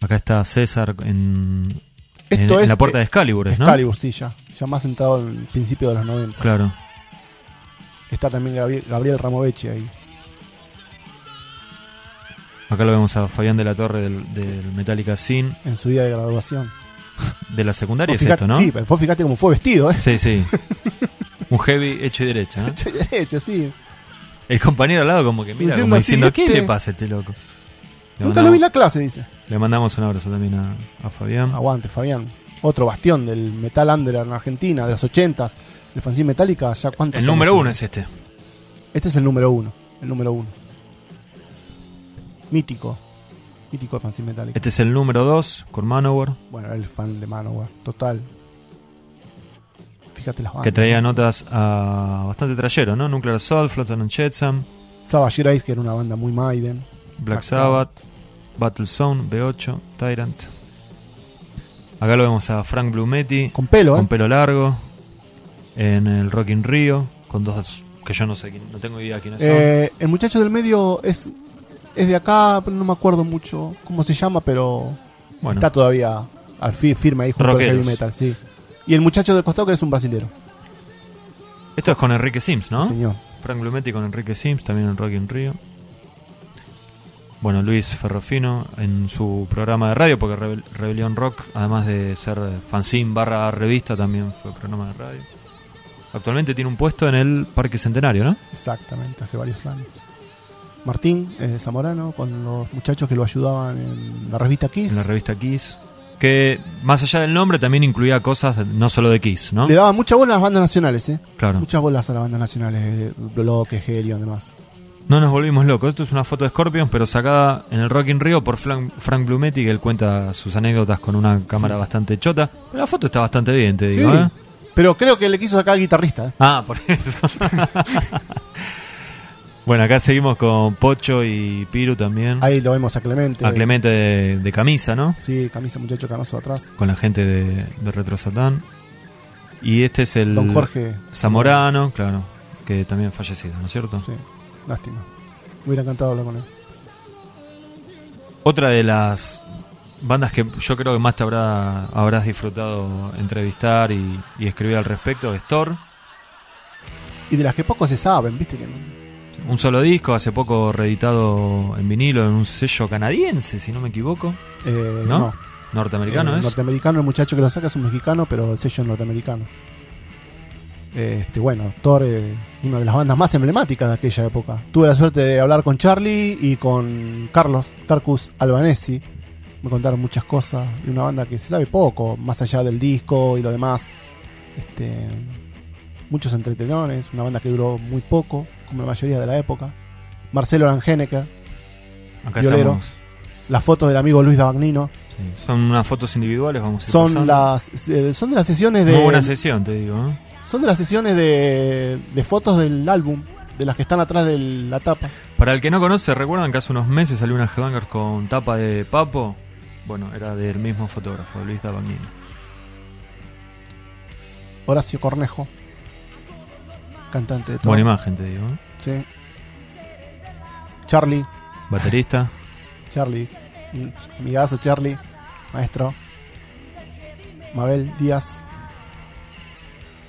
Speaker 1: Acá está César en, en-
Speaker 2: Esto
Speaker 1: en
Speaker 2: es
Speaker 1: la puerta
Speaker 2: eh,
Speaker 1: de Excalibur, ¿no?
Speaker 2: Excalibur, sí, ya. Ya más entrado en el principio de los 90.
Speaker 1: Claro.
Speaker 2: Está también Gabriel, Gabriel Ramovechi ahí.
Speaker 1: Acá lo vemos a Fabián de la Torre del, del Metallica Sin.
Speaker 2: En su día de graduación.
Speaker 1: De la secundaria
Speaker 2: Vos
Speaker 1: es
Speaker 2: fijate-
Speaker 1: esto, ¿no?
Speaker 2: Sí, pero vos fíjate cómo fue vestido, ¿eh?
Speaker 1: sí. sí. Un heavy hecho y derecha, ¿no?
Speaker 2: De hecho, sí.
Speaker 1: El compañero al lado como que mira,
Speaker 2: Diciendo
Speaker 1: como
Speaker 2: así,
Speaker 1: diciendo, ¿qué
Speaker 2: este-
Speaker 1: le pasa a este loco? Le
Speaker 2: Nunca
Speaker 1: mandamos-
Speaker 2: lo vi en la Ah, clase, dice.
Speaker 1: le mandamos un abrazo también a, a Fabián.
Speaker 2: Aguante, Fabián. Otro bastión del metal under en Argentina, de los 80s. El fanzine Metallica, ya cuántos
Speaker 1: El
Speaker 2: años
Speaker 1: número
Speaker 2: tiene?
Speaker 1: uno es este.
Speaker 2: Este es el número uno. El número uno. Mítico. Mítico de fanzine Metallica.
Speaker 1: Este es el número dos con Manowar,
Speaker 2: Bueno, el fan de Manowar. Total. Fíjate las bandas.
Speaker 1: que traía notas a bastante trayero, ¿no? Nuclear Assault, Flotsam and Jetsam,
Speaker 2: Savage Grace, que era una banda muy Maiden.
Speaker 1: Black
Speaker 2: Black
Speaker 1: Sabbath, Battle Zone, B8, Tyrant. Acá lo vemos a Frank Blumetti
Speaker 2: Con pelo, ¿eh?
Speaker 1: con pelo largo en el Rock in Rio con dos que yo no sé, quién- no tengo idea quiénes son.
Speaker 2: Eh, el muchacho del medio es, es de acá, pero no me acuerdo mucho cómo se llama, pero
Speaker 1: Bueno,
Speaker 2: está todavía al fi- firme ahí junto al
Speaker 1: Rockeros.
Speaker 2: heavy metal, sí. Y el muchacho del costado que es un brasilero,
Speaker 1: esto es con Enrique Sims, ¿no?
Speaker 2: sí, señor.
Speaker 1: Frank Blumetti con Enrique Sims, también en Rock in Rio. Bueno, Luis Ferrofino en su programa de radio, porque Rebel- Rebelión Rock, además de ser eh, fanzine barra revista, también fue programa de radio. Actualmente tiene un puesto en el Parque Centenario, ¿no?
Speaker 2: Exactamente, hace varios años. Martín eh, Zamorano con los muchachos que lo ayudaban en la revista Kiss.
Speaker 1: En la revista Kiss. Que más allá del nombre también incluía cosas de- no solo de Kiss, ¿no?
Speaker 2: Le daban muchas bolas a las bandas nacionales, ¿eh?
Speaker 1: Claro.
Speaker 2: Muchas bolas a las bandas nacionales, eh, Bloque, Helion, demás.
Speaker 1: No nos volvimos locos. Esto es una foto de Scorpions, pero sacada en el Rock in Rio por Frank, Frank Blumetti, que él cuenta sus anécdotas con una cámara bastante chota. Pero la foto está bastante bien, te digo,
Speaker 2: Sí.
Speaker 1: ¿eh?
Speaker 2: Pero creo que le quiso sacar al guitarrista, ¿eh?
Speaker 1: Ah, por eso. bueno, acá seguimos con Pocho y Piru también.
Speaker 2: Ahí lo vemos a Clemente.
Speaker 1: A Clemente de, de camisa, ¿no?
Speaker 2: Sí, camisa muchacho canoso atrás.
Speaker 1: Con la gente de, de Retro Satán. Y este es el
Speaker 2: Don Jorge.
Speaker 1: Zamorano, claro. que también fallecido, ¿no es cierto?
Speaker 2: Sí, lástima. Me hubiera encantado hablar con él.
Speaker 1: Otra de las bandas que yo creo que más te habrá, habrás disfrutado entrevistar y, y escribir al respecto es Thor.
Speaker 2: Y de las que poco se saben, ¿viste? Que no-
Speaker 1: Un solo disco, hace poco reeditado en vinilo en un sello canadiense, si no me equivoco.
Speaker 2: eh,
Speaker 1: ¿No?
Speaker 2: no.
Speaker 1: Norteamericano
Speaker 2: Eh,
Speaker 1: es.
Speaker 2: Norteamericano, el muchacho que lo saca es un mexicano, pero el sello es norteamericano. Eh, Este, bueno, Thor es una de las bandas más emblemáticas de aquella época. Tuve la suerte de hablar con Charlie y con Carlos Tarkus Albanesi. Me contaron muchas cosas de una banda que se sabe poco, más allá del disco y lo demás. Este, muchos entretenones, una banda que duró muy poco, como la mayoría de la época. Marcelo Langenecker,
Speaker 1: Acá
Speaker 2: Violero.
Speaker 1: estamos.
Speaker 2: las fotos del amigo Luis Dabagnino,
Speaker 1: Sí. Son unas fotos individuales, vamos a ir
Speaker 2: son
Speaker 1: pasando.
Speaker 2: las eh, son de las sesiones de
Speaker 1: Muy buena sesión, te digo. ¿eh?
Speaker 2: son de las sesiones de, de fotos del álbum de las que están atrás de la tapa
Speaker 1: Para el que no conoce, recuerdan que hace unos meses salió una headbanger con tapa de Papo. Bueno, era del mismo fotógrafo, Luis Dabagnino.
Speaker 2: Horacio Cornejo cantante de todo
Speaker 1: Buena imagen, te digo. ¿eh?
Speaker 2: Sí. Charlie
Speaker 1: Baterista.
Speaker 2: Charlie mi amigazo Charlie maestro Mabel Díaz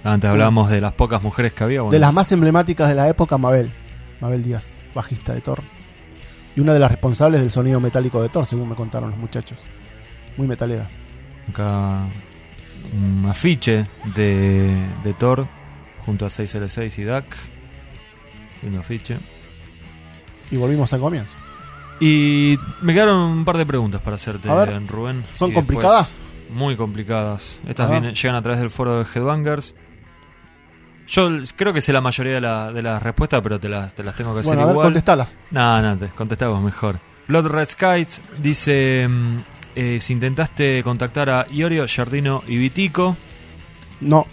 Speaker 1: Antes hablábamos de las pocas mujeres que había. bueno.
Speaker 2: de las más emblemáticas de la época Mabel Mabel Díaz bajista de Thor y una de las responsables del sonido metálico de Thor según me contaron los muchachos muy metalera
Speaker 1: Acá un afiche de, de Thor junto a 6L6 y DAC. Lindo afiche.
Speaker 2: y volvimos al comienzo
Speaker 1: Y me quedaron un par de preguntas para hacerte,
Speaker 2: A ver.
Speaker 1: Rubén.
Speaker 2: son
Speaker 1: Y después-
Speaker 2: complicadas
Speaker 1: Muy complicadas. Estas
Speaker 2: Ajá.
Speaker 1: vienen- llegan a través del foro de Headbangers. Yo l- creo que sé la mayoría de, la- de las respuestas, pero te las, te las tengo que hacer
Speaker 2: Bueno, a ver,
Speaker 1: igual.
Speaker 2: contestalas.
Speaker 1: No, no, te contestamos mejor. Blood Red Skies dice: mm, eh, Si intentaste contactar a Iorio, Jardino y Vitico.
Speaker 2: No,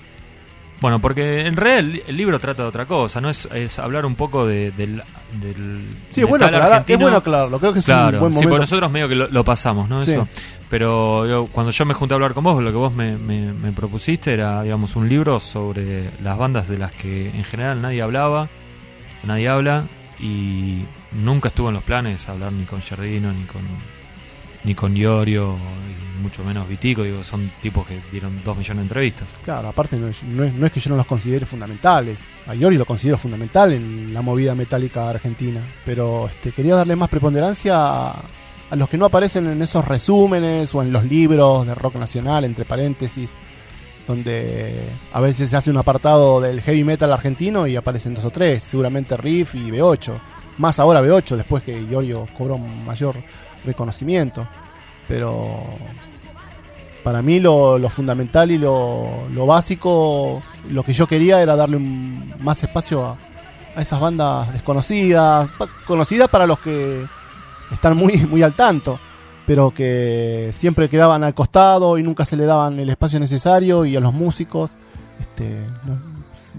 Speaker 1: Bueno, porque en realidad el, el libro trata de otra cosa, ¿no? Es, es hablar un poco de- del. del
Speaker 2: sí, es bueno,
Speaker 1: metal
Speaker 2: aclarar, es
Speaker 1: argentino.
Speaker 2: bueno aclararlo. Creo que es un
Speaker 1: Claro,
Speaker 2: buen
Speaker 1: sí,
Speaker 2: momento.
Speaker 1: porque nosotros medio que lo, lo pasamos, ¿no?
Speaker 2: Sí.
Speaker 1: Eso. Pero yo, cuando yo me junté a hablar con vos, lo que vos me, me- me propusiste era, digamos, un libro sobre las bandas de las que en general nadie hablaba, nadie habla, y nunca estuvo en los planes hablar ni con Jardino, ni con ni con Iorio, y mucho menos Vitico, digo, son tipos que dieron dos millones de entrevistas.
Speaker 2: Claro, aparte no, es- no es, no es que yo no los considere fundamentales. A Iori lo considero fundamental en la movida metálica argentina. Pero este, quería darle más preponderancia a, a los que no aparecen en esos resúmenes o en los libros de rock nacional, entre paréntesis, donde a veces se hace un apartado del heavy metal argentino y aparecen dos o tres, seguramente Riff y B8. Más ahora B8, después que Iorio cobró mayor reconocimiento. Pero para mí lo, lo fundamental y lo, lo básico, lo que yo quería era darle un- más espacio a, a esas bandas desconocidas, pa- conocidas para los que están muy, muy al tanto, pero que siempre quedaban al costado y nunca se le daban el espacio necesario y a los músicos. Este, no-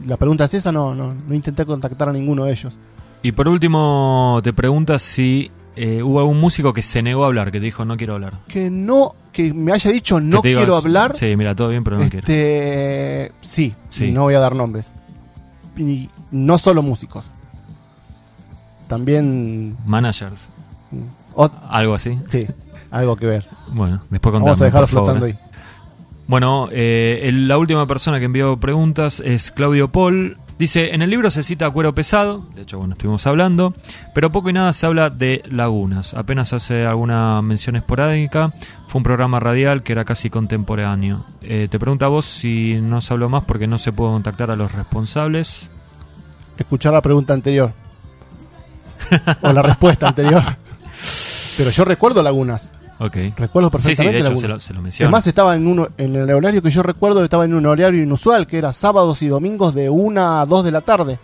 Speaker 2: si la pregunta es esa, no, no, no intenté contactar a ninguno de ellos.
Speaker 1: Y por último, te preguntas si eh, hubo algún músico que se negó a hablar, que te dijo, no quiero hablar.
Speaker 2: Que no, que me haya dicho no
Speaker 1: Que te diga,
Speaker 2: quiero hablar.
Speaker 1: Sí, mira, todo bien, pero no quiero.
Speaker 2: Este, sí,
Speaker 1: Sí.
Speaker 2: no voy a dar nombres. Y no solo músicos. También
Speaker 1: Managers,
Speaker 2: mm, ot-
Speaker 1: algo así.
Speaker 2: sí, algo que ver.
Speaker 1: Bueno, después contamos.
Speaker 2: Vamos a dejarlo flotando ahí.
Speaker 1: eh. Bueno, eh, el- la última persona que envió preguntas es Claudio Paul. Dice, en el libro se cita a Cuero Pesado, de hecho, bueno, estuvimos hablando, pero poco y nada se habla de lagunas. Apenas hace alguna mención esporádica. Fue un programa radial que era casi contemporáneo. Eh, te pregunta a vos si no se habló más porque no se pudo contactar a los responsables.
Speaker 2: Escuchar la pregunta anterior. o la respuesta anterior. Pero yo recuerdo lagunas.
Speaker 1: Ok.
Speaker 2: Recuerdo
Speaker 1: Sí, sí,
Speaker 2: perfectamente
Speaker 1: de hecho
Speaker 2: lagunas.
Speaker 1: se lo, se lo menciona.
Speaker 2: Además estaba en uno, en el horario que yo recuerdo estaba en un horario inusual, que era sábados y domingos de 1 a 2 de la tarde.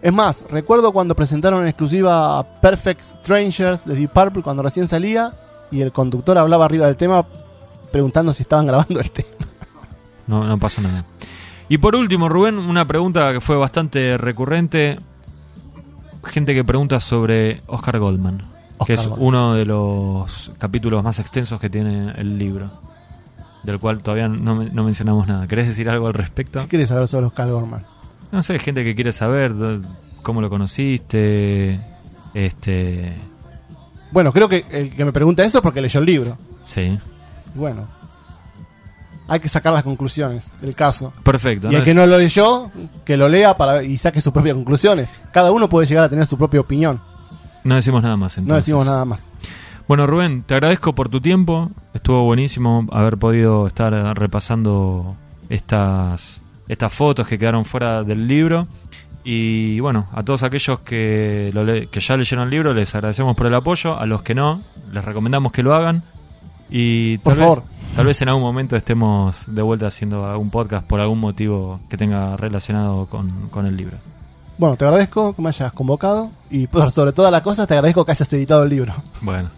Speaker 2: Es más, recuerdo cuando presentaron en exclusiva Perfect Strangers de Deep Purple cuando recién salía y el conductor hablaba arriba del tema preguntando si estaban grabando el tema.
Speaker 1: No, no pasó nada. Y por último, Rubén, una pregunta que fue bastante recurrente. Gente que pregunta sobre Oscar Goldman, que
Speaker 2: Oscar
Speaker 1: es
Speaker 2: Goldman.
Speaker 1: uno de los capítulos más extensos que tiene el libro, del cual todavía no, men- no mencionamos nada. ¿Querés decir algo al respecto?
Speaker 2: ¿Qué querés saber sobre Oscar Gorman?
Speaker 1: No sé, gente que quiere saber do- cómo lo conociste. Este.
Speaker 2: Bueno, creo que el que me pregunta eso es porque leyó el libro.
Speaker 1: Sí.
Speaker 2: Bueno, hay que sacar las conclusiones del caso.
Speaker 1: Perfecto.
Speaker 2: Y
Speaker 1: ¿no?
Speaker 2: el que no lo leyó, que lo lea para y saque sus propias conclusiones. Cada uno puede llegar a tener su propia opinión.
Speaker 1: No decimos nada más entonces.
Speaker 2: No decimos nada más.
Speaker 1: Bueno, Rubén, te agradezco por tu tiempo. Estuvo buenísimo haber podido estar eh, repasando estas, estas fotos que quedaron fuera del libro. Y bueno, a todos aquellos que, lo le- que ya leyeron el libro, les agradecemos por el apoyo. A los que no, les recomendamos que lo hagan. Y
Speaker 2: Por
Speaker 1: tal vez-
Speaker 2: favor.
Speaker 1: tal vez en algún momento estemos de vuelta haciendo algún podcast por algún motivo que tenga relacionado con, con el libro.
Speaker 2: Bueno, te agradezco que me hayas convocado y por sobre todas las cosas te agradezco que hayas editado el libro.
Speaker 1: Bueno,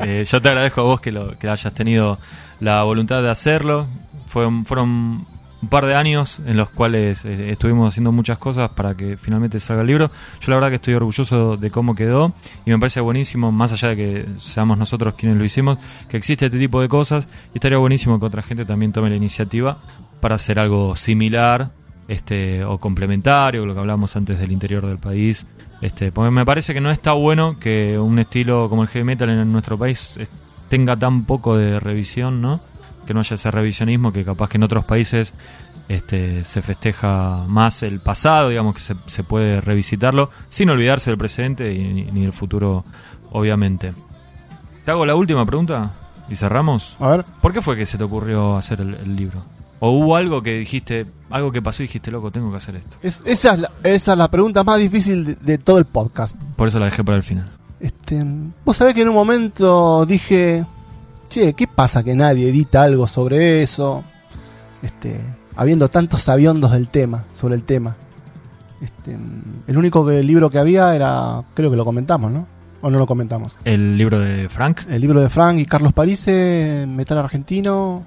Speaker 1: eh, yo te agradezco a vos que, lo, que hayas tenido la voluntad de hacerlo. Fueron, fueron un par de años en los cuales eh, estuvimos haciendo muchas cosas para que finalmente salga el libro. Yo la verdad que estoy orgulloso de cómo quedó y me parece buenísimo, más allá de que seamos nosotros quienes lo hicimos, que existe este tipo de cosas y estaría buenísimo que otra gente también tome la iniciativa para hacer algo similar este o complementario, lo que hablamos antes del interior del país. Este, porque me parece que no está bueno que un estilo como el heavy metal en nuestro país es- tenga tan poco de revisión, ¿no? Que no haya ese revisionismo que capaz que en otros países este, se festeja más el pasado, digamos que se, se puede revisitarlo, sin olvidarse del presente y, ni- ni del futuro, obviamente. Te hago la última pregunta y cerramos.
Speaker 2: A ver,
Speaker 1: ¿Por qué fue que se te ocurrió hacer el, el libro? ¿O hubo algo que dijiste, algo que pasó y dijiste, loco, tengo que hacer esto?
Speaker 2: es- esa, es la, esa es la pregunta más difícil de, de todo el podcast.
Speaker 1: Por eso la dejé para el final.
Speaker 2: Este, Vos sabés que en un momento dije, che, ¿qué pasa que nadie edita algo sobre eso? Este, habiendo tantos sabiondos del tema, sobre el tema. Este, el único que- libro que había era, creo que lo comentamos, ¿no? ¿O no lo comentamos?
Speaker 1: ¿El libro de Frank?
Speaker 2: El libro de Frank y Carlos Parise, Metal Argentino.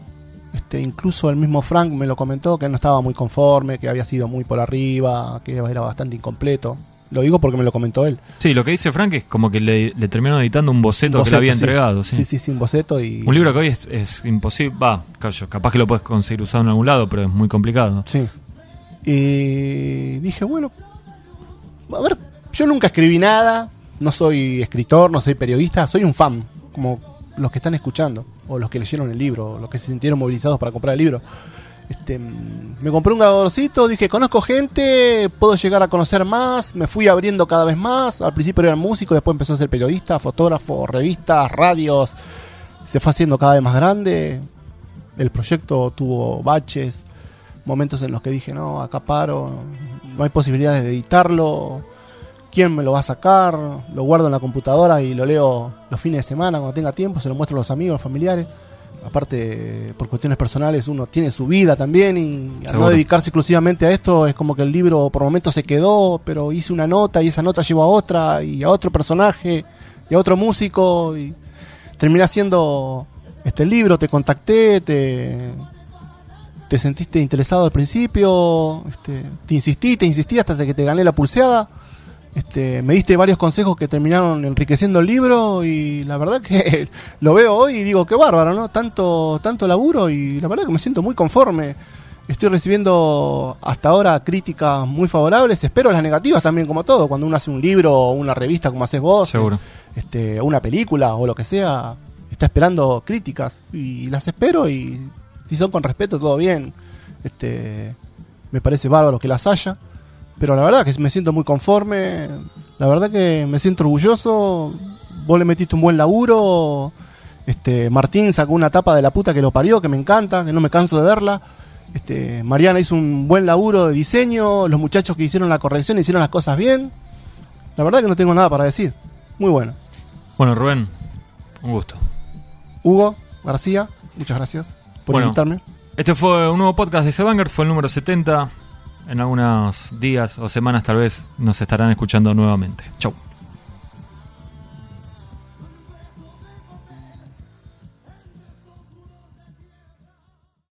Speaker 2: Este, incluso el mismo Frank me lo comentó que él no estaba muy conforme, que había sido muy por arriba, que era bastante incompleto. Lo digo porque me lo comentó él.
Speaker 1: Sí, lo que dice Frank es como que le, le terminaron editando un boceto, que
Speaker 2: Boceto,
Speaker 1: le había
Speaker 2: sí.
Speaker 1: entregado. sí.
Speaker 2: Sí, sí, sin boceto y.
Speaker 1: Un libro que hoy es, es imposible. Va, callo, capaz que lo puedes conseguir usado en algún lado, pero es muy complicado.
Speaker 2: Sí. Y dije, bueno, a ver, yo nunca escribí nada, no soy escritor, no soy periodista, soy un fan, como los que están escuchando, o los que leyeron el libro, o los que se sintieron movilizados para comprar el libro. Este, mm, me compré un grabadorcito, dije, conozco gente, puedo llegar a conocer más, me fui abriendo cada vez más, al principio era músico, después empezó a ser periodista, fotógrafo, revistas, radios, se fue haciendo cada vez más grande, el proyecto tuvo baches, momentos en los que dije, no, acá paro, no hay posibilidades de editarlo, ¿quién me lo va a sacar? Lo guardo en la computadora y lo leo los fines de semana cuando tenga tiempo, se lo muestro a los amigos, a los familiares. Aparte, por cuestiones personales, uno tiene su vida también y al
Speaker 1: Seguro.
Speaker 2: no dedicarse exclusivamente a esto, es como que el libro por momentos se quedó, pero hice una nota y esa nota llevó a otra y a otro personaje y a otro músico y terminé haciendo este libro, te contacté, te, te sentiste interesado al principio, este, te insistí, te insistí hasta que te gané la pulseada. Este, me diste varios consejos que terminaron enriqueciendo el libro y la verdad que lo veo hoy y digo, qué bárbaro, ¿no? Tanto, tanto laburo y la verdad que me siento muy conforme. Estoy recibiendo hasta ahora críticas muy favorables, espero las negativas también como todo, cuando uno hace un libro o una revista como haces vos,
Speaker 1: Seguro.
Speaker 2: este, una película o lo que sea, está esperando críticas y las espero y si son con respeto todo bien. Este, me parece bárbaro que las haya, pero la verdad que me siento muy conforme, la verdad que me siento orgulloso, vos le metiste un buen laburo, este, Martín sacó una tapa de la puta que lo parió, que me encanta, que no me canso de verla. Este, Mariana hizo un buen laburo de diseño, los muchachos que hicieron la corrección hicieron las cosas bien. La verdad que no tengo nada para decir. Muy bueno.
Speaker 1: Bueno, Rubén, un gusto.
Speaker 2: Hugo García, muchas gracias por
Speaker 1: Bueno.
Speaker 2: invitarme.
Speaker 1: Este fue un nuevo podcast de Headbanger, fue el número 70. En algunos días o semanas tal vez nos estarán escuchando nuevamente. Chau.